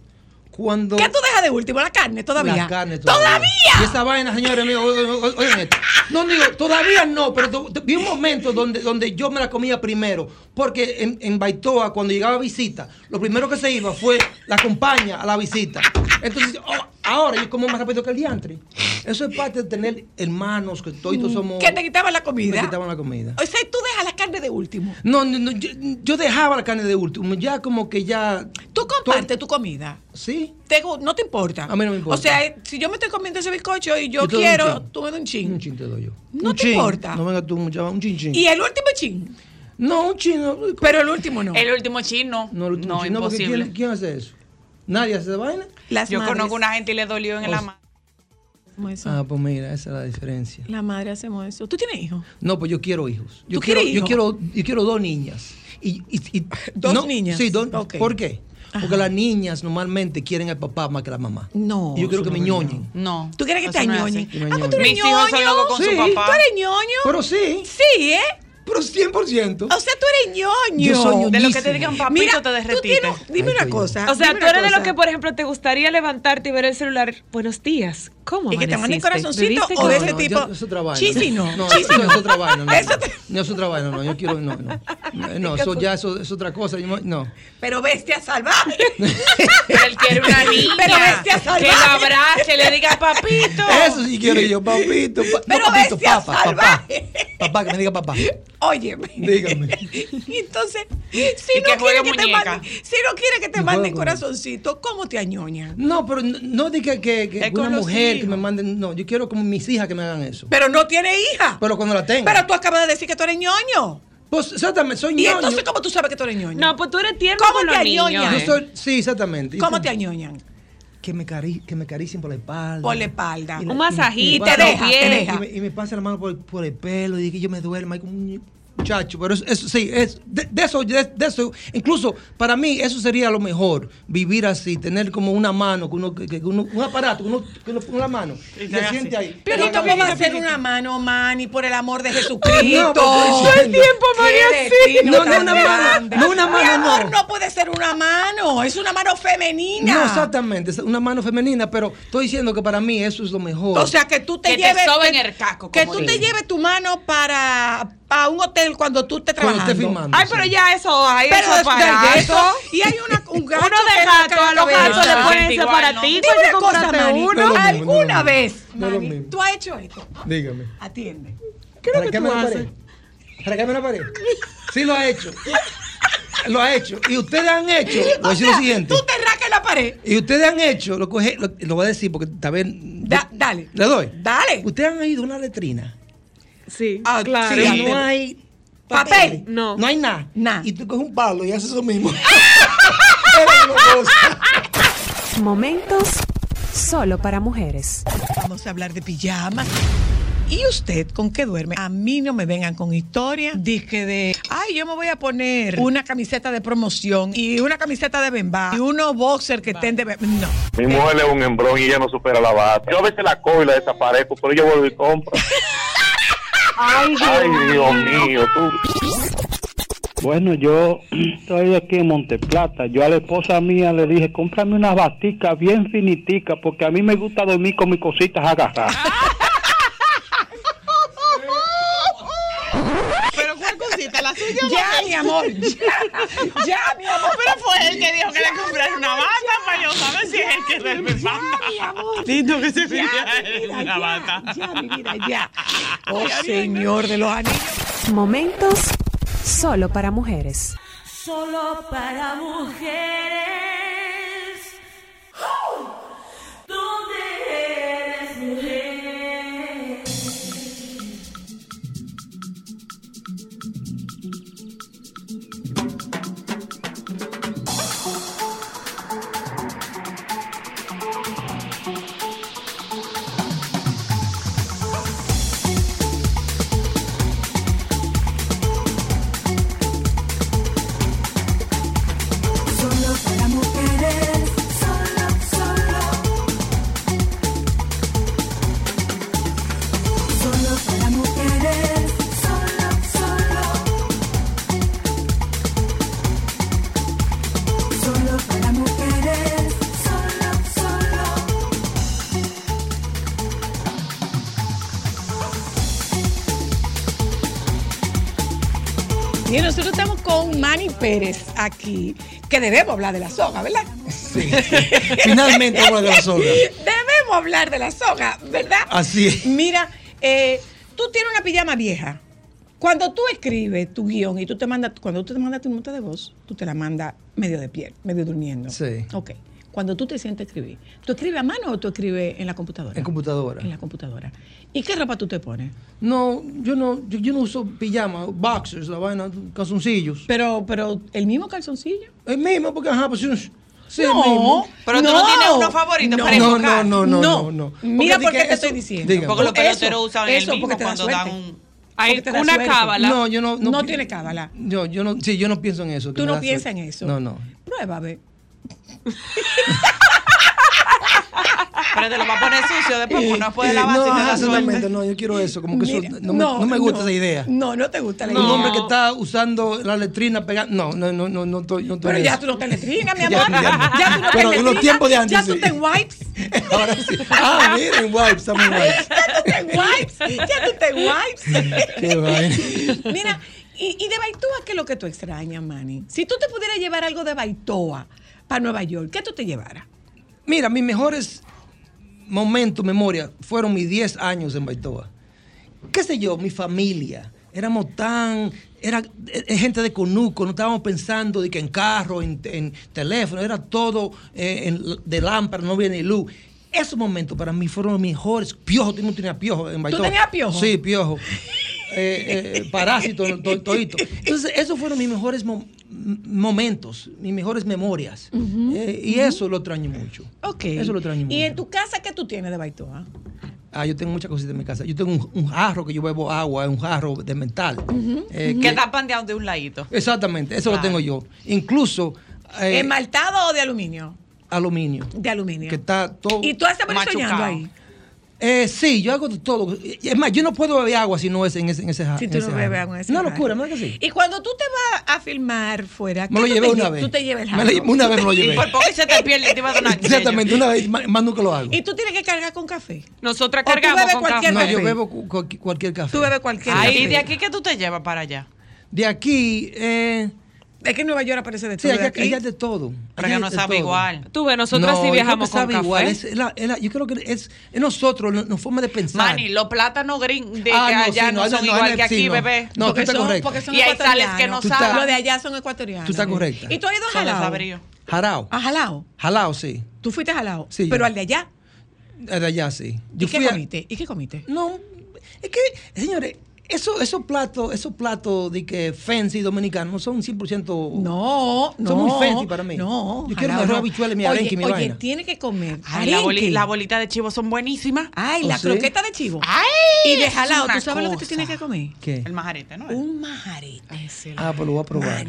[SPEAKER 6] Cuando.
[SPEAKER 2] ¿Qué tú dejas de último? ¿La carne todavía?
[SPEAKER 6] La carne todavía. Y esa vaina, señores míos, o- o- o- oigan esto. No digo, todavía no, pero to- to- vi un momento donde, donde yo me la comía primero. Porque en, en Baitoa, cuando llegaba visita, lo primero que se iba fue la compañía a la visita. Entonces, oh, ahora yo como más rápido que el diantre. Eso es parte de tener hermanos que todos somos.
[SPEAKER 2] Que te quitaban la comida.
[SPEAKER 6] Me quitaban la comida.
[SPEAKER 2] O sea, tú dejas la carne de último.
[SPEAKER 6] No, no, no, yo, yo dejaba la carne de último, ya como que ya...
[SPEAKER 2] ¿Tú compartes tu comida?
[SPEAKER 6] Sí.
[SPEAKER 2] Te gu- no te importa.
[SPEAKER 6] A mí no me importa.
[SPEAKER 2] O sea, eh, si yo me estoy comiendo ese bizcocho y yo,
[SPEAKER 6] Yo te doy un
[SPEAKER 2] quiero,
[SPEAKER 6] chin.
[SPEAKER 2] tú me das un chin.
[SPEAKER 6] Un chin te doy yo.
[SPEAKER 2] No
[SPEAKER 6] Un
[SPEAKER 2] te
[SPEAKER 6] chin.
[SPEAKER 2] importa.
[SPEAKER 6] No venga tú, muchacha, un chin chin.
[SPEAKER 2] Y el último chin.
[SPEAKER 6] No, un chin. no.
[SPEAKER 2] Pero el último no.
[SPEAKER 4] El último chino.
[SPEAKER 6] No, el último
[SPEAKER 4] No,
[SPEAKER 6] chin, no, porque
[SPEAKER 4] imposible.
[SPEAKER 6] ¿quién, quién hace eso? ¿Nadie hace esa vaina?
[SPEAKER 4] Yo conozco una gente y le dolió en
[SPEAKER 6] O
[SPEAKER 4] la
[SPEAKER 6] sea,
[SPEAKER 4] mano.
[SPEAKER 6] Ah, pues mira, esa es la diferencia.
[SPEAKER 2] La madre hacemos eso. ¿Tú tienes hijos?
[SPEAKER 6] No, pues yo quiero hijos. Yo
[SPEAKER 2] ¿Tú
[SPEAKER 6] quiero,
[SPEAKER 2] quieres
[SPEAKER 6] yo
[SPEAKER 2] hijos?
[SPEAKER 6] quiero, yo quiero dos niñas. Y, y- y-
[SPEAKER 2] ¿Dos
[SPEAKER 6] no,
[SPEAKER 2] niñas?
[SPEAKER 6] Sí, dos.
[SPEAKER 2] Ok.
[SPEAKER 6] ¿Por qué? Porque las niñas normalmente quieren al papá más que a la mamá.
[SPEAKER 2] No.
[SPEAKER 6] Y yo quiero que me
[SPEAKER 2] eso no es
[SPEAKER 6] ñoñen.
[SPEAKER 4] No.
[SPEAKER 2] ¿Tú quieres que te
[SPEAKER 4] eso no es
[SPEAKER 2] añoñen?
[SPEAKER 4] así.
[SPEAKER 6] Que me
[SPEAKER 2] Ah, pues tú
[SPEAKER 6] ñoñen.
[SPEAKER 2] eres
[SPEAKER 4] Mis hijos son
[SPEAKER 2] ñoño.
[SPEAKER 4] locos con su
[SPEAKER 2] Sí.
[SPEAKER 4] papá.
[SPEAKER 2] ¿Tú eres ñoño?
[SPEAKER 6] Pero sí,
[SPEAKER 2] Sí, ¿eh?
[SPEAKER 6] pero 100%.
[SPEAKER 2] O sea, tú eres ñoño.
[SPEAKER 6] Yo soy
[SPEAKER 4] De lo que
[SPEAKER 6] ñoñísimo.
[SPEAKER 4] te digan papito
[SPEAKER 2] Mira,
[SPEAKER 4] te
[SPEAKER 2] tú
[SPEAKER 4] derretiste.
[SPEAKER 2] tienes- dime
[SPEAKER 6] Ay,
[SPEAKER 2] una
[SPEAKER 6] coño.
[SPEAKER 2] cosa.
[SPEAKER 9] O sea,
[SPEAKER 2] dime
[SPEAKER 9] tú
[SPEAKER 2] una
[SPEAKER 9] eres de
[SPEAKER 2] cosa.
[SPEAKER 9] los que, por ejemplo, te gustaría levantarte y ver el celular. Buenos días. ¿Cómo
[SPEAKER 2] Y que te manden
[SPEAKER 9] amaneciste?
[SPEAKER 2] corazoncito
[SPEAKER 9] ¿Bebiste
[SPEAKER 2] o de
[SPEAKER 9] café?"
[SPEAKER 2] ese
[SPEAKER 6] No,
[SPEAKER 2] tipo.
[SPEAKER 6] yo- eso es otra vaina.
[SPEAKER 2] Chisi no.
[SPEAKER 6] No,
[SPEAKER 2] chisi
[SPEAKER 6] eso
[SPEAKER 2] no.
[SPEAKER 6] es otra vaina. No,
[SPEAKER 2] Eso te-
[SPEAKER 6] No, es otra vaina, no. Yo quiero, no, no. No, eso ya eso, es otra cosa. yo no- no.
[SPEAKER 2] Pero bestia salvaje.
[SPEAKER 4] Él quiere una niña.
[SPEAKER 2] Pero bestia salvaje.
[SPEAKER 4] que lo abrace, le diga papito.
[SPEAKER 6] Eso sí quiero yo, papito. pa-
[SPEAKER 2] Pero
[SPEAKER 6] no, papito,
[SPEAKER 2] bestia
[SPEAKER 6] papá, papá.
[SPEAKER 2] salvaje.
[SPEAKER 6] Papá, que me diga papá.
[SPEAKER 2] Óyeme.
[SPEAKER 6] Dígame.
[SPEAKER 2] Y entonces, si
[SPEAKER 4] Y
[SPEAKER 2] no
[SPEAKER 4] que
[SPEAKER 2] quiere
[SPEAKER 4] juegue
[SPEAKER 2] que te
[SPEAKER 4] muñeca.
[SPEAKER 2] manden, si no quiere que te
[SPEAKER 6] No
[SPEAKER 2] manden
[SPEAKER 6] juego.
[SPEAKER 2] corazoncito, ¿cómo te añoñan?
[SPEAKER 6] No, pero no, no diga que, que
[SPEAKER 4] Es con
[SPEAKER 6] una
[SPEAKER 4] los
[SPEAKER 6] mujer que
[SPEAKER 4] hijos.
[SPEAKER 6] me manden. No, yo quiero como mis hijas que me hagan eso.
[SPEAKER 2] Pero no tiene hija.
[SPEAKER 6] Pero cuando la tenga.
[SPEAKER 2] Pero tú acabas de decir que tú eres ñoño.
[SPEAKER 6] Pues exactamente, soy
[SPEAKER 2] Y
[SPEAKER 6] ñoño.
[SPEAKER 2] entonces, ¿cómo tú sabes que tú eres ñoño?
[SPEAKER 9] No, pues tú eres tierno
[SPEAKER 2] ¿Cómo
[SPEAKER 9] con
[SPEAKER 2] te
[SPEAKER 9] los niños.
[SPEAKER 2] añoñas?
[SPEAKER 6] Yo
[SPEAKER 2] eh?
[SPEAKER 6] soy, sí, exactamente.
[SPEAKER 2] ¿Cómo
[SPEAKER 6] Entonces,
[SPEAKER 2] te añoñan?
[SPEAKER 6] Que me, cari que me caricien por la espalda.
[SPEAKER 2] Por la espalda.
[SPEAKER 9] Un masajito,
[SPEAKER 2] Y te
[SPEAKER 9] los
[SPEAKER 2] deja, te
[SPEAKER 9] pies.
[SPEAKER 2] deja.
[SPEAKER 6] Y me, y me pasa la mano por, por el pelo y que yo me duerma. y como un Muchacho, pero eso, eso sí, es, de, de eso, de, de eso, incluso para mí eso sería lo mejor, vivir así, tener como una mano, que uno, que- que uno- un aparato, que uno, que uno pone la mano y se
[SPEAKER 4] haga
[SPEAKER 6] siente
[SPEAKER 4] así.
[SPEAKER 6] ahí.
[SPEAKER 2] Pero
[SPEAKER 6] Y
[SPEAKER 2] no
[SPEAKER 6] la-
[SPEAKER 2] va a ser una mano, Manny, por el amor de
[SPEAKER 6] No,
[SPEAKER 2] Jesucristo.
[SPEAKER 6] pero estoy diciendo- No,
[SPEAKER 2] No,
[SPEAKER 6] no, una mano, no, una mano,
[SPEAKER 2] amor,
[SPEAKER 6] no.
[SPEAKER 2] no puede ser una mano. Es una mano femenina.
[SPEAKER 6] No, exactamente, es una mano femenina, pero estoy diciendo que para mí eso es lo mejor.
[SPEAKER 2] O sea, que tú te
[SPEAKER 4] Que te
[SPEAKER 2] lleves.
[SPEAKER 4] soben
[SPEAKER 2] que-
[SPEAKER 4] el caco,
[SPEAKER 2] Que
[SPEAKER 4] como
[SPEAKER 2] tú te
[SPEAKER 4] dicen.
[SPEAKER 2] lleves tu mano para, para un hotel cuando tú estés
[SPEAKER 6] Cuando
[SPEAKER 2] trabajando.
[SPEAKER 6] esté filmando,
[SPEAKER 9] Ay,
[SPEAKER 6] sí.
[SPEAKER 9] pero ya eso, ahí
[SPEAKER 2] Pero
[SPEAKER 9] eso
[SPEAKER 2] después
[SPEAKER 9] para
[SPEAKER 2] de
[SPEAKER 9] eso.
[SPEAKER 2] eso. Y hay una, un gato.
[SPEAKER 9] Uno
[SPEAKER 2] que
[SPEAKER 9] de
[SPEAKER 2] le pues,
[SPEAKER 9] gato,
[SPEAKER 2] cae
[SPEAKER 9] a los
[SPEAKER 2] cabeza.
[SPEAKER 9] gatos le ponen
[SPEAKER 4] Gente, igual,
[SPEAKER 9] separatitos.
[SPEAKER 2] Dime
[SPEAKER 9] te
[SPEAKER 2] una cosa,
[SPEAKER 9] compraste
[SPEAKER 2] Manny.
[SPEAKER 9] uno.
[SPEAKER 6] No es lo mismo, no es lo
[SPEAKER 2] ¿Alguna
[SPEAKER 6] mismo.
[SPEAKER 2] vez,
[SPEAKER 6] No es lo
[SPEAKER 2] Manny,
[SPEAKER 6] mismo.
[SPEAKER 2] tú has hecho esto?
[SPEAKER 6] Dígame.
[SPEAKER 2] Atiende.
[SPEAKER 6] Arranqueme la pared. Arranqueme la pared. Sí lo ha hecho. Lo ha hecho. Y ustedes han hecho. Voy a
[SPEAKER 2] O
[SPEAKER 6] decir
[SPEAKER 2] sea,
[SPEAKER 6] lo siguiente.
[SPEAKER 2] Tú te rascas la pared.
[SPEAKER 6] Y ustedes han hecho, lo, coge, lo, lo voy a decir porque tal vez.
[SPEAKER 2] Da- dale.
[SPEAKER 6] ¿Le doy?
[SPEAKER 2] Dale.
[SPEAKER 6] Ustedes han ido a una letrina.
[SPEAKER 9] Sí,
[SPEAKER 2] Ah,
[SPEAKER 9] claro.
[SPEAKER 2] sí,
[SPEAKER 6] Y no hay
[SPEAKER 9] Papel. No.
[SPEAKER 6] No hay nada.
[SPEAKER 2] Nada.
[SPEAKER 6] Y tú coges un palo y haces eso mismo. Era una cosa.
[SPEAKER 10] Momentos solo para mujeres.
[SPEAKER 2] Vamos a hablar de pijama. ¿Y usted con qué duerme? A mí no me vengan con historia. Dije de, ay, yo me voy a poner una camiseta de promoción y una camiseta de bembá y unos boxer que estén de... be- No.
[SPEAKER 11] Mi mujer es un hembrón y ella no supera la bata. Yo a veces la cojo y la desaparezco, pero yo vuelvo y compro. Ay, Dios mío, tú.
[SPEAKER 12] Bueno, yo estoy de aquí en Monteplata. Yo a la esposa mía le dije, cómprame unas baticas bien finiticas porque a mí me gusta dormir con mis cositas agarradas.
[SPEAKER 4] Pero cuál cosita, la suya. o
[SPEAKER 2] Ya,
[SPEAKER 4] la
[SPEAKER 2] mi amor, ya, ya, mi amor.
[SPEAKER 4] Pero fue él que dijo que le comprara una bata para yo saber si es el que duerme en bata. Lindo que se pidiera él una bata.
[SPEAKER 2] Ya, mi vida, ya. Oh, señor de los anillos.
[SPEAKER 10] Momentos solo para mujeres.
[SPEAKER 3] Solo para mujeres. ¿Dónde eres mujer? Solo para mujeres. Solo, solo. Solo para mujeres. Solo, solo. Solo para mujeres. Solo, solo.
[SPEAKER 2] Y nosotros estamos con Manny Pérez aquí, que debemos hablar de la soga, ¿verdad?
[SPEAKER 6] Finalmente habla de la soga.
[SPEAKER 2] Debemos hablar de la soga, ¿verdad?
[SPEAKER 6] Así es.
[SPEAKER 2] Mira, eh, tú tienes una pijama vieja. Cuando tú escribes tu guión y tú te mandas, cuando tú te mandas tu nota de voz, tú te la mandas medio de pie, medio durmiendo.
[SPEAKER 6] Sí.
[SPEAKER 2] Ok. Cuando tú te sientes a escribir, ¿tú escribes a mano o tú escribes en la computadora?
[SPEAKER 6] En computadora.
[SPEAKER 2] En la computadora. ¿Y qué ropa tú te pones?
[SPEAKER 6] No, yo no, yo, yo no uso pijama, boxers, la vaina, calzoncillos.
[SPEAKER 2] Pero, pero, ¿el mismo calzoncillo?
[SPEAKER 6] El mismo, porque ajá, pues sí, sí, el
[SPEAKER 2] No,
[SPEAKER 6] mismo.
[SPEAKER 2] pero tú no No, tienes uno
[SPEAKER 4] favorito
[SPEAKER 6] no,
[SPEAKER 4] para
[SPEAKER 6] no,
[SPEAKER 4] evocar.
[SPEAKER 6] no, no, no, no.
[SPEAKER 2] Mira
[SPEAKER 6] Porque
[SPEAKER 2] por qué
[SPEAKER 6] dije
[SPEAKER 2] te
[SPEAKER 6] eso-
[SPEAKER 2] estoy diciendo.
[SPEAKER 6] dígame.
[SPEAKER 4] Porque los
[SPEAKER 2] Eso,
[SPEAKER 4] peloteros usan el
[SPEAKER 2] eso,
[SPEAKER 4] mismo
[SPEAKER 2] porque te da
[SPEAKER 4] cuando dan
[SPEAKER 2] suerte.
[SPEAKER 4] un-
[SPEAKER 9] Hay
[SPEAKER 2] Porque te da
[SPEAKER 9] una
[SPEAKER 2] suerte.
[SPEAKER 9] cábala.
[SPEAKER 6] No, yo no.
[SPEAKER 2] No
[SPEAKER 6] pi-
[SPEAKER 2] tiene cábala.
[SPEAKER 6] Yo, yo no, sí, yo no pienso en eso. que
[SPEAKER 2] Tú
[SPEAKER 6] me
[SPEAKER 2] no
[SPEAKER 6] da
[SPEAKER 2] piensas
[SPEAKER 6] suerte.
[SPEAKER 2] en eso.
[SPEAKER 6] No, no.
[SPEAKER 2] Prueba, a ver.
[SPEAKER 4] Pero te lo va a poner sucio después, pues no puede
[SPEAKER 6] Eh,
[SPEAKER 4] lavar
[SPEAKER 6] no,
[SPEAKER 4] si te
[SPEAKER 6] ajá,
[SPEAKER 4] da
[SPEAKER 6] exactamente,
[SPEAKER 4] suerte.
[SPEAKER 6] no, yo quiero eso. Como que eso-
[SPEAKER 2] Mira,
[SPEAKER 6] no, me- no me gusta
[SPEAKER 2] no.
[SPEAKER 6] esa idea.
[SPEAKER 2] No, no te gusta la
[SPEAKER 6] Un
[SPEAKER 2] idea.
[SPEAKER 6] hombre que está usando la letrina pegando. No, no, no, no, no estoy. No estoy
[SPEAKER 2] Pero
[SPEAKER 6] en
[SPEAKER 2] ya
[SPEAKER 6] eso.
[SPEAKER 2] tú no te letrinas, mi
[SPEAKER 6] Ya,
[SPEAKER 2] amor. Ya,
[SPEAKER 6] ya no.
[SPEAKER 2] tú no
[SPEAKER 6] Pero
[SPEAKER 2] te
[SPEAKER 6] en los
[SPEAKER 2] letrinas,
[SPEAKER 6] tiempos de antes,
[SPEAKER 2] Ya tú
[SPEAKER 6] sí.
[SPEAKER 2] te wipes.
[SPEAKER 6] Ahora sí. Ah, miren, wipes, también wipes.
[SPEAKER 2] Ya tú te wipes. Ya tú te wipes.
[SPEAKER 6] Qué vaina.
[SPEAKER 2] Mira, y, y de Baitoa, ¿qué es lo que tú extrañas, Manny? Si tú te pudieras llevar algo de Baitoa para Nueva York, ¿qué tú te llevaras?
[SPEAKER 6] Mira, mis mejores momentos, memoria, fueron mis 10 años en Baitoa. ¿Qué sé yo? Mi familia. Éramos tan. Era eh, eh, gente de Conuco, no estábamos pensando de que en carro, en, en teléfono, era todo eh, en- de lámpara, no había ni luz. Esos momentos para mí fueron los mejores. Piojo, tú no tenías piojo en Baitoa.
[SPEAKER 2] tenías piojo?
[SPEAKER 6] Sí, piojo. Eh, eh, parásito, to- todito. Entonces, esos fueron mis mejores mom- momentos, mis mejores memorias. Eh, y eso lo extraño mucho.
[SPEAKER 2] Ok.
[SPEAKER 6] Eso lo extraño
[SPEAKER 2] ¿Y
[SPEAKER 6] mucho.
[SPEAKER 2] en tu casa qué tú tienes de Baitoa?
[SPEAKER 6] Ah, yo tengo muchas cositas en mi casa. Yo tengo un, un jarro que yo bebo agua, es un jarro de mental. eh,
[SPEAKER 4] Que
[SPEAKER 6] que-
[SPEAKER 4] tapan de, de un ladito.
[SPEAKER 6] exactamente, eso
[SPEAKER 4] Claro.
[SPEAKER 6] lo tengo yo. Incluso eh,
[SPEAKER 2] ¿Esmaltado o de aluminio?
[SPEAKER 6] aluminio,
[SPEAKER 2] De aluminio.
[SPEAKER 6] que está todo...
[SPEAKER 2] y tú haces
[SPEAKER 4] Machucado.
[SPEAKER 2] soñando ahí.
[SPEAKER 6] Eh, sí, yo hago de todo. Es más, yo no puedo beber agua si no es en ese, en ese jarro.
[SPEAKER 2] Si
[SPEAKER 6] en
[SPEAKER 2] tú
[SPEAKER 6] Ah, ese
[SPEAKER 2] no
[SPEAKER 6] jarro.
[SPEAKER 2] bebes agua en ese
[SPEAKER 6] Una
[SPEAKER 2] jarro.
[SPEAKER 6] locura, ¿no es que sí?
[SPEAKER 2] Y cuando tú te vas a filmar fuera,
[SPEAKER 6] Me lo
[SPEAKER 2] ¿qué tú
[SPEAKER 6] llevé
[SPEAKER 2] te
[SPEAKER 6] una
[SPEAKER 2] lle-
[SPEAKER 6] vez.
[SPEAKER 2] Tú te llevas el
[SPEAKER 6] Me lo lle-
[SPEAKER 2] jarro?
[SPEAKER 6] una vez me lo
[SPEAKER 2] Y-
[SPEAKER 6] llevé.
[SPEAKER 4] Por poco y se te pierde y te iba a dar una
[SPEAKER 6] Exactamente, una vez, más más nunca lo hago.
[SPEAKER 2] Y tú tienes que cargar con café.
[SPEAKER 9] Nosotras
[SPEAKER 2] O tú
[SPEAKER 9] cargamos
[SPEAKER 2] bebes
[SPEAKER 9] con
[SPEAKER 2] cualquier
[SPEAKER 9] café.
[SPEAKER 6] No,
[SPEAKER 2] café.
[SPEAKER 6] yo bebo cu- cualqui- cualquier café.
[SPEAKER 2] Tú bebes cualquier
[SPEAKER 4] Ay, ¿y
[SPEAKER 2] café.
[SPEAKER 4] de aquí qué tú te llevas para allá?
[SPEAKER 6] De aquí, eh,
[SPEAKER 2] Es que en Nueva York aparece de
[SPEAKER 6] sí,
[SPEAKER 2] todo. de
[SPEAKER 6] allá,
[SPEAKER 2] aquí.
[SPEAKER 6] allá es de todo.
[SPEAKER 4] Para
[SPEAKER 6] Allá
[SPEAKER 4] que
[SPEAKER 6] es
[SPEAKER 4] no
[SPEAKER 6] de
[SPEAKER 4] sabe
[SPEAKER 6] todo.
[SPEAKER 4] igual.
[SPEAKER 9] Tú ves, nosotras
[SPEAKER 6] No,
[SPEAKER 9] sí
[SPEAKER 6] yo creo
[SPEAKER 9] viajamos
[SPEAKER 6] que
[SPEAKER 9] con
[SPEAKER 6] sabe
[SPEAKER 9] café.
[SPEAKER 6] igual, es la- es la- yo creo que es, es nosotros, la, la forma de pensar.
[SPEAKER 4] Manny, los plátanos green de
[SPEAKER 6] Ah,
[SPEAKER 4] que
[SPEAKER 6] no,
[SPEAKER 4] allá
[SPEAKER 6] sí,
[SPEAKER 4] no,
[SPEAKER 6] no,
[SPEAKER 4] son
[SPEAKER 6] no,
[SPEAKER 4] igual
[SPEAKER 6] no,
[SPEAKER 4] que
[SPEAKER 6] sí,
[SPEAKER 4] aquí,
[SPEAKER 6] no.
[SPEAKER 4] bebé.
[SPEAKER 6] No, tú estás correcta.
[SPEAKER 2] porque son
[SPEAKER 4] Y hay sales
[SPEAKER 2] ecuatorianos.
[SPEAKER 4] que no
[SPEAKER 6] Tú estás- saben.
[SPEAKER 2] Los de allá son ecuatorianos.
[SPEAKER 6] Tú estás correcta.
[SPEAKER 2] ¿Y tú has ido a
[SPEAKER 4] Son
[SPEAKER 2] Jalao?
[SPEAKER 4] desabríos.
[SPEAKER 6] Jarao.
[SPEAKER 2] ¿A Jalao?
[SPEAKER 6] Jalao, sí.
[SPEAKER 2] ¿Tú fuiste a Jalao?
[SPEAKER 6] Sí,
[SPEAKER 2] Pero
[SPEAKER 6] yo.
[SPEAKER 2] al de allá.
[SPEAKER 6] Eh, De allá, sí.
[SPEAKER 2] ¿Y qué
[SPEAKER 6] fui a-
[SPEAKER 2] comiste? ¿Y qué comiste?
[SPEAKER 6] No, es que, señores, Eso, esos platos, esos platos de que fancy dominicanos no son 100%.
[SPEAKER 2] No,
[SPEAKER 6] Son muy
[SPEAKER 2] no,
[SPEAKER 6] fancy para mí.
[SPEAKER 2] no,
[SPEAKER 6] Yo quiero mi
[SPEAKER 2] ahora
[SPEAKER 6] arroz
[SPEAKER 2] no.
[SPEAKER 6] habichuela y mi
[SPEAKER 2] Oye,
[SPEAKER 6] arenque y mi
[SPEAKER 2] oye,
[SPEAKER 6] vaina.
[SPEAKER 2] tiene que comer.
[SPEAKER 6] Ah,
[SPEAKER 4] Ay, la, boli-
[SPEAKER 2] arenque.
[SPEAKER 4] la bolita de chivo son buenísimas.
[SPEAKER 2] Ay,
[SPEAKER 4] ¿Oh,
[SPEAKER 2] la
[SPEAKER 4] sí?
[SPEAKER 2] croqueta de chivo.
[SPEAKER 4] Ay,
[SPEAKER 2] y de
[SPEAKER 4] es
[SPEAKER 2] jalado.
[SPEAKER 4] una
[SPEAKER 2] ¿Tú sabes lo que tú
[SPEAKER 4] cosa.
[SPEAKER 2] tienes que comer?
[SPEAKER 6] ¿Qué?
[SPEAKER 4] El majarete, ¿no?
[SPEAKER 6] Uh,
[SPEAKER 2] Un majarete.
[SPEAKER 6] Ah, pues lo voy a probar.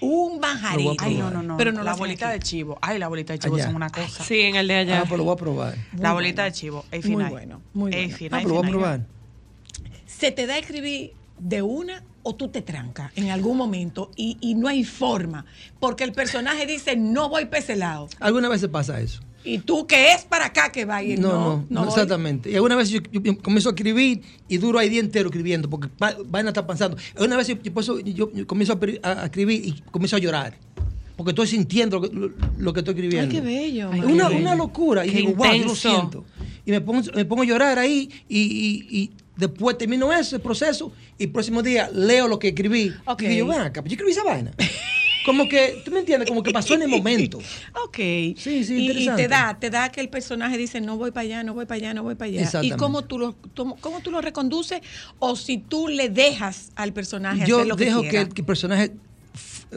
[SPEAKER 2] Un
[SPEAKER 4] Lo
[SPEAKER 2] majarete.
[SPEAKER 4] voy a Ay, no, no, no.
[SPEAKER 2] Pero no
[SPEAKER 4] la
[SPEAKER 2] lo hacen
[SPEAKER 4] bolita de chivo. Ay, la bolita de chivo
[SPEAKER 6] Allá.
[SPEAKER 4] son una cosa.
[SPEAKER 9] Sí, en el de allá.
[SPEAKER 6] Ah, pues lo voy a probar.
[SPEAKER 4] la bolita de chivo. Es
[SPEAKER 2] Muy
[SPEAKER 4] final.
[SPEAKER 2] bueno, muy
[SPEAKER 4] Es
[SPEAKER 2] bueno.
[SPEAKER 4] final,
[SPEAKER 6] Ah, pues lo voy a
[SPEAKER 4] final.
[SPEAKER 6] probar.
[SPEAKER 2] se te da a escribir de una o tú te trancas en algún momento y, y no hay forma, porque el personaje dice no voy para ese lado.
[SPEAKER 6] Alguna vez se pasa eso.
[SPEAKER 2] Y tú que es para acá que va a ir.
[SPEAKER 6] No, no, no,
[SPEAKER 2] voy.
[SPEAKER 6] exactamente. Y alguna vez yo, yo- yo comienzo a escribir y duro ahí día entero escribiendo, porque va- vaina está pasando. Alguna vez yo, yo paso- yo- yo comienzo a, pri- a- a escribir y comienzo a llorar, porque estoy sintiendo lo que, lo- lo que estoy escribiendo.
[SPEAKER 2] bello.
[SPEAKER 6] Es una, una locura. Y
[SPEAKER 9] Qué
[SPEAKER 6] digo, wow, yo lo
[SPEAKER 9] intenso.
[SPEAKER 6] siento. Y me pongo, me pongo a llorar ahí y, y- y después termino ese proceso y el próximo día leo lo que escribí.
[SPEAKER 2] Ok.
[SPEAKER 6] Y digo, ven acá, yo escribí esa vaina. Como que, ¿tú me entiendes? Como que pasó en el momento.
[SPEAKER 2] Ok. Sí,
[SPEAKER 6] sí,
[SPEAKER 2] y, y
[SPEAKER 6] interesante.
[SPEAKER 2] te da, te da que el personaje dice no voy para allá, no voy para allá, no voy para allá. Y
[SPEAKER 6] Exactamente.
[SPEAKER 2] cómo tú lo, cómo, cómo tú lo reconduces o si tú le dejas al personaje
[SPEAKER 6] Yo
[SPEAKER 2] hacer lo
[SPEAKER 6] dejo
[SPEAKER 2] que
[SPEAKER 6] que,
[SPEAKER 2] quiera.
[SPEAKER 6] el- que el personaje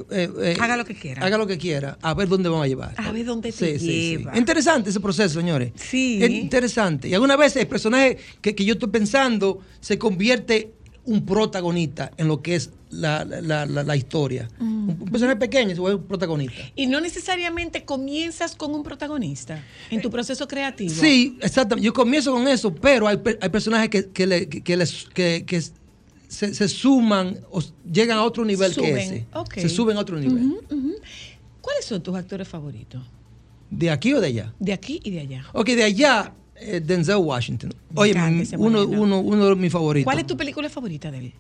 [SPEAKER 6] eh, eh,
[SPEAKER 2] Haga lo que quiera.
[SPEAKER 6] Haga lo que quiera, a ver dónde van a llevar.
[SPEAKER 2] A ver dónde te lleva.
[SPEAKER 6] Interesante ese proceso, señores.
[SPEAKER 2] Sí.
[SPEAKER 6] Es interesante. Y algunas veces el personaje que, que yo estoy pensando se convierte un protagonista en lo que es la, la- la- la historia.
[SPEAKER 2] Mm.
[SPEAKER 6] Un un personaje pequeño se vuelve un protagonista.
[SPEAKER 2] Y no necesariamente comienzas con un protagonista en tu proceso creativo.
[SPEAKER 6] Eh, Sí, exactamente. Yo comienzo con eso, pero hay, per- hay personajes que, que, le- que- que les- que- que se, se suman o s- llegan a otro nivel
[SPEAKER 2] Suben,
[SPEAKER 6] que ese.
[SPEAKER 2] ok.
[SPEAKER 6] Se suben a otro nivel.
[SPEAKER 2] ¿Cuáles son tus actores favoritos?
[SPEAKER 6] ¿De aquí o de allá?
[SPEAKER 2] De aquí y de allá.
[SPEAKER 6] Ok, de allá, eh, Denzel Washington. Oye,
[SPEAKER 2] encanta
[SPEAKER 6] m-
[SPEAKER 2] ese
[SPEAKER 6] uno,
[SPEAKER 2] moreno.
[SPEAKER 6] uno, uno de mis favoritos.
[SPEAKER 2] ¿Cuál es tu película favorita de él?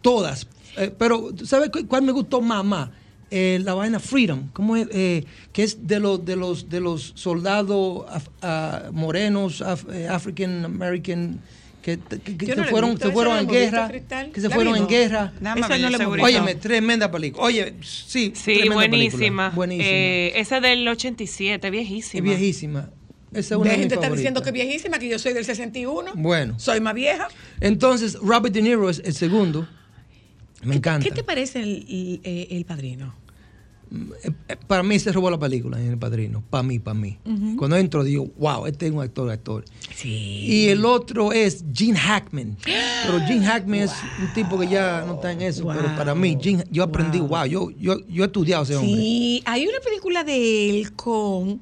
[SPEAKER 6] Todas. Eh, pero, ¿tú ¿sabes cu- cuál me gustó más? más? Eh, la vaina Freedom, ¿cómo es? Eh, que es de los de los de los soldados af- ah, morenos, af- eh, African American, que, que- que- que
[SPEAKER 2] Yo no la he
[SPEAKER 6] fueron,
[SPEAKER 2] visto,
[SPEAKER 6] se
[SPEAKER 2] esa
[SPEAKER 6] fueron
[SPEAKER 2] la
[SPEAKER 6] en
[SPEAKER 2] hemos visto,
[SPEAKER 6] guerra,
[SPEAKER 2] Cristal.
[SPEAKER 6] que se
[SPEAKER 2] ¿La
[SPEAKER 6] fueron en
[SPEAKER 2] vimos?
[SPEAKER 6] guerra.
[SPEAKER 4] Déjame ver
[SPEAKER 6] no
[SPEAKER 4] el
[SPEAKER 6] la hemos
[SPEAKER 4] segurito.
[SPEAKER 6] visto. Óyeme, tremenda película. Oye, sí,
[SPEAKER 9] Sí,
[SPEAKER 6] tremenda
[SPEAKER 9] buenísima.
[SPEAKER 6] película. Buenísima.
[SPEAKER 9] Eh, esa del 87, viejísima.
[SPEAKER 6] Es viejísima. Esa es
[SPEAKER 2] Dejen
[SPEAKER 6] una de mis
[SPEAKER 2] de estar
[SPEAKER 6] favoritas.
[SPEAKER 2] diciendo que es viejísima, que yo soy del 61.
[SPEAKER 6] Bueno.
[SPEAKER 2] Soy más vieja.
[SPEAKER 6] Entonces, Robert De Niro es el segundo. Me encanta.
[SPEAKER 2] ¿Qué te parece el, el- el padrino?
[SPEAKER 6] Eh, Para mí se robó la película en El Padrino. Para mí, para mí.
[SPEAKER 2] Ujú.
[SPEAKER 6] Cuando entro digo, wow, este es un actor, actor.
[SPEAKER 2] Sí.
[SPEAKER 6] Y el otro es Gene Hackman. Pero Gene Hackman es un tipo que ya no está en eso. Pero para mí, Gene- yo aprendí, wow, yo, yo, yo he estudiado a ese hombre.
[SPEAKER 2] Sí, hay una película de él con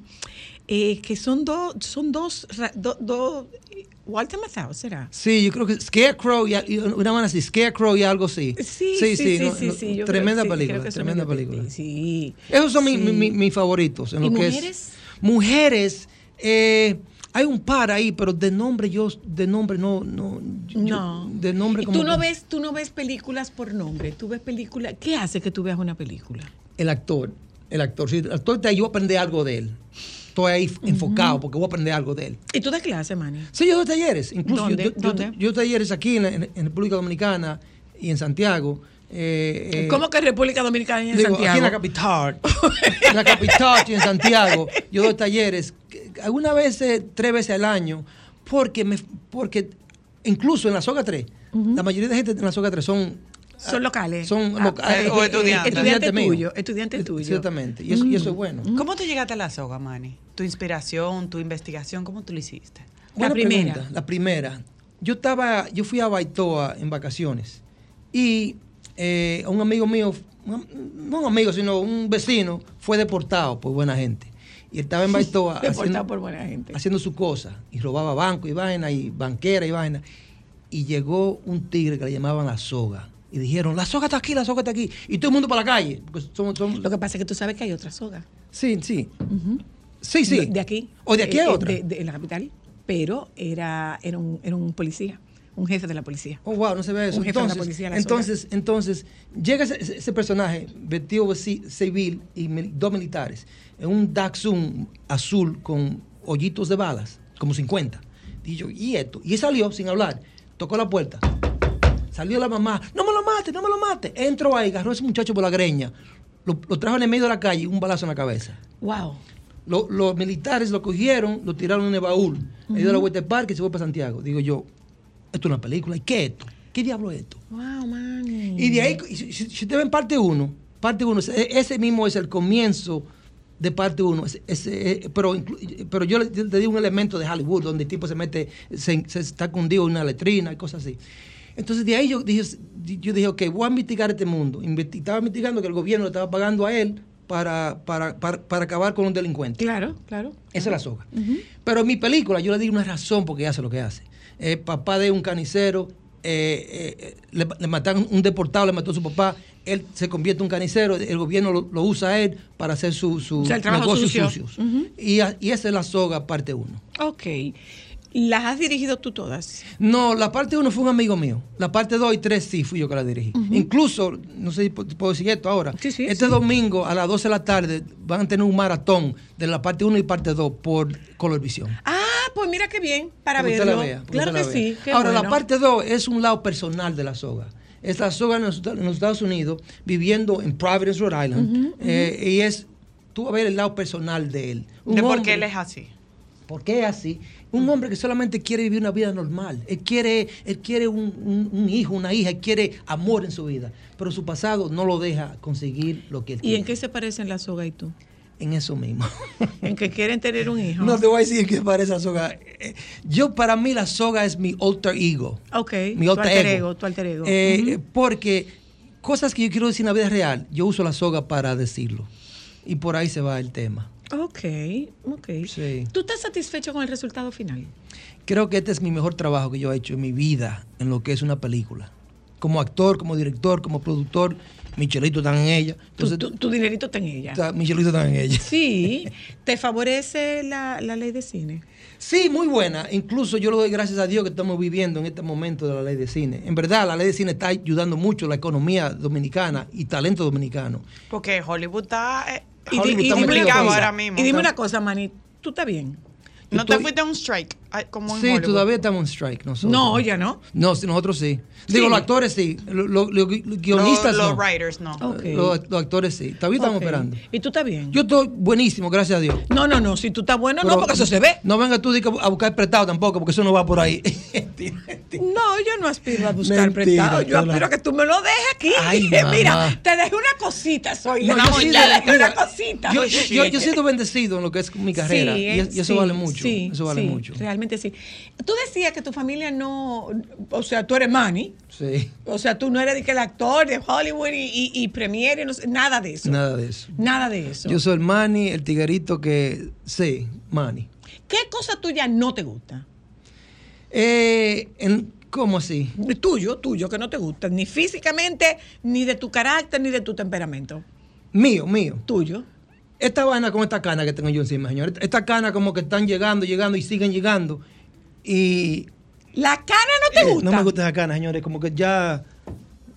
[SPEAKER 2] eh, que son dos, son dos, ra- do- dos, eh, Walter Matthau será.
[SPEAKER 6] Sí, yo creo que Scarecrow y, y una mano así, Scarecrow y algo así.
[SPEAKER 2] Sí, sí, sí,
[SPEAKER 6] no,
[SPEAKER 2] sí,
[SPEAKER 6] no,
[SPEAKER 2] sí, yo creo-
[SPEAKER 6] tremenda
[SPEAKER 2] sí, creo
[SPEAKER 6] película,
[SPEAKER 2] que eso me
[SPEAKER 6] tremenda
[SPEAKER 2] dio
[SPEAKER 6] película.
[SPEAKER 2] Sí.
[SPEAKER 6] Esos son mi-
[SPEAKER 2] Sí.
[SPEAKER 6] mi- mi- mis favoritos. En
[SPEAKER 2] ¿Y
[SPEAKER 6] lo que es-
[SPEAKER 2] mujeres?
[SPEAKER 6] mujeres, eh, hay un par ahí, pero de nombre yo, de nombre no, no, yo-
[SPEAKER 2] No.
[SPEAKER 6] de nombre
[SPEAKER 2] Y
[SPEAKER 6] como
[SPEAKER 2] tú no
[SPEAKER 6] que-
[SPEAKER 2] ves, tú no ves películas por nombre, tú ves películas. ¿Qué hace que tú veas una película?
[SPEAKER 6] el actor, el actor, sí, el actor te ayuda a aprender algo de él. Estoy ahí enfocado porque voy a aprender algo de él.
[SPEAKER 2] Y tú das clase, Manny.
[SPEAKER 6] Sí, yo doy talleres, incluso
[SPEAKER 2] ¿Dónde?
[SPEAKER 6] yo, yo- yo-
[SPEAKER 2] ¿Dónde?
[SPEAKER 6] yo doy talleres aquí en, en- en República Dominicana y en Santiago. eh, eh,
[SPEAKER 2] ¿Cómo que República Dominicana y en
[SPEAKER 6] Digo,
[SPEAKER 2] Santiago?
[SPEAKER 6] Aquí en la capital. en la capital, y en Santiago. Yo doy talleres que- algunas veces, tres veces al año, porque, me, porque incluso en la soga 3, la mayoría de gente en la soga 3 son,
[SPEAKER 2] Son locales.
[SPEAKER 6] son
[SPEAKER 2] Ah,
[SPEAKER 6] loca-
[SPEAKER 2] eh,
[SPEAKER 4] o
[SPEAKER 6] eh,
[SPEAKER 4] estudiantes.
[SPEAKER 2] Estudiante
[SPEAKER 6] míos.
[SPEAKER 2] tuyo, estudiante tuyo.
[SPEAKER 6] Exactamente. Y eso, y eso
[SPEAKER 2] Mm.
[SPEAKER 6] es bueno.
[SPEAKER 4] ¿Cómo tú llegaste a la soga, Manny? Tu inspiración, tu investigación, ¿cómo tú lo hiciste?
[SPEAKER 2] La
[SPEAKER 6] Buena
[SPEAKER 2] primera.
[SPEAKER 6] pregunta, la primera. Yo estaba, yo fui a Baitoa en vacaciones y eh, un amigo mío, un- no un amigo, sino un vecino, fue deportado por buena gente. Y él estaba en Baitoa
[SPEAKER 2] Deportado
[SPEAKER 6] haciendo,
[SPEAKER 2] por buena gente.
[SPEAKER 6] haciendo su cosa y robaba banco y vaina y banquera y vaina. Y llegó un tigre que le llamaban la soga. Y dijeron, la soga está aquí, la soga está aquí. Y todo el mundo para la calle. porque son- son-
[SPEAKER 2] Lo que pasa es que tú sabes que hay otra soga.
[SPEAKER 6] Sí, sí. Sí, sí.
[SPEAKER 2] De, de aquí.
[SPEAKER 6] O de aquí
[SPEAKER 2] Eh,
[SPEAKER 6] a
[SPEAKER 2] eh,
[SPEAKER 6] otra.
[SPEAKER 2] De, de- en la capital. Pero era, era, un, era un policía, un jefe de la policía.
[SPEAKER 6] Oh, wow, no se ve eso.
[SPEAKER 2] Un jefe de la
[SPEAKER 6] entonces,
[SPEAKER 2] policía ¿eh? de la
[SPEAKER 6] entonces, entonces, llega ese, ese- ese personaje vestido ci- civil y mil- dos militares en un Datsun azul con hoyitos de balas, como 50. Y yo, ¿y esto? Y él salió sin hablar, tocó la puerta. Salió la mamá, no me lo mate, no me lo mate. Entró ahí, agarró a ese muchacho por la greña, lo, lo trajo en el medio de la calle, un balazo en la cabeza.
[SPEAKER 2] Wow.
[SPEAKER 6] Lo- los militares lo cogieron, lo tiraron en el baúl, le dio la vuelta al parque y se fue para Santiago. Digo yo, esto es una película, ¿y qué es esto? ¿Qué diablo es esto?
[SPEAKER 13] Wow, mami.
[SPEAKER 6] Y de ahí, y si, si- si usted ve en parte 1, parte 1, ese mismo es el comienzo de parte 1. eh, pero, inclu- pero yo le, le di un elemento de Hollywood donde el tipo se mete, se, se está cundido en una letrina y cosas así. Entonces de ahí yo dije, yo dije, ok, voy a investigar este mundo. Investi- estaba investigando que el gobierno le estaba pagando a él para, para, para, para acabar con un delincuente.
[SPEAKER 2] Claro, claro.
[SPEAKER 6] Esa es la soga. Pero en mi película yo le di una razón porque hace lo que hace. Eh, papá de un canicero, eh, eh, eh, le, le mataron un deportado, le mató a su papá, él se convierte en un canicero, el gobierno lo, lo usa a él para hacer sus su
[SPEAKER 2] O sea, el trabajo
[SPEAKER 6] negocios
[SPEAKER 2] sucio.
[SPEAKER 6] sucios. y, a- y esa es la soga parte 1.
[SPEAKER 2] Ok. ¿Las has dirigido tú todas?
[SPEAKER 6] No, la parte 1 fue un amigo mío. La parte 2 y 3 sí fui yo que la dirigí.
[SPEAKER 2] Ujú.
[SPEAKER 6] Incluso, no sé si pu- puedo decir esto ahora, este domingo a las 12 de la tarde van a tener un maratón de la parte 1 y parte 2 por Colorvisión.
[SPEAKER 2] Ah, pues mira qué bien, para
[SPEAKER 6] Porque usted
[SPEAKER 2] verlo.
[SPEAKER 6] la vea, porque
[SPEAKER 2] claro que
[SPEAKER 6] usted la vea.
[SPEAKER 2] sí. qué
[SPEAKER 6] Ahora, la
[SPEAKER 2] bueno.
[SPEAKER 6] parte 2 es un lado personal de la soga. Es la soga en los, Estados- en los Estados Unidos, viviendo en Providence, Rhode Island.
[SPEAKER 4] Ujú,
[SPEAKER 6] eh, y es, tú vas a ver el lado personal de él. Un
[SPEAKER 4] de por
[SPEAKER 6] hombre-
[SPEAKER 4] qué él es así.
[SPEAKER 6] ¿Por qué es así? Un hombre que solamente quiere vivir una vida normal. Él quiere, él quiere un, un- un hijo, una hija, él quiere amor en su vida. Pero su pasado no lo deja conseguir lo que él
[SPEAKER 2] ¿Y en
[SPEAKER 6] quiere.
[SPEAKER 2] qué se parecen la soga y tú?
[SPEAKER 6] En eso mismo.
[SPEAKER 2] En que quieren tener un hijo.
[SPEAKER 6] No te voy a decir qué parece la soga. Eh, Yo, para mí, la soga es mi alter ego.
[SPEAKER 2] Ok,
[SPEAKER 6] Mi
[SPEAKER 2] tu
[SPEAKER 6] alter
[SPEAKER 2] alter
[SPEAKER 6] ego.
[SPEAKER 2] ego, tu alter ego.
[SPEAKER 6] Eh,
[SPEAKER 2] Ujú.
[SPEAKER 6] eh, Porque cosas que yo quiero decir en la vida real, yo uso la soga para decirlo. Y por ahí se va el tema.
[SPEAKER 2] Mm, Ok, ok.
[SPEAKER 6] Sí.
[SPEAKER 2] ¿Tú estás satisfecho con el resultado final?
[SPEAKER 6] Creo que este es mi mejor trabajo que yo he hecho en mi vida en lo que es una película. Como actor, como director, como productor, Michelito está en ella. Entonces,
[SPEAKER 2] tu, tu dinerito está en ella.
[SPEAKER 6] está- Michelito está en ella.
[SPEAKER 2] Sí, ¿te favorece la, la ley de cine?
[SPEAKER 6] Sí, muy buena. Incluso yo le doy gracias a Dios que estamos viviendo en este momento de la ley de cine. En verdad, la ley de cine está ayudando mucho la economía dominicana y talento dominicano.
[SPEAKER 4] Porque Hollywood está eh,
[SPEAKER 6] Y di- y
[SPEAKER 4] complicado
[SPEAKER 6] dime una cosa.
[SPEAKER 4] ahora mismo.
[SPEAKER 6] Y dime
[SPEAKER 2] Una cosa, Manny, ¿tú estás bien?
[SPEAKER 4] No te
[SPEAKER 6] Estoy-
[SPEAKER 4] fuiste a un strike. ay, Como en
[SPEAKER 6] Sí,
[SPEAKER 4] Hollywood.
[SPEAKER 6] todavía estamos en strike nosotros.
[SPEAKER 2] No, ya no.
[SPEAKER 6] No, sí, nosotros sí. Digo,
[SPEAKER 4] Sí.
[SPEAKER 6] los actores sí. Lo- lo- lo- Los, guionistas
[SPEAKER 4] Los-
[SPEAKER 6] no. Oh,
[SPEAKER 4] los writers no. Ok.
[SPEAKER 6] Los, los actores sí. Todavía estamos
[SPEAKER 2] Ok.
[SPEAKER 6] operando.
[SPEAKER 2] ¿Y tú estás bien?
[SPEAKER 6] Yo estoy buenísimo, gracias a Dios.
[SPEAKER 2] No, no, no, si tú estás bueno, no, porque eso se ve.
[SPEAKER 6] No venga tú di que a buscar prestado tampoco, porque eso no va por ahí.
[SPEAKER 2] No, yo no aspiro a buscar
[SPEAKER 6] Mentira,
[SPEAKER 2] prestado. Yo
[SPEAKER 6] tú la-
[SPEAKER 2] aspiro a que tú me lo dejes aquí.
[SPEAKER 6] Ay,
[SPEAKER 2] Mira,
[SPEAKER 6] mamá.
[SPEAKER 2] te dejé una cosita, soy.
[SPEAKER 6] No,
[SPEAKER 2] No,
[SPEAKER 6] yo
[SPEAKER 2] te
[SPEAKER 6] sí-
[SPEAKER 2] dejé
[SPEAKER 6] mira,
[SPEAKER 2] una cosita.
[SPEAKER 6] Yo, yo, yo- yo he sido bendecido en lo que es mi carrera.
[SPEAKER 2] Sí,
[SPEAKER 6] y, es- y eso
[SPEAKER 2] sí,
[SPEAKER 6] vale mucho.
[SPEAKER 2] sí,
[SPEAKER 6] eso vale
[SPEAKER 2] sí,
[SPEAKER 6] mucho.
[SPEAKER 2] Realmente sí. Tú decías que tu familia no, o sea, tú eres Manny,
[SPEAKER 6] Sí,
[SPEAKER 2] o sea, tú no eres de que el actor de Hollywood y, y, y Premier y no sé, nada de eso.
[SPEAKER 6] nada de eso.
[SPEAKER 2] Nada de eso.
[SPEAKER 6] Yo soy el Manny, el tiguerito que. Sí, Manny.
[SPEAKER 2] ¿Qué cosa tuya no te gusta?
[SPEAKER 6] Eh, en- ¿Cómo así?
[SPEAKER 2] Tuyo, tuyo, que no te gusta, ni físicamente, ni de tu carácter, ni de tu temperamento.
[SPEAKER 6] Mío, mío.
[SPEAKER 2] Tuyo.
[SPEAKER 6] Esta vaina con esta cana que tengo yo encima, señor. Esta cana como que están llegando, llegando y siguen llegando. Y.
[SPEAKER 2] ¿La cana no
[SPEAKER 6] te gusta? Eh, No me gusta esa cana, señores. Como que ya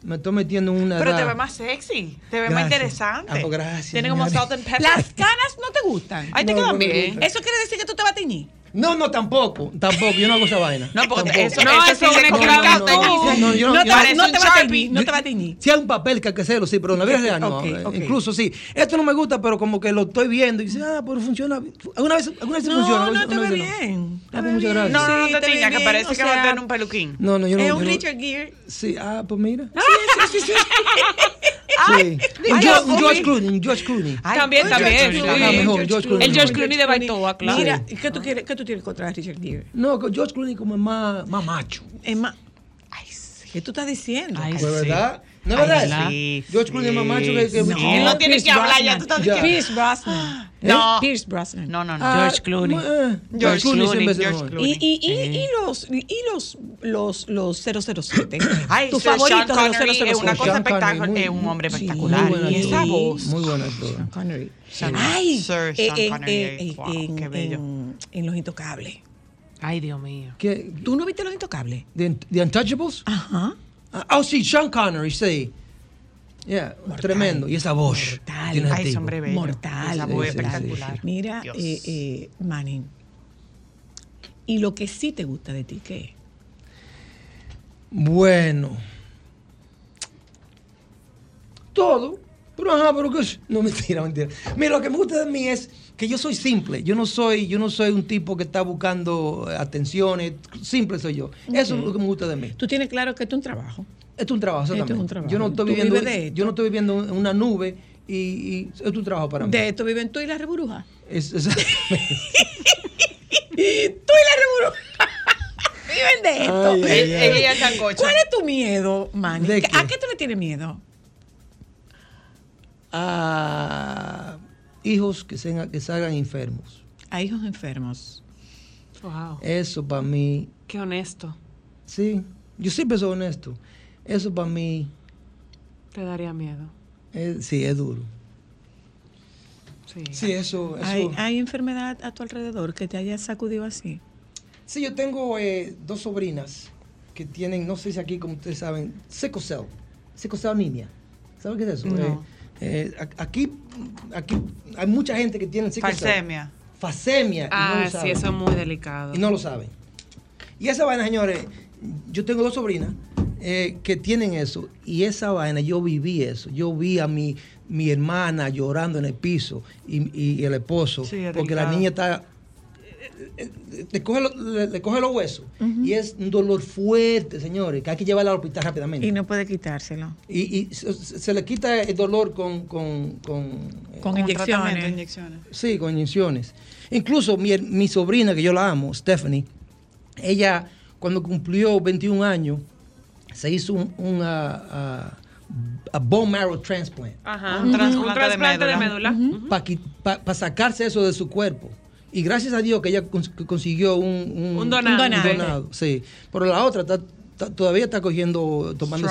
[SPEAKER 6] me estoy metiendo en una.
[SPEAKER 4] Pero te
[SPEAKER 6] edad.
[SPEAKER 4] ve más sexy. Te ve más
[SPEAKER 6] Gracias.
[SPEAKER 4] interesante.
[SPEAKER 6] Ah, pues gracias,
[SPEAKER 4] Tiene como
[SPEAKER 6] señores.
[SPEAKER 4] salt and pepper.
[SPEAKER 2] Las canas no te gustan.
[SPEAKER 4] Ay, te
[SPEAKER 6] No,
[SPEAKER 4] quedan
[SPEAKER 6] no me
[SPEAKER 4] bien.
[SPEAKER 6] gusta.
[SPEAKER 2] Eso quiere decir que tú te vas a teñir.
[SPEAKER 6] No, no, tampoco. Tampoco. Yo no hago esa vaina.
[SPEAKER 4] No, porque
[SPEAKER 6] Tampoco.
[SPEAKER 4] eso- No, eso eso sí es le como complicado la- teñirse.
[SPEAKER 6] No, yo
[SPEAKER 2] No te va-
[SPEAKER 6] yo-
[SPEAKER 2] no te va a teñir, no te va a teñir.
[SPEAKER 6] Si hay un papel que hay que hacerlo, sí, pero en la vida
[SPEAKER 2] Ok,
[SPEAKER 6] real no.
[SPEAKER 2] ok,
[SPEAKER 6] Eh,
[SPEAKER 2] ok.
[SPEAKER 6] Incluso sí. Esto no me gusta, pero como que lo estoy viendo y dice, ah, pero funciona. Alguna vez, alguna vez sí
[SPEAKER 2] No,
[SPEAKER 6] funciona. alguna
[SPEAKER 2] no
[SPEAKER 6] vez-
[SPEAKER 2] te
[SPEAKER 6] alguna
[SPEAKER 2] ve
[SPEAKER 6] vez no.
[SPEAKER 2] bien.
[SPEAKER 6] Ah, pues muchas gracias.
[SPEAKER 4] No, no,
[SPEAKER 2] Sí,
[SPEAKER 4] no
[SPEAKER 2] te
[SPEAKER 4] te
[SPEAKER 2] ve
[SPEAKER 4] tiña, que
[SPEAKER 2] bien,
[SPEAKER 4] parece
[SPEAKER 2] o
[SPEAKER 4] que va
[SPEAKER 2] sea,
[SPEAKER 4] a tener un peluquín.
[SPEAKER 6] No, no, yo no.
[SPEAKER 2] es un
[SPEAKER 6] yo no-
[SPEAKER 2] Richard Gere.
[SPEAKER 6] Sí, ah, pues mira.
[SPEAKER 2] Sí, sí, sí, sí.
[SPEAKER 6] Sí.
[SPEAKER 2] ay,
[SPEAKER 6] Un Jo-
[SPEAKER 2] Dios
[SPEAKER 6] un George
[SPEAKER 2] mío.
[SPEAKER 6] Clooney, un George Clooney.
[SPEAKER 9] También,
[SPEAKER 2] Ay,
[SPEAKER 9] también.
[SPEAKER 2] George
[SPEAKER 9] sí.
[SPEAKER 2] Clooney.
[SPEAKER 6] Ah, mejor, George Clooney.
[SPEAKER 9] El George Clooney de Baitoa, claro.
[SPEAKER 2] Mira, ¿qué tú, quieres, ¿qué tú tienes contra Richard Gere?
[SPEAKER 6] No, George Clooney como es más, más macho.
[SPEAKER 2] Es más. Ay, sí. ¿Qué tú estás diciendo? Ay,
[SPEAKER 6] Pues, ¿Verdad? ¿No es verdad?
[SPEAKER 4] sí,
[SPEAKER 6] George Clooney es más macho que... que-
[SPEAKER 4] sí. Él no tiene
[SPEAKER 2] Pierce
[SPEAKER 4] que hablar, ya
[SPEAKER 2] Brosnan.
[SPEAKER 4] tú estás
[SPEAKER 6] Ya.
[SPEAKER 2] Pierce Brosnan.
[SPEAKER 4] No.
[SPEAKER 2] Pierce Brosnan.
[SPEAKER 4] No, no, no.
[SPEAKER 6] Ah, eh, George Clooney siempre es el mejor.
[SPEAKER 2] Y, y, y, y los y los los los 007.
[SPEAKER 4] Ay,
[SPEAKER 2] tu
[SPEAKER 4] Sir Sean
[SPEAKER 2] favorito de los
[SPEAKER 4] Connery
[SPEAKER 2] 007.
[SPEAKER 4] es una cosa
[SPEAKER 6] Sean Connery,
[SPEAKER 4] espectacular,
[SPEAKER 6] muy-
[SPEAKER 4] es un hombre
[SPEAKER 2] sí,
[SPEAKER 4] espectacular.
[SPEAKER 2] muy buen
[SPEAKER 4] y esa
[SPEAKER 2] actor.
[SPEAKER 4] voz.
[SPEAKER 6] Muy buena actor.
[SPEAKER 2] Connery.
[SPEAKER 4] Sean-
[SPEAKER 2] Ay,
[SPEAKER 4] Sir
[SPEAKER 2] eh,
[SPEAKER 4] Sean
[SPEAKER 2] en-
[SPEAKER 4] Connery,
[SPEAKER 2] eh, eh,
[SPEAKER 4] wow,
[SPEAKER 2] en-
[SPEAKER 4] qué bello.
[SPEAKER 2] en- en los intocables.
[SPEAKER 9] Ay, Dios mío.
[SPEAKER 6] ¿Qué?
[SPEAKER 2] ¿Tú no viste los intocables?
[SPEAKER 6] The, The Untouchables?
[SPEAKER 2] Ajá.
[SPEAKER 6] Ah, oh, sí, Sean Connery, sí. Yeah, tremendo. Y esa voz. tiene
[SPEAKER 4] Ay,
[SPEAKER 6] tipo.
[SPEAKER 4] ese hombre bello.
[SPEAKER 2] Mortal.
[SPEAKER 4] Esa voz
[SPEAKER 6] Sí, sí,
[SPEAKER 4] espectacular.
[SPEAKER 2] Mira,
[SPEAKER 4] Dios.
[SPEAKER 2] eh, eh, Manning. Y lo que sí te gusta de ti, ¿qué es?
[SPEAKER 6] Bueno. Todo. Pero ajá, pero qué es? No, mentira, mentira. Mira, lo que me gusta de mí es que yo soy simple. Yo no soy, yo no soy un tipo que está buscando eh, atenciones. Simple soy yo. Eso es
[SPEAKER 2] Ok.
[SPEAKER 6] lo que me gusta de mí.
[SPEAKER 2] Tú tienes claro que esto es un trabajo.
[SPEAKER 6] Esto es un trabajo,
[SPEAKER 2] Esto es un
[SPEAKER 6] exactamente.
[SPEAKER 2] trabajo.
[SPEAKER 6] Yo no estoy
[SPEAKER 2] Tú
[SPEAKER 6] viviendo,
[SPEAKER 2] vives de
[SPEAKER 6] yo no estoy viviendo en una nube y, y es un trabajo para mí.
[SPEAKER 2] De esto viven tú y la reburuja.
[SPEAKER 6] Es- es-
[SPEAKER 2] Tú y la reburuja. Viven de esto.
[SPEAKER 6] Ay, ay, ay. Ella
[SPEAKER 4] es sancocho.
[SPEAKER 2] ¿Cuál es tu miedo, man?
[SPEAKER 6] ¿De
[SPEAKER 2] ¿A qué tú le tienes miedo?
[SPEAKER 6] a ah, hijos que, sean- que salgan enfermos.
[SPEAKER 2] A hijos enfermos.
[SPEAKER 9] Wow.
[SPEAKER 6] Eso para mí,
[SPEAKER 9] Qué honesto.
[SPEAKER 6] sí. Yo siempre soy honesto. Eso para mí,
[SPEAKER 9] Te daría miedo.
[SPEAKER 6] eh, sí, es duro.
[SPEAKER 9] Sí.
[SPEAKER 6] Sí, eso. eso.
[SPEAKER 2] ¿Hay, hay enfermedad a tu alrededor que te haya sacudido así?
[SPEAKER 6] Sí, yo tengo eh, dos sobrinas que tienen, no sé si aquí, como ustedes saben, sickle cell, sickle cell anemia. ¿Saben qué es eso?
[SPEAKER 4] No.
[SPEAKER 6] Eh, eh, a- aquí, aquí hay mucha gente que tiene sickle cell.
[SPEAKER 4] Falsemia.
[SPEAKER 6] Fasemia. y no
[SPEAKER 9] Ah,
[SPEAKER 6] lo
[SPEAKER 9] sí,
[SPEAKER 6] saben.
[SPEAKER 9] eso es muy delicado.
[SPEAKER 6] Y no lo saben. Y esa vaina, señores, yo tengo dos sobrinas eh, que tienen eso. Y esa vaina, yo viví eso. Yo vi a mi, mi hermana llorando en el piso y, y el esposo.
[SPEAKER 4] Sí, es
[SPEAKER 6] porque la
[SPEAKER 4] delicado.
[SPEAKER 6] niña está. eh, eh, Le coge, lo- le, le coge los huesos y es un dolor fuerte, señores, que hay que llevarla al hospital rápidamente.
[SPEAKER 2] Y no puede quitárselo.
[SPEAKER 6] Y, y se, se le quita el dolor con, con, con, eh,
[SPEAKER 2] Con inyecciones.
[SPEAKER 6] Sí, con inyecciones. Incluso mi, her- mi sobrina, que yo la amo, Stephanie, ella cuando cumplió 21 años, se hizo un, un, ah, ah, a bone marrow transplant
[SPEAKER 9] Ajá.
[SPEAKER 4] Un trasplante de médula.
[SPEAKER 6] para sacarse eso de su cuerpo. Y gracias a Dios que ella cons- que consiguió un,
[SPEAKER 9] Un donado.
[SPEAKER 6] un
[SPEAKER 9] donado.
[SPEAKER 6] donado, sí. Pero la otra está- está- todavía está cogiendo, tomando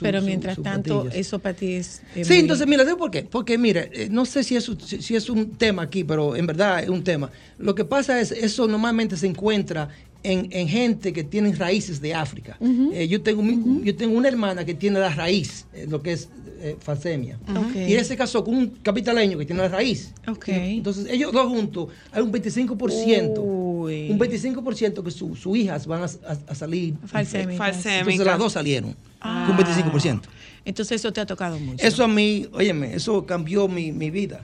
[SPEAKER 2] Pero mientras tanto, eso para ti es. eh,
[SPEAKER 6] Sí,
[SPEAKER 2] muy-
[SPEAKER 6] entonces mira, ¿sabes por qué? Porque mira, eh, no sé si es, un- si si es un tema aquí, pero en verdad es un tema. Lo que pasa es, eso normalmente se encuentra en, en gente que tienen raíces de África.
[SPEAKER 2] Ujú.
[SPEAKER 6] Eh, yo, tengo, mi- yo tengo una hermana que tiene la raíz, eh, lo que es eh, falsemia.
[SPEAKER 2] Ok.
[SPEAKER 6] Y ella se casó con un capitaleño que tiene la raíz.
[SPEAKER 2] Ok.
[SPEAKER 6] Entonces, ellos dos juntos, hay un 25%,
[SPEAKER 2] Uy.
[SPEAKER 6] un 25% que su- sus hijas van a, a- a salir.
[SPEAKER 2] Falsémicas.
[SPEAKER 6] Entonces, las dos salieron,
[SPEAKER 2] Ah.
[SPEAKER 6] con un 25%.
[SPEAKER 2] Entonces eso te ha tocado mucho.
[SPEAKER 6] Eso a mí, óyeme, eso cambió mi, mi vida.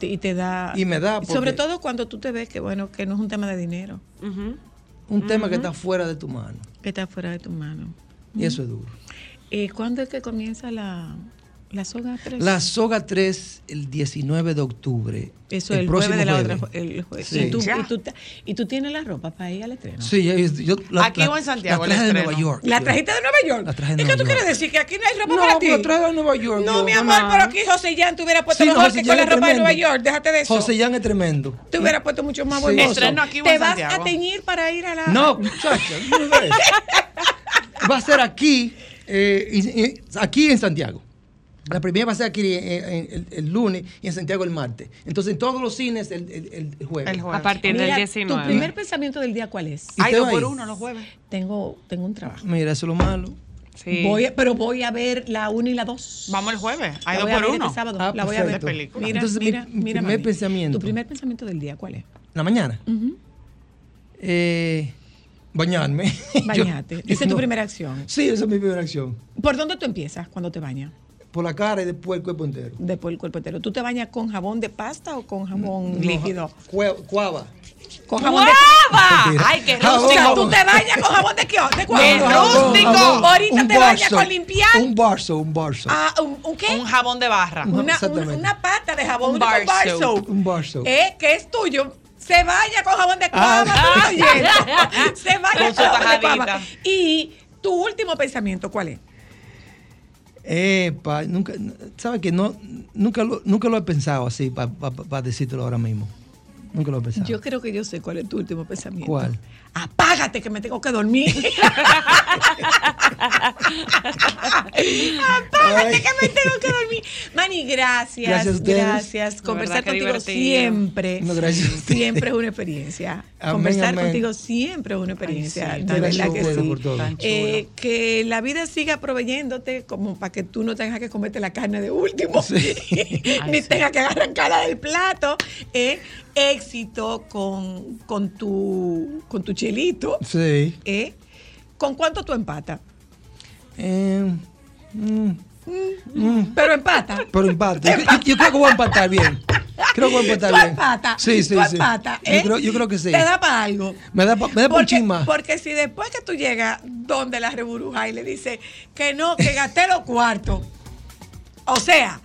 [SPEAKER 2] y te da.
[SPEAKER 6] Y me da.
[SPEAKER 2] Sobre
[SPEAKER 6] porque
[SPEAKER 2] todo cuando tú te ves que, bueno, que no es un tema de dinero,
[SPEAKER 6] Un tema que está fuera de tu mano.
[SPEAKER 2] que está fuera de tu mano.
[SPEAKER 6] Y eso es duro.
[SPEAKER 2] Eh, ¿Cuándo es que comienza la, la soga 3?
[SPEAKER 6] La soga 3, el 19 de octubre.
[SPEAKER 2] Eso el, jueves
[SPEAKER 6] próximo
[SPEAKER 2] de la
[SPEAKER 6] jueves.
[SPEAKER 2] otra. El jueves.
[SPEAKER 6] Sí.
[SPEAKER 2] ¿Y, tú, y, tú, ta- y tú tienes la ropa para ir al estreno.
[SPEAKER 6] Sí, yo- yo- la-
[SPEAKER 2] Aquí
[SPEAKER 6] la-
[SPEAKER 2] o en Santiago,
[SPEAKER 6] La traje
[SPEAKER 2] el
[SPEAKER 6] de
[SPEAKER 2] estreno.
[SPEAKER 6] Nueva York.
[SPEAKER 2] ¿La
[SPEAKER 6] yo.
[SPEAKER 2] trajiste de Nueva York?
[SPEAKER 6] La traje de
[SPEAKER 2] ¿Y
[SPEAKER 6] Nueva
[SPEAKER 2] qué tú
[SPEAKER 6] York.
[SPEAKER 2] quieres decir? ¿Que aquí no hay ropa
[SPEAKER 6] No,
[SPEAKER 2] para ti?
[SPEAKER 6] pero la traje de Nueva York.
[SPEAKER 2] No,
[SPEAKER 6] yo.
[SPEAKER 2] mi amor, pero aquí José Jan, tú hubieras puesto
[SPEAKER 6] Sí,
[SPEAKER 2] mejor
[SPEAKER 6] José
[SPEAKER 2] que
[SPEAKER 6] Jan
[SPEAKER 2] con la
[SPEAKER 6] es
[SPEAKER 2] ropa de Nueva
[SPEAKER 6] tremendo.
[SPEAKER 2] York. Déjate de eso.
[SPEAKER 6] José Jan es tremendo.
[SPEAKER 2] Tú hubieras puesto mucho más
[SPEAKER 6] Sí.
[SPEAKER 2] bonito.
[SPEAKER 6] Estreno aquí o en
[SPEAKER 2] Te vas
[SPEAKER 6] Santiago.
[SPEAKER 2] a teñir para ir a la...
[SPEAKER 6] No, muchacha, no me ves. va a ser aquí, eh, y- y- aquí en Santiago. La primera va a ser aquí eh, en- el, el lunes y en Santiago el martes. Entonces, en todos los cines el, el- el jueves.
[SPEAKER 2] A partir del 19. ¿Tu primer pensamiento del día cuál es?
[SPEAKER 6] ¿Y Ay, te dos va por ahí? uno
[SPEAKER 2] los jueves. Tengo, tengo un trabajo.
[SPEAKER 6] Mira, eso es lo malo.
[SPEAKER 2] Voy a- pero voy a ver la 1 y la 2.
[SPEAKER 4] Vamos el jueves.
[SPEAKER 2] La
[SPEAKER 4] Hay Ah, dos
[SPEAKER 2] voy a
[SPEAKER 4] por
[SPEAKER 2] ver este
[SPEAKER 4] uno.
[SPEAKER 2] sábado, la voy a ver.
[SPEAKER 4] De película.
[SPEAKER 2] Mira,
[SPEAKER 6] Ah, Entonces, mi-
[SPEAKER 2] mira,
[SPEAKER 6] mi
[SPEAKER 2] mira,
[SPEAKER 6] primer
[SPEAKER 2] mami.
[SPEAKER 6] pensamiento.
[SPEAKER 2] ¿Tu primer pensamiento del día cuál es?
[SPEAKER 6] ¿La mañana? Eh, bañarme. Yo-
[SPEAKER 2] Bañate. Esa es tu
[SPEAKER 6] no.
[SPEAKER 2] primera acción.
[SPEAKER 6] Sí, esa es mi primera acción.
[SPEAKER 2] ¿Por dónde tú empiezas cuando te bañas?
[SPEAKER 6] Por la cara y después el cuerpo entero.
[SPEAKER 2] Después el cuerpo entero. ¿Tú te bañas con jabón de pasta o con jabón
[SPEAKER 6] No,
[SPEAKER 2] líquido?
[SPEAKER 6] cue- Cuava.
[SPEAKER 2] Con jabón de
[SPEAKER 6] ¡Guava!
[SPEAKER 2] Mentira.
[SPEAKER 6] Ay, qué
[SPEAKER 2] O sea,
[SPEAKER 6] rústico.
[SPEAKER 2] tú te bañas con jabón de qué? ¿De cuál?
[SPEAKER 4] ¡Qué rústico!
[SPEAKER 2] Ahorita
[SPEAKER 4] Un
[SPEAKER 2] te bañas
[SPEAKER 4] barso.
[SPEAKER 2] con limpiar.
[SPEAKER 6] Un barso, un barso.
[SPEAKER 2] Ah, ¿un, un qué?
[SPEAKER 4] Un jabón de barra.
[SPEAKER 2] Una, una, una pata de jabón
[SPEAKER 4] Un
[SPEAKER 2] con
[SPEAKER 4] bar
[SPEAKER 2] bar
[SPEAKER 4] soap.
[SPEAKER 2] soap.
[SPEAKER 6] Un bar soap.
[SPEAKER 2] Eh, que es tuyo. Se vaya con jabón de
[SPEAKER 6] Ah.
[SPEAKER 2] cuava. tú estás oyendo. Se vaya
[SPEAKER 4] Con su
[SPEAKER 2] con jabón de
[SPEAKER 4] tajadita.
[SPEAKER 2] cuava. Y tu último pensamiento, ¿cuál es?
[SPEAKER 6] Epa, nunca, ¿sabes que No, nunca lo, nunca lo he pensado así para decírtelo ahora mismo. Nunca lo he pensado.
[SPEAKER 2] Yo creo que yo sé cuál es tu último pensamiento.
[SPEAKER 6] ¿Cuál?
[SPEAKER 2] Apágate que me tengo que dormir. Apágate que me tengo que dormir. Mani, gracias.
[SPEAKER 6] Gracias a ustedes.
[SPEAKER 2] Gracias.
[SPEAKER 6] De
[SPEAKER 2] Conversar
[SPEAKER 6] verdad que
[SPEAKER 2] contigo
[SPEAKER 6] divertido.
[SPEAKER 2] siempre.
[SPEAKER 6] No, gracias a ustedes.
[SPEAKER 2] Siempre es una experiencia.
[SPEAKER 6] Amén,
[SPEAKER 2] Conversar
[SPEAKER 6] amén.
[SPEAKER 2] contigo siempre es una experiencia.
[SPEAKER 6] Ay, sí,
[SPEAKER 2] de
[SPEAKER 6] tan
[SPEAKER 2] verdad
[SPEAKER 6] chulo.
[SPEAKER 2] que
[SPEAKER 6] Gracias
[SPEAKER 2] sí.
[SPEAKER 6] por todo. Tan chulo.
[SPEAKER 2] Eh, que la vida siga proveyéndote como para que tú no tengas que comerte la carne de último. ni tengas que arrancarla del plato. eh. Éxito con, con tu con tu chelito.
[SPEAKER 6] Sí.
[SPEAKER 2] ¿eh? ¿Con cuánto tú empatas?
[SPEAKER 6] Eh, mm,
[SPEAKER 14] Pero empata.
[SPEAKER 6] Pero empata. Yo, yo- yo creo que voy a empatar bien. Creo que voy a empatar
[SPEAKER 2] Tú
[SPEAKER 6] bien.
[SPEAKER 2] empatas,
[SPEAKER 6] Sí, sí,
[SPEAKER 2] tú
[SPEAKER 6] sí.
[SPEAKER 2] empatas,
[SPEAKER 6] Yo,
[SPEAKER 2] ¿eh?
[SPEAKER 6] creo, yo creo que sí.
[SPEAKER 2] Te da para algo.
[SPEAKER 6] Me da, pa- me da por un chin más.
[SPEAKER 2] Porque si después que tú llegas donde la reburuja y le dice que no, que gasté los cuartos. O sea,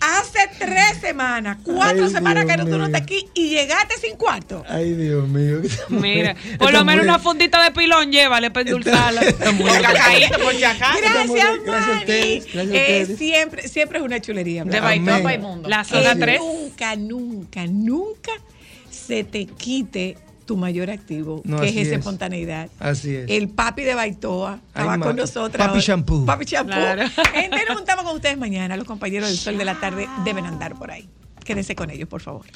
[SPEAKER 2] hace tres semanas, cuatro
[SPEAKER 6] Ay,
[SPEAKER 2] semanas
[SPEAKER 6] Dios
[SPEAKER 2] que tú no
[SPEAKER 6] mío.
[SPEAKER 2] estás aquí y llegaste sin cuarto.
[SPEAKER 6] Ay, Dios mío.
[SPEAKER 9] Mira, por lo menos una fundita de pilón llévale para endulzarla. Con cacaíto, por si acaso.
[SPEAKER 2] Gracias,
[SPEAKER 9] Gracias a ustedes,
[SPEAKER 2] Manny.
[SPEAKER 9] gracias a
[SPEAKER 2] Eh,
[SPEAKER 9] ustedes.
[SPEAKER 2] siempre, siempre es una chulería.
[SPEAKER 9] De Baitoa pa' Inmundo. La zona
[SPEAKER 2] Que
[SPEAKER 9] tres.
[SPEAKER 2] Nunca, nunca, nunca se te quite tu mayor activo,
[SPEAKER 6] No,
[SPEAKER 2] que es
[SPEAKER 6] así
[SPEAKER 2] esa
[SPEAKER 6] es.
[SPEAKER 2] espontaneidad.
[SPEAKER 6] Así es.
[SPEAKER 2] El papi de Baitoa estaba
[SPEAKER 6] ma-
[SPEAKER 2] con nosotras.
[SPEAKER 6] Papi Shampoo.
[SPEAKER 2] Papi Shampoo.
[SPEAKER 6] Claro.
[SPEAKER 2] Gente, nos juntamos con ustedes mañana. Los compañeros del Sol de la Tarde deben andar por ahí. Quédense con ellos, por favor.